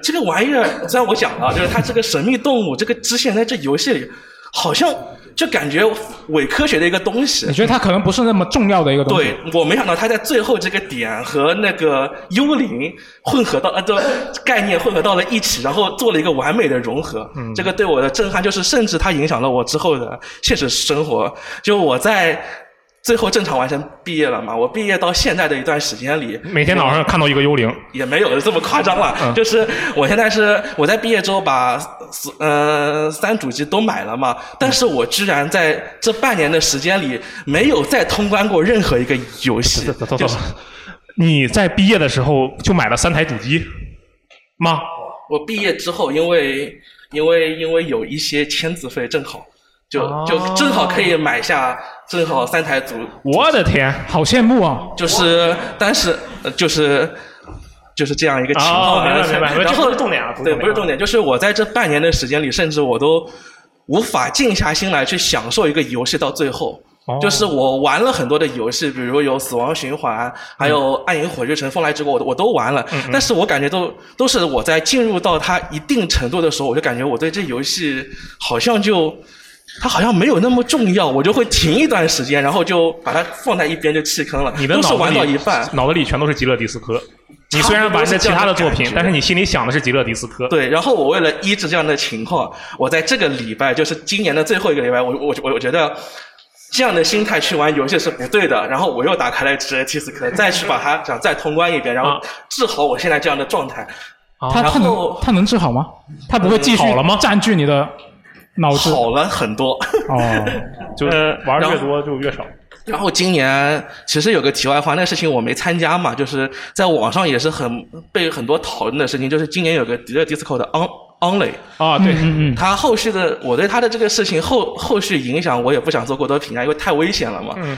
[SPEAKER 12] 这个玩意儿，虽然我讲了，就是它这个神秘动物这个支线在这游戏里，好像就感觉伪科学的一个东西。
[SPEAKER 1] 你觉得它可能不是那么重要的一个东西？
[SPEAKER 12] 对，我没想到他在最后这个点和那个幽灵混合到呃，这概念混合到了一起，然后做了一个完美的融合。
[SPEAKER 13] 嗯
[SPEAKER 12] 这个对我的震撼就是，甚至它影响了我之后的现实生活。就我在最后正常完成毕业了嘛，我毕业到现在的一段时间里，
[SPEAKER 2] 每天早上看到一个幽灵，
[SPEAKER 12] 也没有这么夸张了，
[SPEAKER 2] 嗯
[SPEAKER 12] 就是我现在是我在毕业之后把呃三主机都买了嘛，但是我居然在这半年的时间里没有再通关过任何一个游戏，就是
[SPEAKER 2] 你在毕业的时候就买了三台主机吗？
[SPEAKER 12] 我毕业之后因为因为因为有一些签字费正好就就
[SPEAKER 1] 哦
[SPEAKER 12] 正好可以买下正好三台主
[SPEAKER 1] 我的天，好羡慕啊！
[SPEAKER 12] 就是但是呃就是就是这样一个情况。
[SPEAKER 2] 哦明白明白明白
[SPEAKER 12] 然
[SPEAKER 2] 这
[SPEAKER 12] 后
[SPEAKER 2] 不是重点啊不是
[SPEAKER 12] 对，
[SPEAKER 2] 重点啊
[SPEAKER 12] 不是重点，就是我在这半年的时间里，甚至我都无法静下心来去享受一个游戏到最后。
[SPEAKER 13] 哦
[SPEAKER 12] 就是我玩了很多的游戏，比如有《死亡循环》，还有
[SPEAKER 2] 嗯
[SPEAKER 12] 《暗影火炬城》《风来之国》，我都我都玩了。
[SPEAKER 13] 嗯嗯
[SPEAKER 12] 但是我感觉都都是我在进入到它一定程度的时候，我就感觉我对这游戏好像就它好像没有那么重要，我就会停一段时间，然后就把它放在一边就弃坑了。
[SPEAKER 2] 你的
[SPEAKER 12] 都是
[SPEAKER 2] 脑子
[SPEAKER 12] 玩
[SPEAKER 2] 里
[SPEAKER 12] 到一半，
[SPEAKER 2] 脑子里全都是极乐迪斯科。你虽然玩着其他的作品，但是你心里想的是极乐迪斯科。
[SPEAKER 12] 对，然后我为了医治这样的情况，我在这个礼拜，就是今年的最后一个礼拜，我我我我觉得这样的心态去玩游戏是不对的。然后我又打开了职业 T 四科，再去把它想再通关一遍，然
[SPEAKER 1] 啊
[SPEAKER 12] 后治好我现在这样的状态。
[SPEAKER 1] 它
[SPEAKER 12] 然
[SPEAKER 1] 它
[SPEAKER 12] 后
[SPEAKER 1] 能它能治好吗？它不会继续
[SPEAKER 12] 好了吗
[SPEAKER 1] 占据你的脑子？
[SPEAKER 12] 好了很多。
[SPEAKER 1] 哦，
[SPEAKER 2] 就是玩
[SPEAKER 12] 呃然
[SPEAKER 2] 儿
[SPEAKER 12] 后
[SPEAKER 2] 越多就越少。
[SPEAKER 12] 然后今年其实有个题外话，那个事情我没参加嘛，就是在网上也是很被很多讨论的事情，就是今年有个迪乐 disco 的 on。only
[SPEAKER 2] 啊，对，
[SPEAKER 1] 嗯
[SPEAKER 12] 嗯，他后续的我对他的这个事情后后续影响，我也不想做过多评价，因为太危险了嘛。
[SPEAKER 2] 嗯，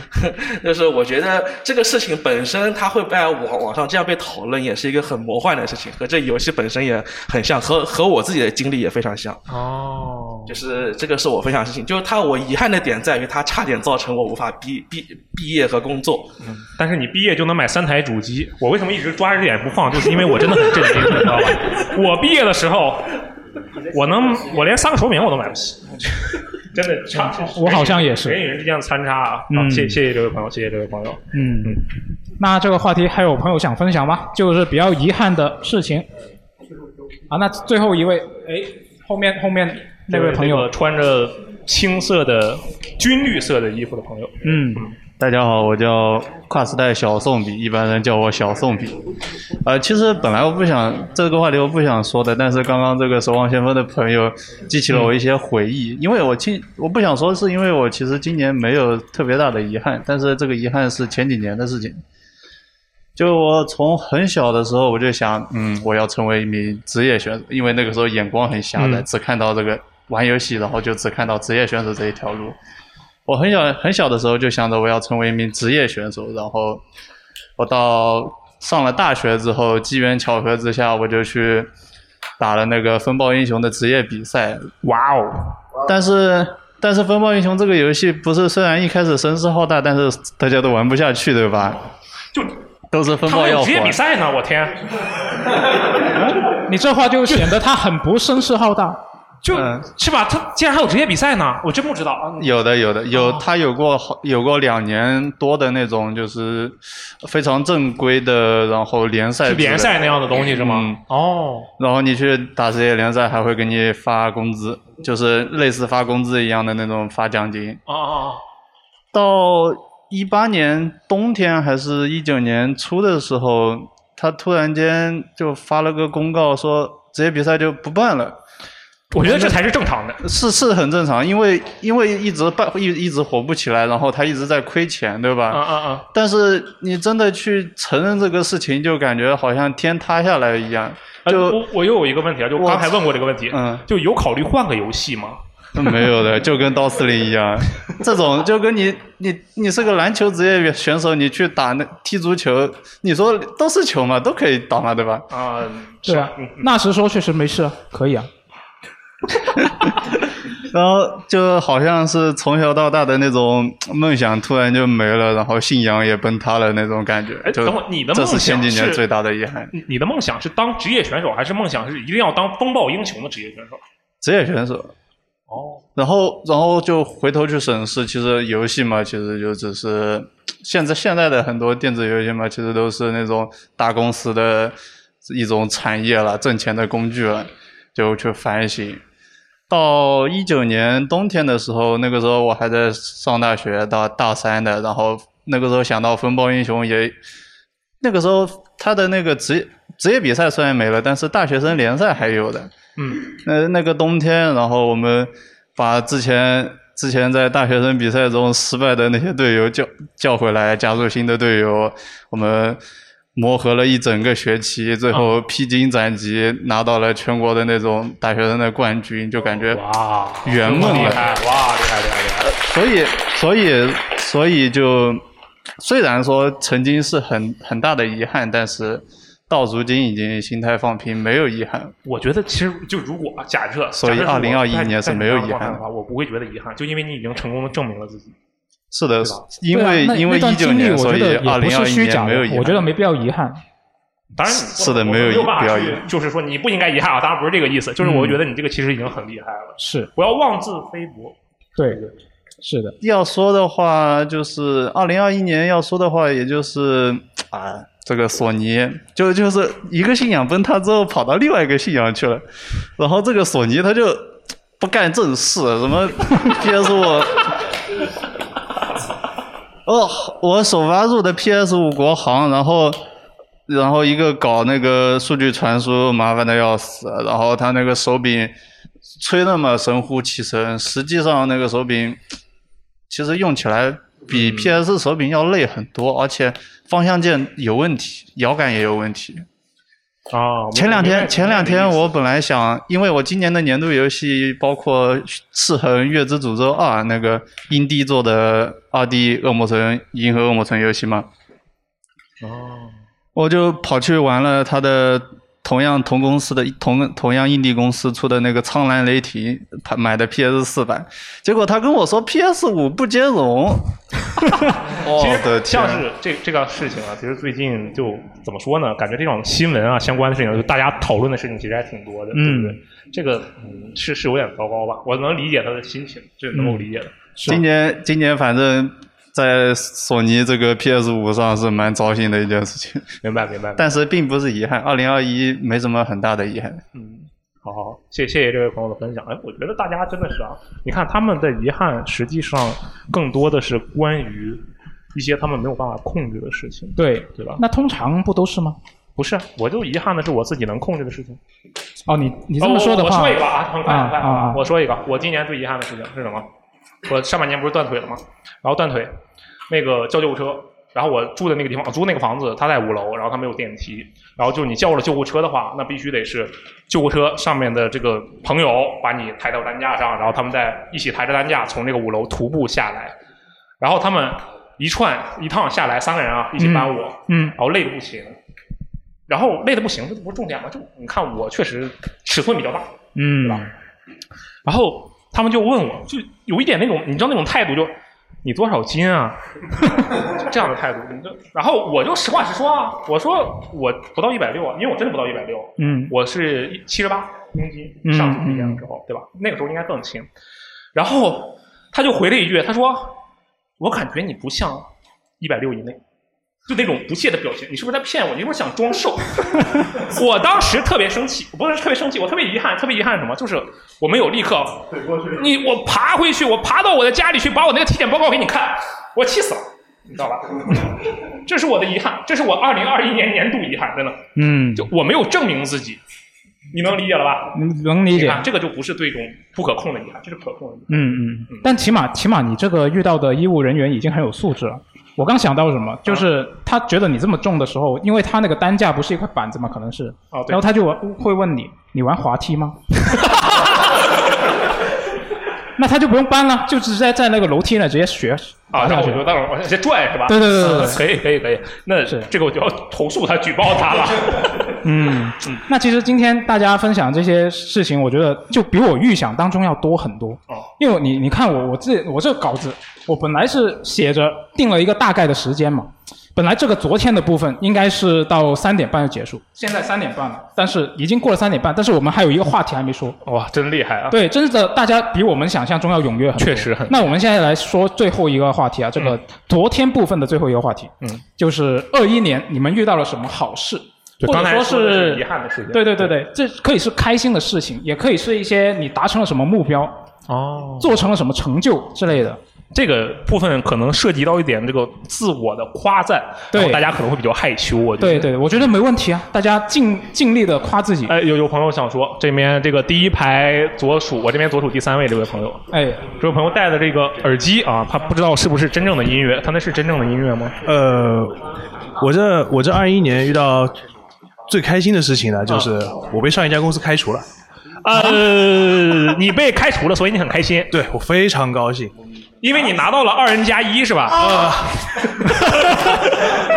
[SPEAKER 12] 就是我觉得这个事情本身，它会在网网上这样被讨论，也是一个很魔幻的事情，和这游戏本身也很像，和和我自己的经历也非常像。
[SPEAKER 2] 哦，
[SPEAKER 12] 就是这个是我分享的事情，就是它我遗憾的点在于它差点造成我无法毕毕毕业和工作。
[SPEAKER 2] 嗯但是你毕业就能买三台主机，我为什么一直抓着这点不放？就是因为我真的很震惊，你知道吧？我毕业的时候，我能我连三个手柄我都买不起， 真的差。
[SPEAKER 1] 我好像也是
[SPEAKER 2] 人与人之间的参差啊。
[SPEAKER 1] 嗯
[SPEAKER 2] 啊谢谢谢这位朋友，谢谢这位朋友。
[SPEAKER 1] 嗯，那这个话题还有朋友想分享吗？就是比较遗憾的事情。啊，那最后一位，哎，后面后面那位朋友，
[SPEAKER 2] 友穿着青色的军绿色的衣服的朋友，
[SPEAKER 1] 嗯，
[SPEAKER 15] 大家好，我叫跨时代小宋比，一般人叫我小宋比。呃，其实本来我不想这个话题我不想说的，但是刚刚这个守望先锋的朋友激起了我一些回忆，因为我今我不想说是因为我其实今年没有特别大的遗憾，但是这个遗憾是前几年的事情。就我从很小的时候我就想，嗯，我要成为一名职业选手，因为那个时候眼光很狭窄，
[SPEAKER 13] 嗯
[SPEAKER 15] 只看到这个玩游戏，然后就只看到职业选手这一条路。我很小很小的时候就想着我要成为一名职业选手，然后我到上了大学之后，机缘巧合之下，我就去打了那个风暴英雄的职业比赛。
[SPEAKER 4] 哇哦！
[SPEAKER 15] 但是但是风暴英雄这个游戏不是虽然一开始声势浩大，但是大家都玩不下去，对吧？就都是风
[SPEAKER 2] 他
[SPEAKER 15] 暴
[SPEAKER 2] 们
[SPEAKER 15] 要
[SPEAKER 2] 有
[SPEAKER 15] 火
[SPEAKER 2] 职。业比赛呢，我天！
[SPEAKER 1] 你这话就显得他很不声势浩大。
[SPEAKER 15] 嗯
[SPEAKER 2] 就是吧？他竟然还有职业比赛呢，我真不知道啊！
[SPEAKER 15] 有的，有的，有
[SPEAKER 2] 哦
[SPEAKER 15] 他有过好有过两年多的那种，就是非常正规的，然后联赛
[SPEAKER 2] 是联赛那样的东西是吗？
[SPEAKER 15] 嗯
[SPEAKER 2] 哦，
[SPEAKER 15] 然后你去打职业联赛，还会给你发工资，就是类似发工资一样的那种发奖金。
[SPEAKER 2] 哦哦
[SPEAKER 15] 到一八年冬天还是一九年初的时候，他突然间就发了个公告说职业比赛就不办了。
[SPEAKER 2] 我觉得这才是正常的，
[SPEAKER 15] 是是很正常，因为因为一直办一一直火不起来，然后他一直在亏钱，对吧？
[SPEAKER 2] 嗯嗯嗯。
[SPEAKER 15] 但是你真的去承认这个事情，就感觉好像天塌下来一样。
[SPEAKER 2] 哦，就我我又有一个问题啊，就刚才问过这个问题，嗯，就有考虑换个游戏吗？
[SPEAKER 15] 没有的，就跟刀司令 一样，这种就跟你你你是个篮球职业选手，你去打那踢足球，你说都是球嘛，都可以打嘛，对吧？
[SPEAKER 2] 啊、
[SPEAKER 1] 对 啊，那时说确实没事，可以啊。
[SPEAKER 15] 然后就好像是从小到大的那种梦想突然就没了，然后信仰也崩塌了那种感觉。就
[SPEAKER 2] 哎等会儿你的
[SPEAKER 15] 这
[SPEAKER 2] 梦
[SPEAKER 15] 是
[SPEAKER 2] 想
[SPEAKER 15] 前几年
[SPEAKER 2] 是
[SPEAKER 15] 最大的遗憾。
[SPEAKER 2] 你你的梦想是当职业选手，还是梦想是一定要当风暴英雄的职业选手？
[SPEAKER 15] 职业选手。
[SPEAKER 2] 哦。
[SPEAKER 15] 然后，然后就回头去审视，其实游戏嘛，其实就只是现在现在的很多电子游戏嘛，其实都是那种大公司的一种产业了，挣钱的工具了，就去反省。到一九年冬天的时候，那个时候我还在上大学，到大三的，然后那个时候想到风暴英雄也那个时候他的那个职业职业比赛虽然没了，但是大学生联赛还有的。
[SPEAKER 2] 嗯，
[SPEAKER 15] 那那个冬天，然后我们把之前之前在大学生比赛中失败的那些队友叫叫回来，加入新的队友，我们磨合了一整个学期，最后
[SPEAKER 2] 啊
[SPEAKER 15] 披荆斩棘、拿到了全国的那种大学生的冠军，就感觉
[SPEAKER 2] 哇
[SPEAKER 15] 圆梦啊
[SPEAKER 2] 厉
[SPEAKER 15] 了。
[SPEAKER 2] 害，哇，厉害厉害厉害！
[SPEAKER 15] 所以，所以，所以就虽然说曾经是很很大的遗憾，但是到如今已经心态放平，没有遗憾。
[SPEAKER 2] 我觉得其实就如果啊假设，
[SPEAKER 15] 所
[SPEAKER 2] 假
[SPEAKER 15] 以
[SPEAKER 2] 设是我
[SPEAKER 15] 2021年是没有遗憾的
[SPEAKER 2] 在在你这样的状态的话，我不会觉得遗憾，就因为你已经成功的证明了自己。
[SPEAKER 15] 是的，因
[SPEAKER 1] 对啊
[SPEAKER 15] 为、
[SPEAKER 1] 那
[SPEAKER 15] 因为
[SPEAKER 1] 那段
[SPEAKER 15] 一九
[SPEAKER 1] 经历
[SPEAKER 15] 年，
[SPEAKER 1] 我
[SPEAKER 15] 所
[SPEAKER 1] 觉
[SPEAKER 15] 以
[SPEAKER 1] 得
[SPEAKER 15] 二
[SPEAKER 1] 也不
[SPEAKER 15] 零
[SPEAKER 1] 是
[SPEAKER 15] 二一
[SPEAKER 1] 虚假
[SPEAKER 15] 年没有
[SPEAKER 1] 的
[SPEAKER 15] 遗，憾。
[SPEAKER 1] 我觉得没必要遗憾。
[SPEAKER 2] 当然
[SPEAKER 15] 是的
[SPEAKER 2] 我
[SPEAKER 15] 没有
[SPEAKER 2] 没有办
[SPEAKER 15] 必
[SPEAKER 2] 法
[SPEAKER 15] 要
[SPEAKER 2] 去
[SPEAKER 15] 遗憾
[SPEAKER 2] 就是说你不应该遗憾啊，当然不是这个意思，就是我
[SPEAKER 15] 嗯
[SPEAKER 2] 觉得你这个其实已经很厉害了。
[SPEAKER 1] 是，
[SPEAKER 2] 不要妄自菲薄。
[SPEAKER 1] 对，是的。
[SPEAKER 15] 要说的话，就是二零二一年要说的话，也就是啊，这个索尼就就是一个信仰崩塌之后跑到另外一个信仰去了，然后这个索尼他就不干正事，什么 PS 五。哦，我首发入的 PS 五国行，然后，然后一个搞那个数据传输麻烦的要死，然后他那个手柄吹那么神乎其神，实际上那个手柄其实用起来比 PS 手柄要累很多，而且方向键有问题，摇杆也有问题。
[SPEAKER 2] 啊，
[SPEAKER 15] 前两天前两天我本来想，因为我今年的年度游戏包括《赤痕月之诅咒二》那个英帝做的二 D 恶魔城银河恶魔城游戏嘛，
[SPEAKER 2] 哦，
[SPEAKER 15] 我就跑去玩了他的同样同公司的同同样印地公司出的那个《苍蓝雷霆》，他买的 PS 四版，结果他跟我说 PS 五不兼容。
[SPEAKER 2] 其
[SPEAKER 15] 我
[SPEAKER 2] 实
[SPEAKER 15] 的哦天
[SPEAKER 2] 像是这这个事情啊，其实最近就怎么说呢？感觉这种新闻啊相关的事情，就大家讨论的事情其实还挺多的，对不对？这个嗯是是有点糟糕吧？我能理解他的心情，这能
[SPEAKER 15] 嗯
[SPEAKER 2] 够理解的。
[SPEAKER 15] 今年今年反正在索尼这个 PS 五上是蛮糟心的一件事情。
[SPEAKER 2] 明白明白。
[SPEAKER 15] 但是并不是遗憾，二零二一没什么很大的遗憾。
[SPEAKER 2] 好好，好，谢谢谢这位朋友的分享。哎，我觉得大家真的是啊，你看他们的遗憾，实际上更多的是关于一些他们没有办法控制的事情，
[SPEAKER 1] 对
[SPEAKER 2] 对吧？
[SPEAKER 1] 那通常不都是吗？
[SPEAKER 2] 不是，我就遗憾的是我自己能控制的事情。
[SPEAKER 1] 哦，你你这么说的话，
[SPEAKER 2] 哦我我说一个啊，很快很快
[SPEAKER 1] 啊啊！
[SPEAKER 2] 我说一个，我今年最遗憾的事情是什么？我上半年不是断腿了吗？然后断腿，那个叫救护车，然后我住的那个地方，租那个房子，它在五楼，然后它没有电梯，然后就你叫了救护车的话，那必须得是救护车上面的这个朋友把你抬到担架上，然后他们再一起抬着担架从那个五楼徒步下来，然后他们一串一趟下来，三个人啊一起搬我，
[SPEAKER 1] 嗯嗯
[SPEAKER 2] 然后累得不行。然后累的不行，这不是重点吗？就你看我确实尺寸比较大，
[SPEAKER 1] 嗯，
[SPEAKER 2] 然后他们就问我，就有一点那种，你知道那种态度就，你多少斤啊？ 就这样的态度。你就然后我就实话实说啊，我说我不到一百六啊，因为我真的不到一百六，
[SPEAKER 1] 嗯
[SPEAKER 2] 我是七十八公斤
[SPEAKER 1] 嗯
[SPEAKER 2] 上次体检的时候，对吧？那个时候应该更轻。然后他就回了一句，他说：“我感觉你不像一百六以内。”就那种不屑的表情，你是不是在骗我？你是不是想装瘦？ 我当时特别生气，我不是特别生气，我特别遗憾，特别遗憾什么？就是我没有立刻你我爬回去，我爬到我的家里去，把我那个体检报告给你看，我气死了，你知道吧？这是我的遗憾，这是我二零二一年年度遗憾，真的，
[SPEAKER 1] 嗯，
[SPEAKER 2] 就我没有证明自己，你能理解了吧？
[SPEAKER 1] 能理
[SPEAKER 2] 你
[SPEAKER 1] 解。
[SPEAKER 2] 看，这个就不是对这种不可控的遗憾，这是可控的遗憾。
[SPEAKER 1] 嗯嗯，但起码起码你这个遇到的医务人员已经很有素质了。我刚想到什么，就是他觉得你这么重的时候，因为他那个担架不是一块板子嘛，可能是，
[SPEAKER 2] 哦对
[SPEAKER 1] 然后他就会问你，你玩滑梯吗？ 那他就不用搬了，就直接在那个楼梯那直接学爬
[SPEAKER 2] 啊，那
[SPEAKER 1] 上
[SPEAKER 2] 我
[SPEAKER 1] 去
[SPEAKER 2] 就待会儿我先拽是吧？
[SPEAKER 1] 对对对对对
[SPEAKER 2] 啊可以可以可以，那这个我就要投诉他，举报他了。
[SPEAKER 1] 嗯，那其实今天大家分享这些事情，我觉得就比我预想当中要多很多。
[SPEAKER 2] 哦，
[SPEAKER 1] 因为你你看我我这我这个稿子，我本来是写着定了一个大概的时间嘛，本来这个昨天的部分应该是到三点半就结束， 现在三点半了，但是已经过了三点半，但是我们还有一个话题还没说。
[SPEAKER 2] 哇， 真厉害啊！
[SPEAKER 1] 对，真的大家比我们想象中要踊跃很多。
[SPEAKER 2] 确实很
[SPEAKER 1] 那我们现在来说最后一个话题啊，这个昨天部分的最后一个话题，
[SPEAKER 2] 嗯，
[SPEAKER 1] 就是二一年你们遇到了什么好事，
[SPEAKER 2] 对
[SPEAKER 1] 或
[SPEAKER 2] 刚
[SPEAKER 1] 者
[SPEAKER 2] 才说的
[SPEAKER 1] 是
[SPEAKER 2] 是遗憾的事情
[SPEAKER 1] 对对对对，这可以是开心的事情，也可以是一些你达成了什么目标，
[SPEAKER 2] 哦，
[SPEAKER 1] 做成了什么成就之类的。
[SPEAKER 2] 这个部分可能涉及到一点这个自我的夸赞，然后大家可能会比较害羞，我觉得。
[SPEAKER 1] 对对，我觉得没问题啊，大家尽尽力的夸自己。
[SPEAKER 2] 哎，有有朋友想说，这边这个第一排左数，我这边左数第三位这位朋友，
[SPEAKER 1] 哎，
[SPEAKER 2] 这位朋友戴的这个耳机啊，他不知道是不是真正的音乐，他那是真正的音乐吗？
[SPEAKER 13] 呃，我这我这二一年遇到最开心的事情呢，就是我被上一家公司开除了。
[SPEAKER 2] 呃，你被开除了，所以你很开心。
[SPEAKER 13] 对我非常高兴，
[SPEAKER 2] 因为你拿到了二 N 加一是吧？啊，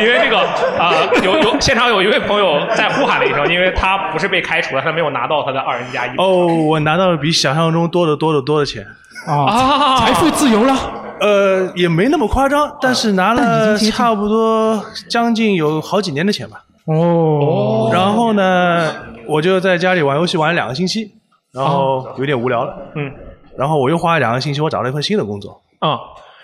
[SPEAKER 2] 因为这个啊、有有现场有一位朋友在呼喊了一声，因为他不是被开除了，他没有拿到他的二 N 加一。
[SPEAKER 13] 哦，我拿到了比想象中多得多得多的钱
[SPEAKER 1] 啊财富自由了。
[SPEAKER 13] 呃，也没那么夸张，但是拿了差不多将近有好几年的钱吧。
[SPEAKER 1] 哦，
[SPEAKER 13] 然后呢，我就在家里玩游戏玩了两个星期，然
[SPEAKER 1] 哦
[SPEAKER 13] 后有点无聊了，
[SPEAKER 2] 嗯，
[SPEAKER 13] 然后我又花了两个星期，我找了一份新的工作，
[SPEAKER 2] 啊，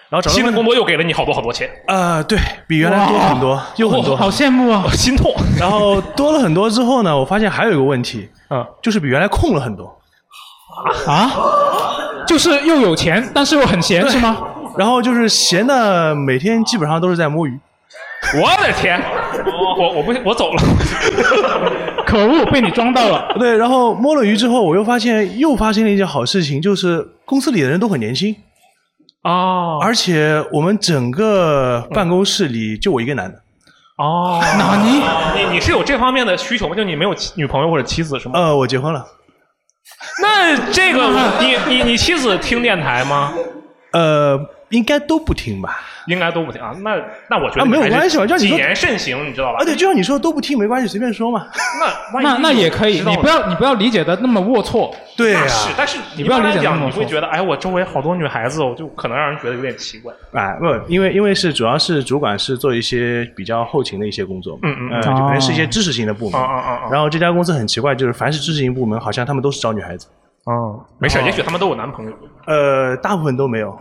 [SPEAKER 13] 然后找到
[SPEAKER 2] 新的工作又给了你好多好多钱。
[SPEAKER 13] 啊，对比原来多很多
[SPEAKER 2] 哇，
[SPEAKER 13] 又很多，
[SPEAKER 2] 哦好
[SPEAKER 1] 羡慕啊，
[SPEAKER 2] 心痛。
[SPEAKER 13] 然后多了很多之后呢，我发现还有一个问题，
[SPEAKER 1] 嗯
[SPEAKER 2] 啊，
[SPEAKER 13] 就是比原来空了很多，
[SPEAKER 1] 啊，就是又有钱，但是又很闲是吗？
[SPEAKER 13] 然后就是闲的，每天基本上都是在摸鱼。
[SPEAKER 2] 我的天，
[SPEAKER 13] 哦
[SPEAKER 2] 我我不我走了。
[SPEAKER 1] 可恶，被你装到了。
[SPEAKER 13] 对，然后摸了鱼之后，我又发现又发生了一件好事情，就是公司里的人都很年轻。
[SPEAKER 2] 哦，
[SPEAKER 13] 而且我们整个办公室里就我一个男的。
[SPEAKER 2] 哦，
[SPEAKER 1] 哪
[SPEAKER 2] 尼？你你是有这方面的需求吗？就你没有妻女朋友或者妻子是吗？
[SPEAKER 13] 呃，我结婚了。
[SPEAKER 2] 那这个你你你妻子听电台吗？
[SPEAKER 13] 呃，应该都不听吧？
[SPEAKER 2] 应该都不听啊。那那我觉得
[SPEAKER 13] 啊没有
[SPEAKER 2] 你还是
[SPEAKER 13] 关系吧就像你
[SPEAKER 2] 谨
[SPEAKER 13] 说
[SPEAKER 2] 言慎行，你知道吧？
[SPEAKER 13] 而且就像你说都不听没关系，随便说嘛。
[SPEAKER 2] 那万一
[SPEAKER 1] 那那也可以，
[SPEAKER 2] 知道
[SPEAKER 1] 你不要你不要理解的那么龌龊。
[SPEAKER 13] 对啊
[SPEAKER 2] 那是，但是
[SPEAKER 1] 你
[SPEAKER 2] 一
[SPEAKER 1] 不要理
[SPEAKER 2] 般来
[SPEAKER 1] 解那
[SPEAKER 2] 讲，
[SPEAKER 1] 么
[SPEAKER 2] 你会
[SPEAKER 1] 龌龊。
[SPEAKER 2] 觉得，哎，我周围好多女孩子，我就可能让人觉得有点奇怪。
[SPEAKER 13] 啊，不，因为因为是主要是主管是做一些比较后勤的一些工作嘛，
[SPEAKER 2] 嗯嗯
[SPEAKER 13] 呃，
[SPEAKER 2] 嗯
[SPEAKER 13] 就可能是一些知识型的部门。
[SPEAKER 2] 哦哦哦哦
[SPEAKER 13] 然后这家公司很奇怪，就是凡是知识型部门，好像他们都是招女孩子。
[SPEAKER 2] 哦，没事，也许他们都有男朋友。
[SPEAKER 13] 呃，大部分都没有。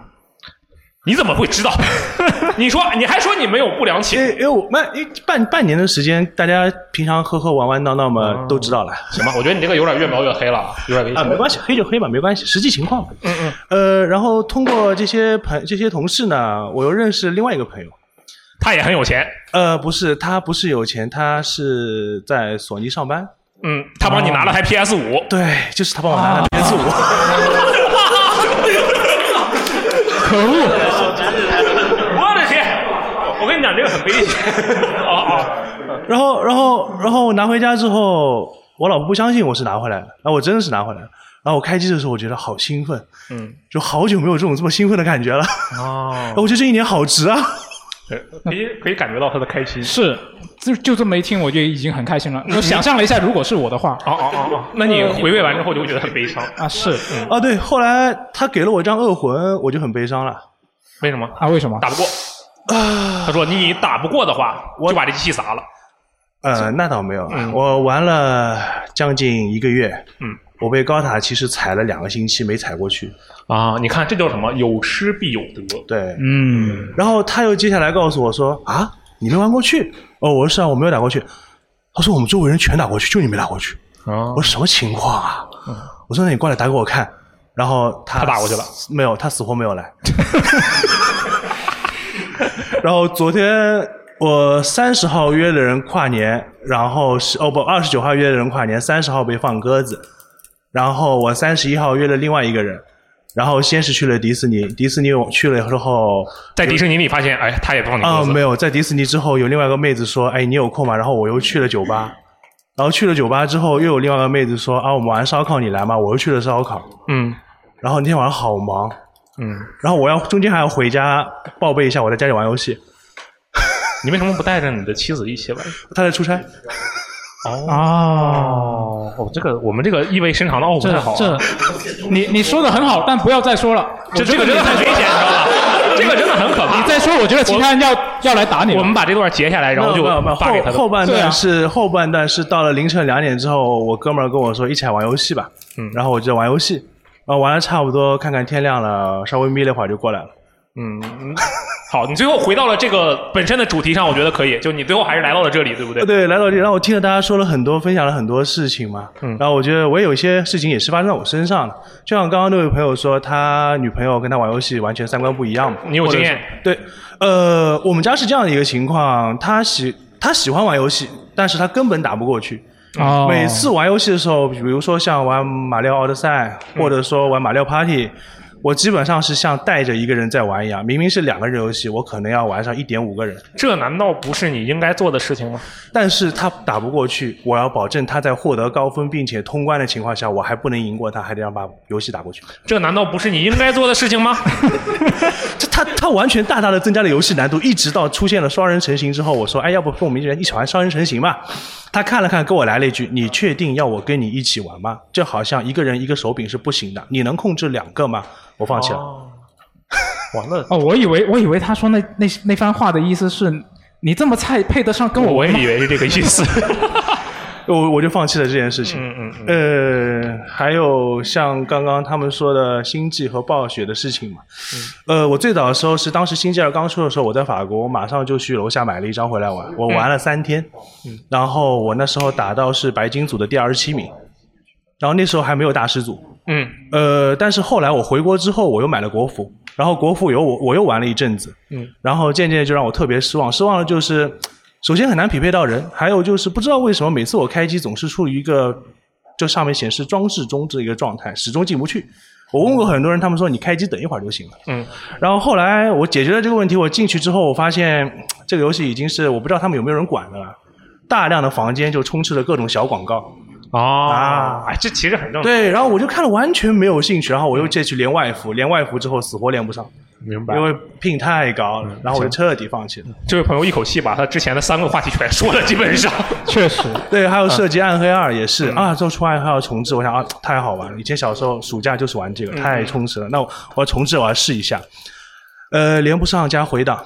[SPEAKER 2] 你怎么会知道？ 你说，你还说你没有不良情？
[SPEAKER 13] 因为我们因为半半年的时间，大家平常喝喝玩玩闹闹嘛，都知道了。
[SPEAKER 2] 哦行吧，我觉得你这个有点越描越黑了啊，有点危险。
[SPEAKER 13] 啊，没关系，黑就黑吧，没关系，实际情况嘛。
[SPEAKER 2] 嗯嗯。
[SPEAKER 13] 呃，然后通过这些朋这些同事呢，我又认识另外一个朋友，
[SPEAKER 2] 他也很有钱。
[SPEAKER 13] 呃，不是，他不是有钱，他是在索尼上班。
[SPEAKER 2] 嗯，他帮你拿了台 PS 五。
[SPEAKER 13] 对，就是他帮我拿
[SPEAKER 2] 啊
[SPEAKER 13] 了 PS 啊五。
[SPEAKER 1] 可恶！
[SPEAKER 2] 我的天！我跟你讲，这个很危险。哦
[SPEAKER 13] 然后，然后，然后我拿回家之后，我老婆不相信我是拿回来的，然后我真的是拿回来了。然后我开机的时候，我觉得好兴奋，
[SPEAKER 2] 嗯，
[SPEAKER 13] 就好久没有这种这么兴奋的感觉了。
[SPEAKER 2] 哦
[SPEAKER 13] 我觉得这一年好值啊！
[SPEAKER 2] 对，可以可以感觉到他的开心。
[SPEAKER 1] 是，就就这么一听，我就已经很开心 了。我想象了一下，如果是我的话，
[SPEAKER 2] 哦哦哦哦，那你回味完之后就会觉得很悲伤
[SPEAKER 1] 啊，是
[SPEAKER 13] 啊，对，后来他给了我一张恶魂，我就很悲伤了。
[SPEAKER 2] 为什么
[SPEAKER 1] 啊？为什么
[SPEAKER 2] 打不过？他说你打不过的话，就把这机器砸了。
[SPEAKER 13] 呃，那倒没有，我玩了将近一个月，
[SPEAKER 2] 嗯，
[SPEAKER 13] 我被高塔骑士踩了两个星期，没踩过去。
[SPEAKER 2] 啊，你看这叫什么？有失必有得。
[SPEAKER 13] 对，
[SPEAKER 1] 嗯。
[SPEAKER 13] 然后他又接下来告诉我说：“啊，你没玩过去？”哦，我说：“是啊，我没有打过去。”他说：“我们周围人全打过去，就你没打过去。”
[SPEAKER 2] 啊，
[SPEAKER 13] 我说：“什么情况啊？”我说：“那你过来打给我看。”然后他
[SPEAKER 2] 他打过去了，
[SPEAKER 13] 没有，他死活没有来。 然后昨天我三十号约的人跨年，然后是哦不，二十九号约的人跨年，三十号被放鸽子，然后我三十一号约了另外一个人，然后先是去了迪士尼，迪士尼我去了之后，
[SPEAKER 2] 在迪士尼里发现，哎，他也放你鸽
[SPEAKER 13] 啊、
[SPEAKER 2] 子。
[SPEAKER 13] 没有，在迪士尼之后有另外一个妹子说，哎，你有空吗？然后我又去了酒 吧，然后去了酒吧之后又有另外一个妹子说，啊，我们玩烧烤，你来吗？我又去了烧烤，
[SPEAKER 2] 嗯，
[SPEAKER 13] 然后那天晚上好忙，
[SPEAKER 2] 嗯，
[SPEAKER 13] 然后我要中间还要回家报备一下我在家里玩游戏。
[SPEAKER 2] 你为什么不带着你的妻子一起玩？
[SPEAKER 13] 他在出差。
[SPEAKER 2] 哦哦，这个我们这个意味深长的哦不
[SPEAKER 1] 这
[SPEAKER 2] 太好啊。
[SPEAKER 1] 这，你你说的很好，但不要再说了，
[SPEAKER 2] 这这个真的很危险，知道吧？这个真的很可怕。
[SPEAKER 1] 你再说，我觉得其他人要要来打你了。
[SPEAKER 2] 我们把这段截下来，然后就
[SPEAKER 13] 没有没有
[SPEAKER 2] 发给
[SPEAKER 13] 后
[SPEAKER 2] 他的
[SPEAKER 13] 后半
[SPEAKER 2] 对啊
[SPEAKER 13] 段是、后半段是到了凌晨两点之后，我哥们儿跟我说一起来玩游戏吧，
[SPEAKER 2] 嗯
[SPEAKER 13] 然后我就玩游戏，然后玩了差不多看看天亮了，稍微眯了一会儿就过来了。
[SPEAKER 2] 嗯，嗯好，你最后回到了这个本身的主题上，我觉得可以。就你最后还是来到了这里，对不对？
[SPEAKER 13] 呃对，来到这里，然后我听了大家说了很多，分享了很多事情嘛。
[SPEAKER 2] 嗯
[SPEAKER 13] 然后我觉得我也有一些事情也是发生在我身上的，就像刚刚那位朋友说，他女朋友跟他玩游戏完全三观不一样嘛。
[SPEAKER 2] 你有
[SPEAKER 13] 或者
[SPEAKER 2] 经验
[SPEAKER 13] 是？对，呃，我们家是这样的一个情况，他喜他喜欢玩游戏，但是他根本打不过去。
[SPEAKER 1] 哦
[SPEAKER 13] 每次玩游戏的时候，比如说像玩《马里奥奥德赛》或者说玩《马里奥 Party》，我基本上是像带着一个人在玩一样。明明是两个人游戏，我可能要玩上一点五个人。
[SPEAKER 2] 这难道不是你应该做的事情吗？
[SPEAKER 13] 但是他打不过去，我要保证他在获得高分并且通关的情况下，我还不能赢过他，还得让把游戏打过去。
[SPEAKER 2] 这难道不是你应该做的事 情吗？
[SPEAKER 13] 这他他完全大大的增加了游戏难度，一直到出现了双人成型之后，我说，哎，要不跟我们一人一起玩双人成型吧？他看了看，跟我来了一句：“你确定要我跟你一起玩吗？就好像一个人一个手柄是不行的，你能控制两个吗？”我放弃了。
[SPEAKER 2] 哦 完了
[SPEAKER 1] 哦，我以为我以为他说那那那番话的意思是，你这么菜配得上跟我
[SPEAKER 2] 我
[SPEAKER 1] 玩
[SPEAKER 2] 也
[SPEAKER 1] 吗
[SPEAKER 2] 以为是这个意思。
[SPEAKER 13] 我我就放弃了这件事情。
[SPEAKER 2] 嗯
[SPEAKER 13] 嗯。呃，还有像刚刚他们说的星际和暴雪的事情嘛。
[SPEAKER 2] 嗯
[SPEAKER 13] 呃，我最早的时候是当时星际二刚出的时候，我在法国，我马上就去楼下买了一张回来玩，我玩了三天。
[SPEAKER 2] 嗯
[SPEAKER 13] 然后我那时候打到是白金组的第二十七名，然后那时候还没有大师组。
[SPEAKER 2] 嗯
[SPEAKER 13] 呃，但是后来我回国之后，我又买了国服，然后国服有我我又玩了一阵子，
[SPEAKER 2] 嗯
[SPEAKER 13] 然后渐渐就让我特别失望，失望的就是，首先很难匹配到人，还有就是不知道为什么每次我开机总是处于一个就上面显示装置中这一个状态，始终进不去。我问过很多人，他们说你开机等一会儿就行了。
[SPEAKER 2] 嗯
[SPEAKER 13] 然后后来我解决了这个问题，我进去之后，我发现嗯这个游戏已经是我不知道他们有没有人管的了，大量的房间就充斥着各种小广告。
[SPEAKER 2] 啊，哎这其实很正常。
[SPEAKER 13] 对，然后我就看了完全没有兴趣，然后我又借去连外服，连外服之后死活连不上，
[SPEAKER 2] 明嗯
[SPEAKER 13] 因为 ping 太高了，然后我就彻底放弃了。
[SPEAKER 2] 这位朋友一口气把他之前的三个话题全说了，基本上。
[SPEAKER 1] 确实，嗯
[SPEAKER 13] 对，还有涉及《暗黑二》也是、啊，就出《暗黑二》重置，我想啊，太好玩了。以前小时候暑假就是玩这个，
[SPEAKER 2] 嗯
[SPEAKER 13] 太充实了。那我我要重置，我要试一下。呃，连不上加回档，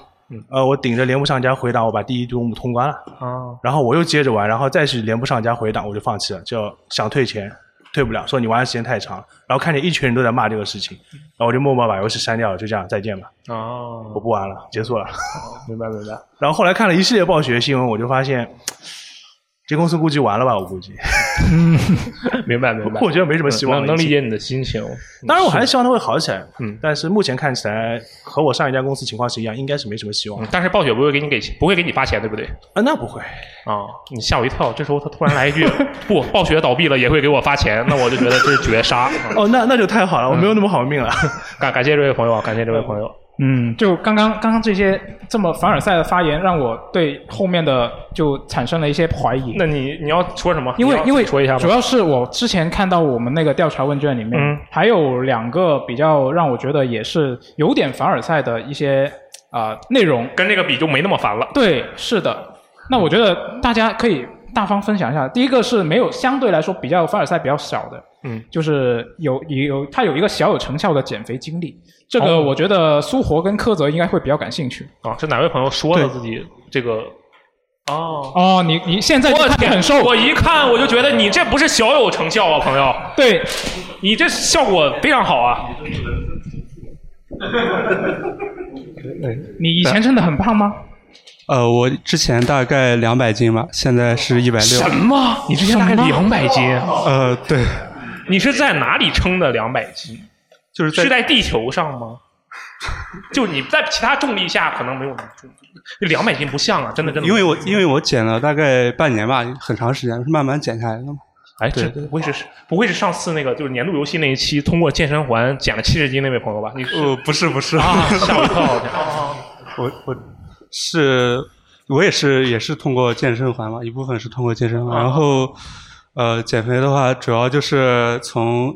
[SPEAKER 13] 呃，我顶着连不上加回档，我把第一周目通关了。
[SPEAKER 2] 啊，
[SPEAKER 13] 然后我又接着玩，然后再是连不上加回档，我就放弃了，就想退钱，退不了，说你玩的时间太长了。然后看见一群人都在骂这个事情，然后我就默默把游戏删掉了，就这样再见吧，
[SPEAKER 2] 哦，
[SPEAKER 13] 我不玩了，结 束了。
[SPEAKER 2] 明白明白。
[SPEAKER 13] 然后后来看了一系列暴雪新闻，我就发现这公司估计完了吧，我估计。
[SPEAKER 2] 明白明白。 嗯
[SPEAKER 13] 我觉得没什么希望了
[SPEAKER 2] 能能理
[SPEAKER 13] 已
[SPEAKER 2] 解
[SPEAKER 13] 经
[SPEAKER 2] 你的心情。嗯
[SPEAKER 13] 当然，我还是
[SPEAKER 2] 是
[SPEAKER 13] 希望它会好起来。
[SPEAKER 2] 嗯，
[SPEAKER 13] 但是目前看起来和我上一家公司情况是一样，应该是没什么希望的。
[SPEAKER 2] 嗯但是暴雪不会给你给钱，不会给你发钱，对不对？
[SPEAKER 13] 啊，那不会
[SPEAKER 2] 啊！你吓我一跳，这时候他突然来一句“不，暴雪倒闭了也会给我发钱”，那我就觉得这是绝杀。
[SPEAKER 13] 哦，那那就太好了，我没有那么好命了。
[SPEAKER 2] 感感谢这位朋友，啊，感谢这位朋友。
[SPEAKER 1] 嗯，就刚刚刚刚这些这么凡尔赛的发言，让我对 后面的就产生了一些怀疑。
[SPEAKER 2] 那你你要说什么？
[SPEAKER 1] 因为
[SPEAKER 2] 啊你
[SPEAKER 1] 因
[SPEAKER 2] 要
[SPEAKER 1] 为
[SPEAKER 2] 说一下吧
[SPEAKER 1] 主要是我之前看到我们那个调查问卷里面，
[SPEAKER 2] 嗯
[SPEAKER 1] 还有两个比较让我觉得也是有点凡尔赛的一些啊、呃内容，
[SPEAKER 2] 跟这个比就没那么烦了。
[SPEAKER 1] 对，是的。那我觉得大家可以大方分享一下。第一个是没有相对来说比较凡尔赛比较少的，
[SPEAKER 2] 嗯，
[SPEAKER 1] 就是有有他有一个小有成效的减肥经历，这个
[SPEAKER 2] 哦
[SPEAKER 1] 我觉得苏活跟柯泽应该会比较感兴趣。
[SPEAKER 2] 啊，是哪位朋友说的自己这个？哦
[SPEAKER 1] 哦，你你现在就
[SPEAKER 2] 我
[SPEAKER 1] 看你
[SPEAKER 2] 天
[SPEAKER 1] 很瘦，
[SPEAKER 2] 我一看我就觉得你这不是小有成效啊，朋友。
[SPEAKER 1] 对，
[SPEAKER 2] 你这效果非常好啊。
[SPEAKER 1] 你以前真的很胖吗？
[SPEAKER 16] 呃，我之前大概两百斤吧，现在是一百六。
[SPEAKER 2] 什么？你之前大概
[SPEAKER 16] 什么
[SPEAKER 2] 两百斤？啊
[SPEAKER 16] 呃，对，
[SPEAKER 2] 你是在哪里称的两百斤？
[SPEAKER 16] 就是
[SPEAKER 2] 是在地球上吗？就你在其他重力下可能没有那么重，这两百斤不像啊，真的真的。
[SPEAKER 16] 因为我因为我减了大概半年吧，很长时间，是慢慢减下来的嘛。
[SPEAKER 2] 哎，
[SPEAKER 16] 对
[SPEAKER 2] 这不会是不会是上次那个就是年度游戏那一期通过健身环减了七十斤那位朋友吧？你
[SPEAKER 16] 呃不是不是
[SPEAKER 2] 啊，吓我一跳！
[SPEAKER 16] 我我是我也是也是通过健身环嘛，一部分是通过健
[SPEAKER 2] 啊
[SPEAKER 16] 身环，然后呃减肥的话，主要就是从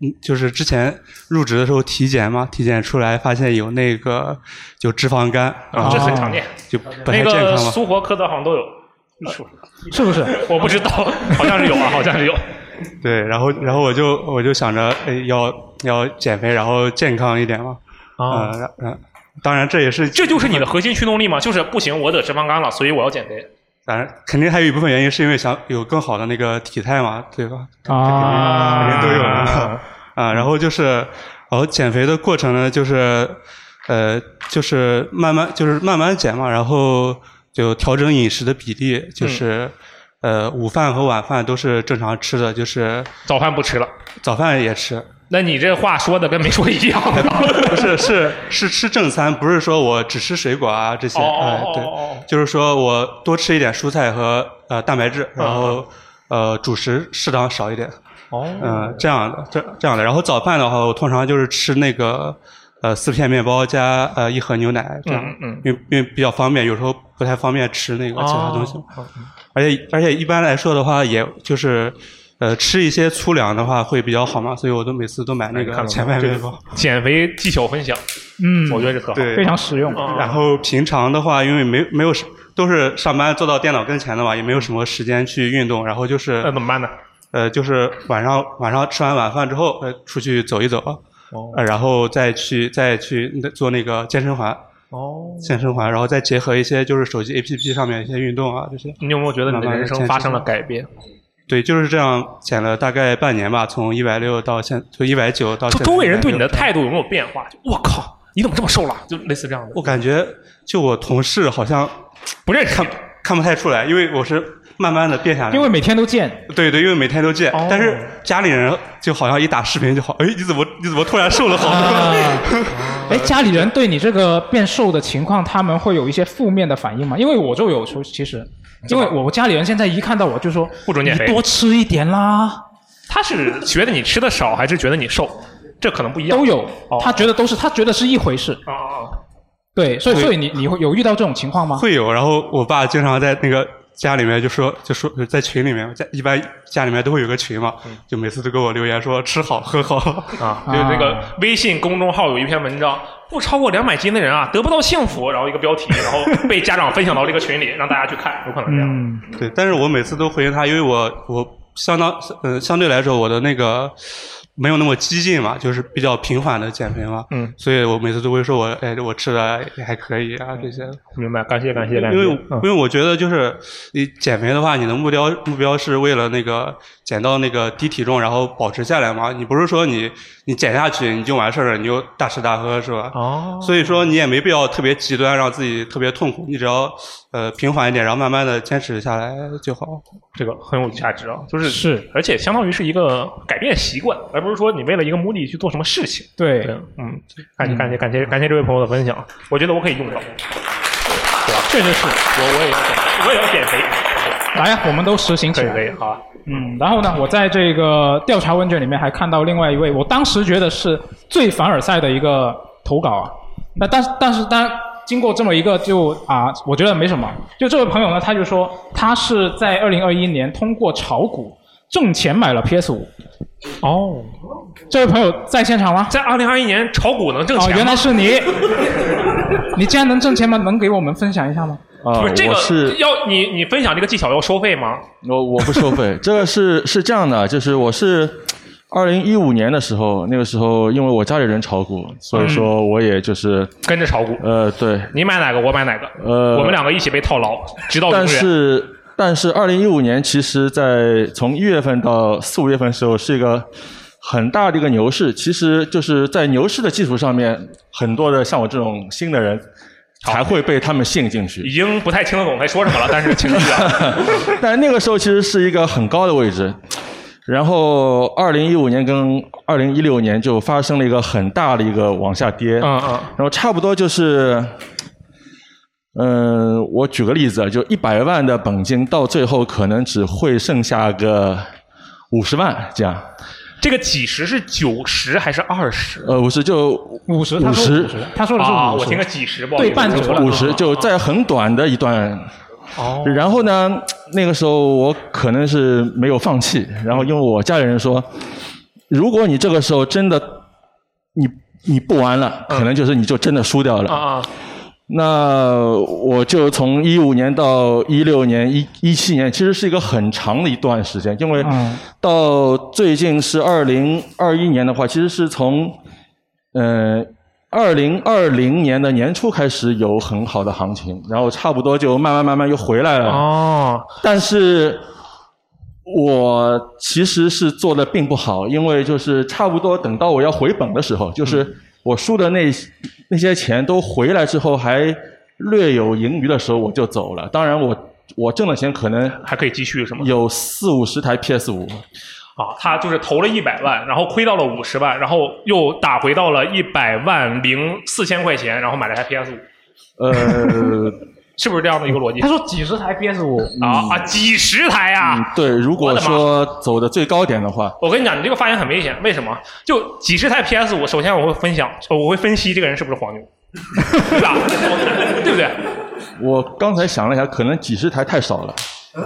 [SPEAKER 16] 嗯就是之前入职的时候体检嘛，体检出来发现有那个有脂肪肝，然后
[SPEAKER 2] 啊这很常见
[SPEAKER 16] 啊就不太
[SPEAKER 2] 那
[SPEAKER 16] 健
[SPEAKER 2] 个
[SPEAKER 16] 康嘛。
[SPEAKER 2] 苏活、科德好像都有，
[SPEAKER 1] 是不是？
[SPEAKER 2] 我不知道，好像是 有啊，好像是有。
[SPEAKER 16] 对，然后然后我就我就想着，哎，要要减肥，然后健康一点嘛。
[SPEAKER 2] 啊
[SPEAKER 16] 呃然然当然这也是
[SPEAKER 2] 这就是你的核心驱动力吗？就是不行，我得脂肪肝了，所以我要减肥。
[SPEAKER 16] 当然肯定还有一部分原因是因为想有更好的那个体态嘛，对吧？
[SPEAKER 1] 啊，
[SPEAKER 16] 肯定都有的 啊。然后就是，然后减肥的过程呢，就是呃，就是慢慢就是慢慢减嘛，然后就调整饮食的比例，
[SPEAKER 2] 嗯
[SPEAKER 16] 就是。呃，午饭和晚饭都是正常吃的，就是
[SPEAKER 2] 早饭不吃了，
[SPEAKER 16] 早饭也吃，
[SPEAKER 2] 那你这话说的跟没 说一样。
[SPEAKER 16] 不是，是是吃正餐，不是说我只吃水果啊这些，
[SPEAKER 2] 哦
[SPEAKER 16] 哎，对，就是说我多吃一点蔬菜和呃蛋白质，然
[SPEAKER 2] 嗯
[SPEAKER 16] 后呃主食适当少一点，
[SPEAKER 2] 哦
[SPEAKER 16] 嗯、这样的，这这样的。然后早饭的话，我通常就是吃那个呃四片面包加呃一盒牛奶这样，
[SPEAKER 2] 嗯嗯
[SPEAKER 16] 因为因为比较方便，有时候不太方便吃那个其他东西，
[SPEAKER 2] 哦
[SPEAKER 16] 而且而且一般来说的话，也就是。呃，吃一些粗粮的话会比较好嘛，所以我都每次都买那
[SPEAKER 2] 哎看
[SPEAKER 16] 个
[SPEAKER 2] 到
[SPEAKER 16] 前排
[SPEAKER 2] 这个
[SPEAKER 16] 面包。
[SPEAKER 2] 减肥技巧分享，
[SPEAKER 1] 嗯
[SPEAKER 2] 我觉得这特好，嗯
[SPEAKER 16] 对，
[SPEAKER 1] 实用
[SPEAKER 16] 然后平常的话，因为没没有什都是上班坐到电脑跟前的嘛，也没有什么时间去运动，然后就是
[SPEAKER 2] 那怎么办呢？
[SPEAKER 16] 呃，就是晚上晚上吃完晚饭之后，呃，出去走一走，
[SPEAKER 2] 哦
[SPEAKER 16] 呃然后再去再去那做那个健身环，
[SPEAKER 2] 哦
[SPEAKER 16] 健身环，然后再结合一些就是手机 APP 上面一些运动啊这些。
[SPEAKER 2] 你有没有觉得你的
[SPEAKER 16] 慢慢地
[SPEAKER 2] 人生
[SPEAKER 16] 坚持
[SPEAKER 2] 发生
[SPEAKER 16] 下
[SPEAKER 2] 了
[SPEAKER 16] 来
[SPEAKER 2] 改变？
[SPEAKER 16] 对，就是这样减了大概半年吧，从一百六到现，从一百九到现在。
[SPEAKER 2] 周围人对你的态度有没有变化？就我靠，你怎么这么瘦了？就类似这样的。
[SPEAKER 16] 我感觉就我同事好像
[SPEAKER 2] 不认识，
[SPEAKER 16] 看看不太出来，因为我是慢慢的变下来。
[SPEAKER 1] 因为每天都见。
[SPEAKER 16] 对对，因为每天都见，
[SPEAKER 2] 哦
[SPEAKER 16] 但是家里人就好像一打视频就好，哎，你怎么你怎么突然瘦了好多？
[SPEAKER 2] 啊
[SPEAKER 1] 哎，家里人对你这个变瘦的情况，他们会有一些负面的反应吗？因为我就有时候其实，因为我家里人现在一看到我就说
[SPEAKER 2] 不准减肥
[SPEAKER 1] 你多吃一点啦，
[SPEAKER 2] 他是觉得你吃的少，还是觉得你瘦？这可能不一样。
[SPEAKER 1] 都有
[SPEAKER 2] 哦，
[SPEAKER 1] 他觉得都是他觉得是一回事。对，所以所以你你会有遇到这种情况吗？
[SPEAKER 16] 会有，然后我爸经常在那个家里面就说就说在群里面，家一般家里面都会有个群嘛，就每次都给我留言说吃好喝好
[SPEAKER 2] 嗯啊就是那个微信公众号有一篇文章，不超过两百斤的人啊，得不到幸福，然后一个标题，然后被家长分享到这个群里，让大家去看，有可能这样。
[SPEAKER 1] 嗯，
[SPEAKER 16] 对，但是我每次都回应他，因为我我相当呃相对来说我的那个没有那么激进嘛，就是比较平缓的减肥嘛，
[SPEAKER 2] 嗯，
[SPEAKER 16] 所以我每次都会说我哎我吃的还可以啊这些。
[SPEAKER 2] 明白，感谢感谢感谢。
[SPEAKER 16] 因为我
[SPEAKER 2] 嗯
[SPEAKER 16] 因为我觉得就是你减肥的话，你的目标目标是为了那个减到那个低体重，然后保持下来嘛。你不是说你你减下去你就完事儿了，你就大吃大喝是吧？
[SPEAKER 2] 哦
[SPEAKER 16] 所以说你也没必要特别极端，让自己特别痛苦。你只要呃平缓一点，然后慢慢的坚持下来就好。
[SPEAKER 2] 这个很有价值啊，就是是，而且相当于是一个改变习惯，而不是说你为了一个目的去做什么事情。
[SPEAKER 1] 对，
[SPEAKER 2] 嗯，感谢感谢感谢感谢这位朋友的分享，我觉得我可以用到，对吧？
[SPEAKER 1] 确实是，
[SPEAKER 2] 我我也要减，我也要减肥，
[SPEAKER 1] 来呀，我们都实行起来。
[SPEAKER 2] 可以可以，好啊。
[SPEAKER 1] 嗯，然后呢，我在这个调查问卷里面还看到另外一位，我当时觉得是最凡尔赛的一个投稿啊，那但是但是当然经过这么一个就啊，我觉得没什么。就这位朋友呢，他就说他是在二零二一年通过炒股挣钱买了 PS 五。哦，这位朋友在现场吗？
[SPEAKER 2] 在二零二一年炒股能挣钱
[SPEAKER 1] 哦，
[SPEAKER 2] 吗
[SPEAKER 1] 原来是你，你竟然能挣钱吗？能给我们分享一下吗？
[SPEAKER 14] 啊
[SPEAKER 2] 不是这
[SPEAKER 14] 我
[SPEAKER 2] 个
[SPEAKER 14] 是
[SPEAKER 2] 要你你分享这个技巧要收费吗？
[SPEAKER 14] 我我不收费，这个是是这样的，就是我是二零一五年的时候，那个时候因为我家里人炒股，所以说我也就是
[SPEAKER 2] 嗯跟着炒股。
[SPEAKER 14] 呃，对，
[SPEAKER 2] 你买哪个，我买哪个，
[SPEAKER 14] 呃，
[SPEAKER 2] 我们两个一起被套牢，直到
[SPEAKER 14] 但
[SPEAKER 2] 永远。
[SPEAKER 14] 是但是，二零一五年其实在从一月份到四五月份的时候是一个很大的一个牛市，其实就是在牛市的基础上面，很多的像我这种新的人才会被他们吸引进去。
[SPEAKER 2] 已经不太听得懂在说什么了，但是请继续啊。
[SPEAKER 14] 但那个时候其实是一个很高的位置。然后，二零一五年跟二零一六年就发生了一个很大的一个往下跌。
[SPEAKER 2] 嗯嗯。
[SPEAKER 14] 然后差不多就是，嗯、我举个例子啊，就一百万的本金到最后可能只会剩下个五十万这样。
[SPEAKER 2] 这个几十是九十还是二十？
[SPEAKER 14] 呃，五十就
[SPEAKER 1] 五十
[SPEAKER 14] 五
[SPEAKER 1] 他说50，
[SPEAKER 14] 十
[SPEAKER 1] 他说的是
[SPEAKER 2] 啊，
[SPEAKER 14] 50
[SPEAKER 2] 我听个几十，不好意思
[SPEAKER 14] 五十，就在很短的一段。
[SPEAKER 2] 哦。
[SPEAKER 14] 然后呢，那个时候我可能是没有放弃，然后因为我家里人说，如果你这个时候真的你你不玩了，可能就是你就真的输掉了。
[SPEAKER 2] 嗯啊啊。
[SPEAKER 14] 那我就从一五年到一六年、一一七年，其实是一个很长的一段时间，因为
[SPEAKER 1] 嗯
[SPEAKER 14] 到最近是二零二一年的话，其实是从嗯二零二零年的年初开始有很好的行情，然后差不多就慢慢慢慢又回来了。
[SPEAKER 2] 哦，
[SPEAKER 14] 但是我其实是做的并不好，因为就是差不多等到我要回本的时候，
[SPEAKER 2] 嗯
[SPEAKER 14] 就是我输的那那些钱都回来之后还略有盈余的时候，我就走了。当然我，我挣的钱可能
[SPEAKER 2] 还可以继续，是吗？
[SPEAKER 14] 有四五十台 PS 五，
[SPEAKER 2] 啊，他就是投了一百万，然后亏到了五十万，然后又打回到了一百万零四千块钱，然后买了台 PS 五，
[SPEAKER 14] 呃，
[SPEAKER 2] 是不是这样的一个逻辑？
[SPEAKER 1] 他说几十台 PS 五
[SPEAKER 2] 啊啊，几十台啊！
[SPEAKER 14] 嗯对，如
[SPEAKER 2] 我
[SPEAKER 14] 果
[SPEAKER 2] 的妈
[SPEAKER 14] 说走的最高点的话，
[SPEAKER 2] 我跟你讲，你这个发言很危险，为什么？就几十台 PS 五，首先我会分享，我会分析这个人是不是黄牛，对吧？对不对？
[SPEAKER 14] 我刚才想了一下，可能几十台太少了。嗯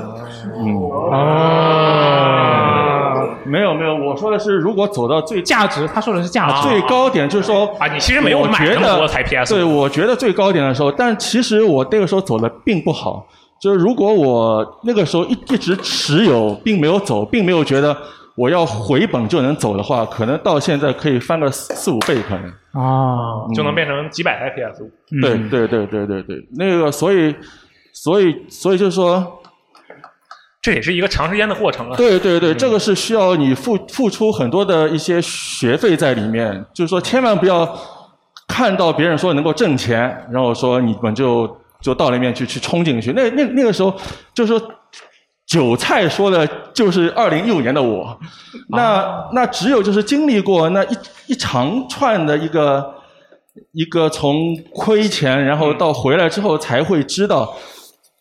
[SPEAKER 2] 哦，
[SPEAKER 14] 没有没有，我说的是如果走到最啊
[SPEAKER 1] 价值，他说的是价值
[SPEAKER 14] 最高点，就是说
[SPEAKER 2] 啊，你其实没有
[SPEAKER 14] 我
[SPEAKER 2] 买
[SPEAKER 14] 觉
[SPEAKER 2] 那么
[SPEAKER 14] 得
[SPEAKER 2] 多台 PS
[SPEAKER 14] 对，我觉得最高点的时候，但其实我那个时候走的并不好。就是如果我那个时候一一直持有，并没有走，并没有觉得我要回本就能走的话，可能到现在可以翻个四四五倍，可能。
[SPEAKER 1] 啊
[SPEAKER 2] 就能变成几百台 PS 五。
[SPEAKER 14] 对对对对对对，那
[SPEAKER 1] 嗯
[SPEAKER 14] 个所以所以所以就是说，
[SPEAKER 2] 这也是一个长时间的过程啊。
[SPEAKER 14] 对对对，这个是需要你付付出很多的一些学费在里面，就是说千万不要看到别人说能够挣钱，然后说你们就就到那边去去冲进去，那那那个时候就是说。韭菜说的就是二零一五年的我，那那只有就是经历过那一一长串的一个一个从亏钱，然后到回来之后才会知道，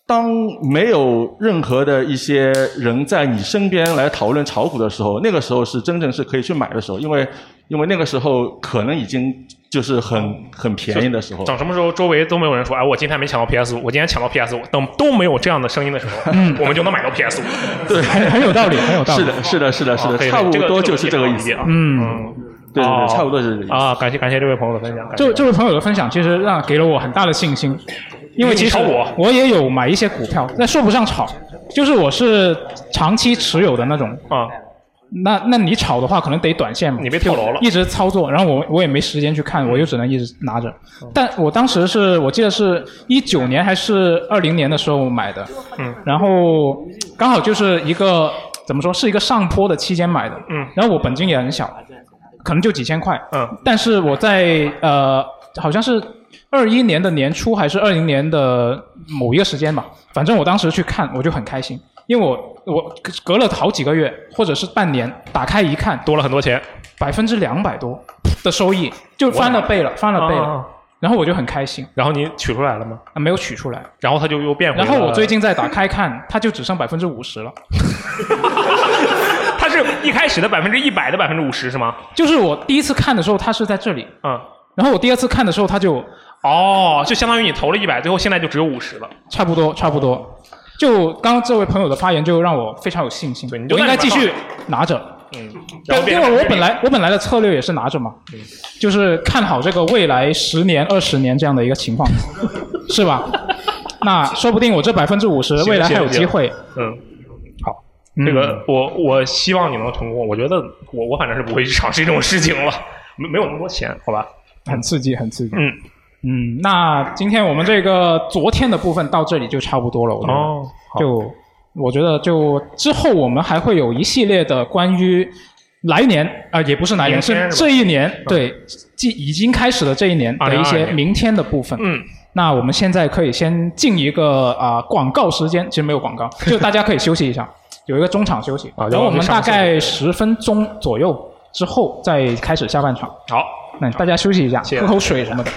[SPEAKER 14] 当没有任何的一些人在你身边来讨论炒股的时候，那个时候是真正是可以去买的时候，因为因为那个时候可能已经就是很很便宜的时候。
[SPEAKER 2] 等什么时候周围都没有人说，哎，我今天没抢到 PS 五，我今天抢到 PS 五，等都没有这样的声音的时候，我们就能买到 PS 五。
[SPEAKER 14] 对，很
[SPEAKER 1] 嗯很有道理，很有道理。
[SPEAKER 14] 是的，是的，是的，是
[SPEAKER 2] 哦可以可
[SPEAKER 14] 的，
[SPEAKER 2] 以
[SPEAKER 14] 差不
[SPEAKER 2] 这个
[SPEAKER 14] 多
[SPEAKER 2] 这个
[SPEAKER 14] 就是这个意思。
[SPEAKER 2] 啊
[SPEAKER 1] 嗯，
[SPEAKER 14] 对对
[SPEAKER 2] 哦
[SPEAKER 14] 对，差不多就是这个意思。
[SPEAKER 2] 啊，感谢感谢这位朋友的分享。感谢
[SPEAKER 1] 这这位朋友的分享，其实让给了我很大的信心，因为其实
[SPEAKER 2] 因为你炒
[SPEAKER 1] 我也有买一些股票，但说不上炒，就是我是长期持有的那种
[SPEAKER 2] 啊。
[SPEAKER 1] 那那你炒的话，可能得短线嘛，
[SPEAKER 2] 你被套牢
[SPEAKER 1] 就
[SPEAKER 2] 了
[SPEAKER 1] 一直操作，然后我我也没时间去看，我就只能一直拿着。
[SPEAKER 2] 嗯
[SPEAKER 1] 但我当时是我记得是一九年还是二零年的时候买的，
[SPEAKER 2] 嗯
[SPEAKER 1] 然后刚好就是一个怎么说是一个上坡的期间买的，
[SPEAKER 2] 嗯，
[SPEAKER 1] 然后我本金也很小，可能就几千块，
[SPEAKER 2] 嗯，
[SPEAKER 1] 但是我在呃好像是二一年的年初还是二零年的某一个时间吧，反正我当时去看我就很开心，因为我我隔了好几个月或者是半年，打开一看
[SPEAKER 2] 多了很多钱，
[SPEAKER 1] 百分之两百多的收益，就翻了倍了，翻了倍了。
[SPEAKER 2] 啊
[SPEAKER 1] 然后我就很开心。
[SPEAKER 2] 然后你取出来了吗？
[SPEAKER 1] 啊，没有取出来。
[SPEAKER 2] 然后它就又变回。
[SPEAKER 1] 然后我最近再打， 开看，它就只剩百分之五十了。
[SPEAKER 2] 它是一开始的百分之一百的百分之五十是吗？
[SPEAKER 1] 就是我第一次看的时候，它是在这里，
[SPEAKER 2] 嗯，
[SPEAKER 1] 然后我第二次看的时候，它就
[SPEAKER 2] 哦，就相当于你投了一百，最后现在就只有五十了。
[SPEAKER 1] 差不多差不多。就刚刚这位朋友的发言，就让我非常有信心，
[SPEAKER 2] 你就
[SPEAKER 1] 我应
[SPEAKER 2] 在
[SPEAKER 1] 该
[SPEAKER 2] 里面
[SPEAKER 1] 继续拿着。
[SPEAKER 2] 嗯，然后
[SPEAKER 1] 因
[SPEAKER 2] 变嗯
[SPEAKER 1] 为
[SPEAKER 2] 成
[SPEAKER 1] 我本来我本来的策略也是拿着嘛，就是看好这个未来十年、二十年这样的一个情 况，是吧？那说不定我这百分之五十
[SPEAKER 2] 行
[SPEAKER 1] 未来还
[SPEAKER 2] 行
[SPEAKER 1] 有机会。嗯
[SPEAKER 2] 嗯，好，这个我我希望你能成功。我觉得我我反正是不会去尝试这种事情了，没没有那么多钱，好吧？
[SPEAKER 1] 很刺激，很刺激。
[SPEAKER 2] 嗯
[SPEAKER 1] 嗯，那今天我们这个昨天的部分到这里就差不多了，我觉得。
[SPEAKER 2] 哦好
[SPEAKER 1] 就我觉得就之后我们还会有一系列的关于来年啊、也不是来年，
[SPEAKER 2] 明
[SPEAKER 1] 是
[SPEAKER 2] 天是吧嗯
[SPEAKER 1] 这一年、对，即已经开始的这一年的一
[SPEAKER 2] 2022
[SPEAKER 1] 些
[SPEAKER 2] 年
[SPEAKER 1] 明天的部分。
[SPEAKER 2] 嗯。
[SPEAKER 1] 那我们现在可以先进一个啊、广告时间，其实没有广告，就大家可以休息一下， 有一个中场休息。
[SPEAKER 2] 啊
[SPEAKER 1] 等我们大
[SPEAKER 2] 然
[SPEAKER 1] 概十分钟左右之后再开始下半场。
[SPEAKER 2] 好，
[SPEAKER 1] 那大家休息一下，喝口水什么的。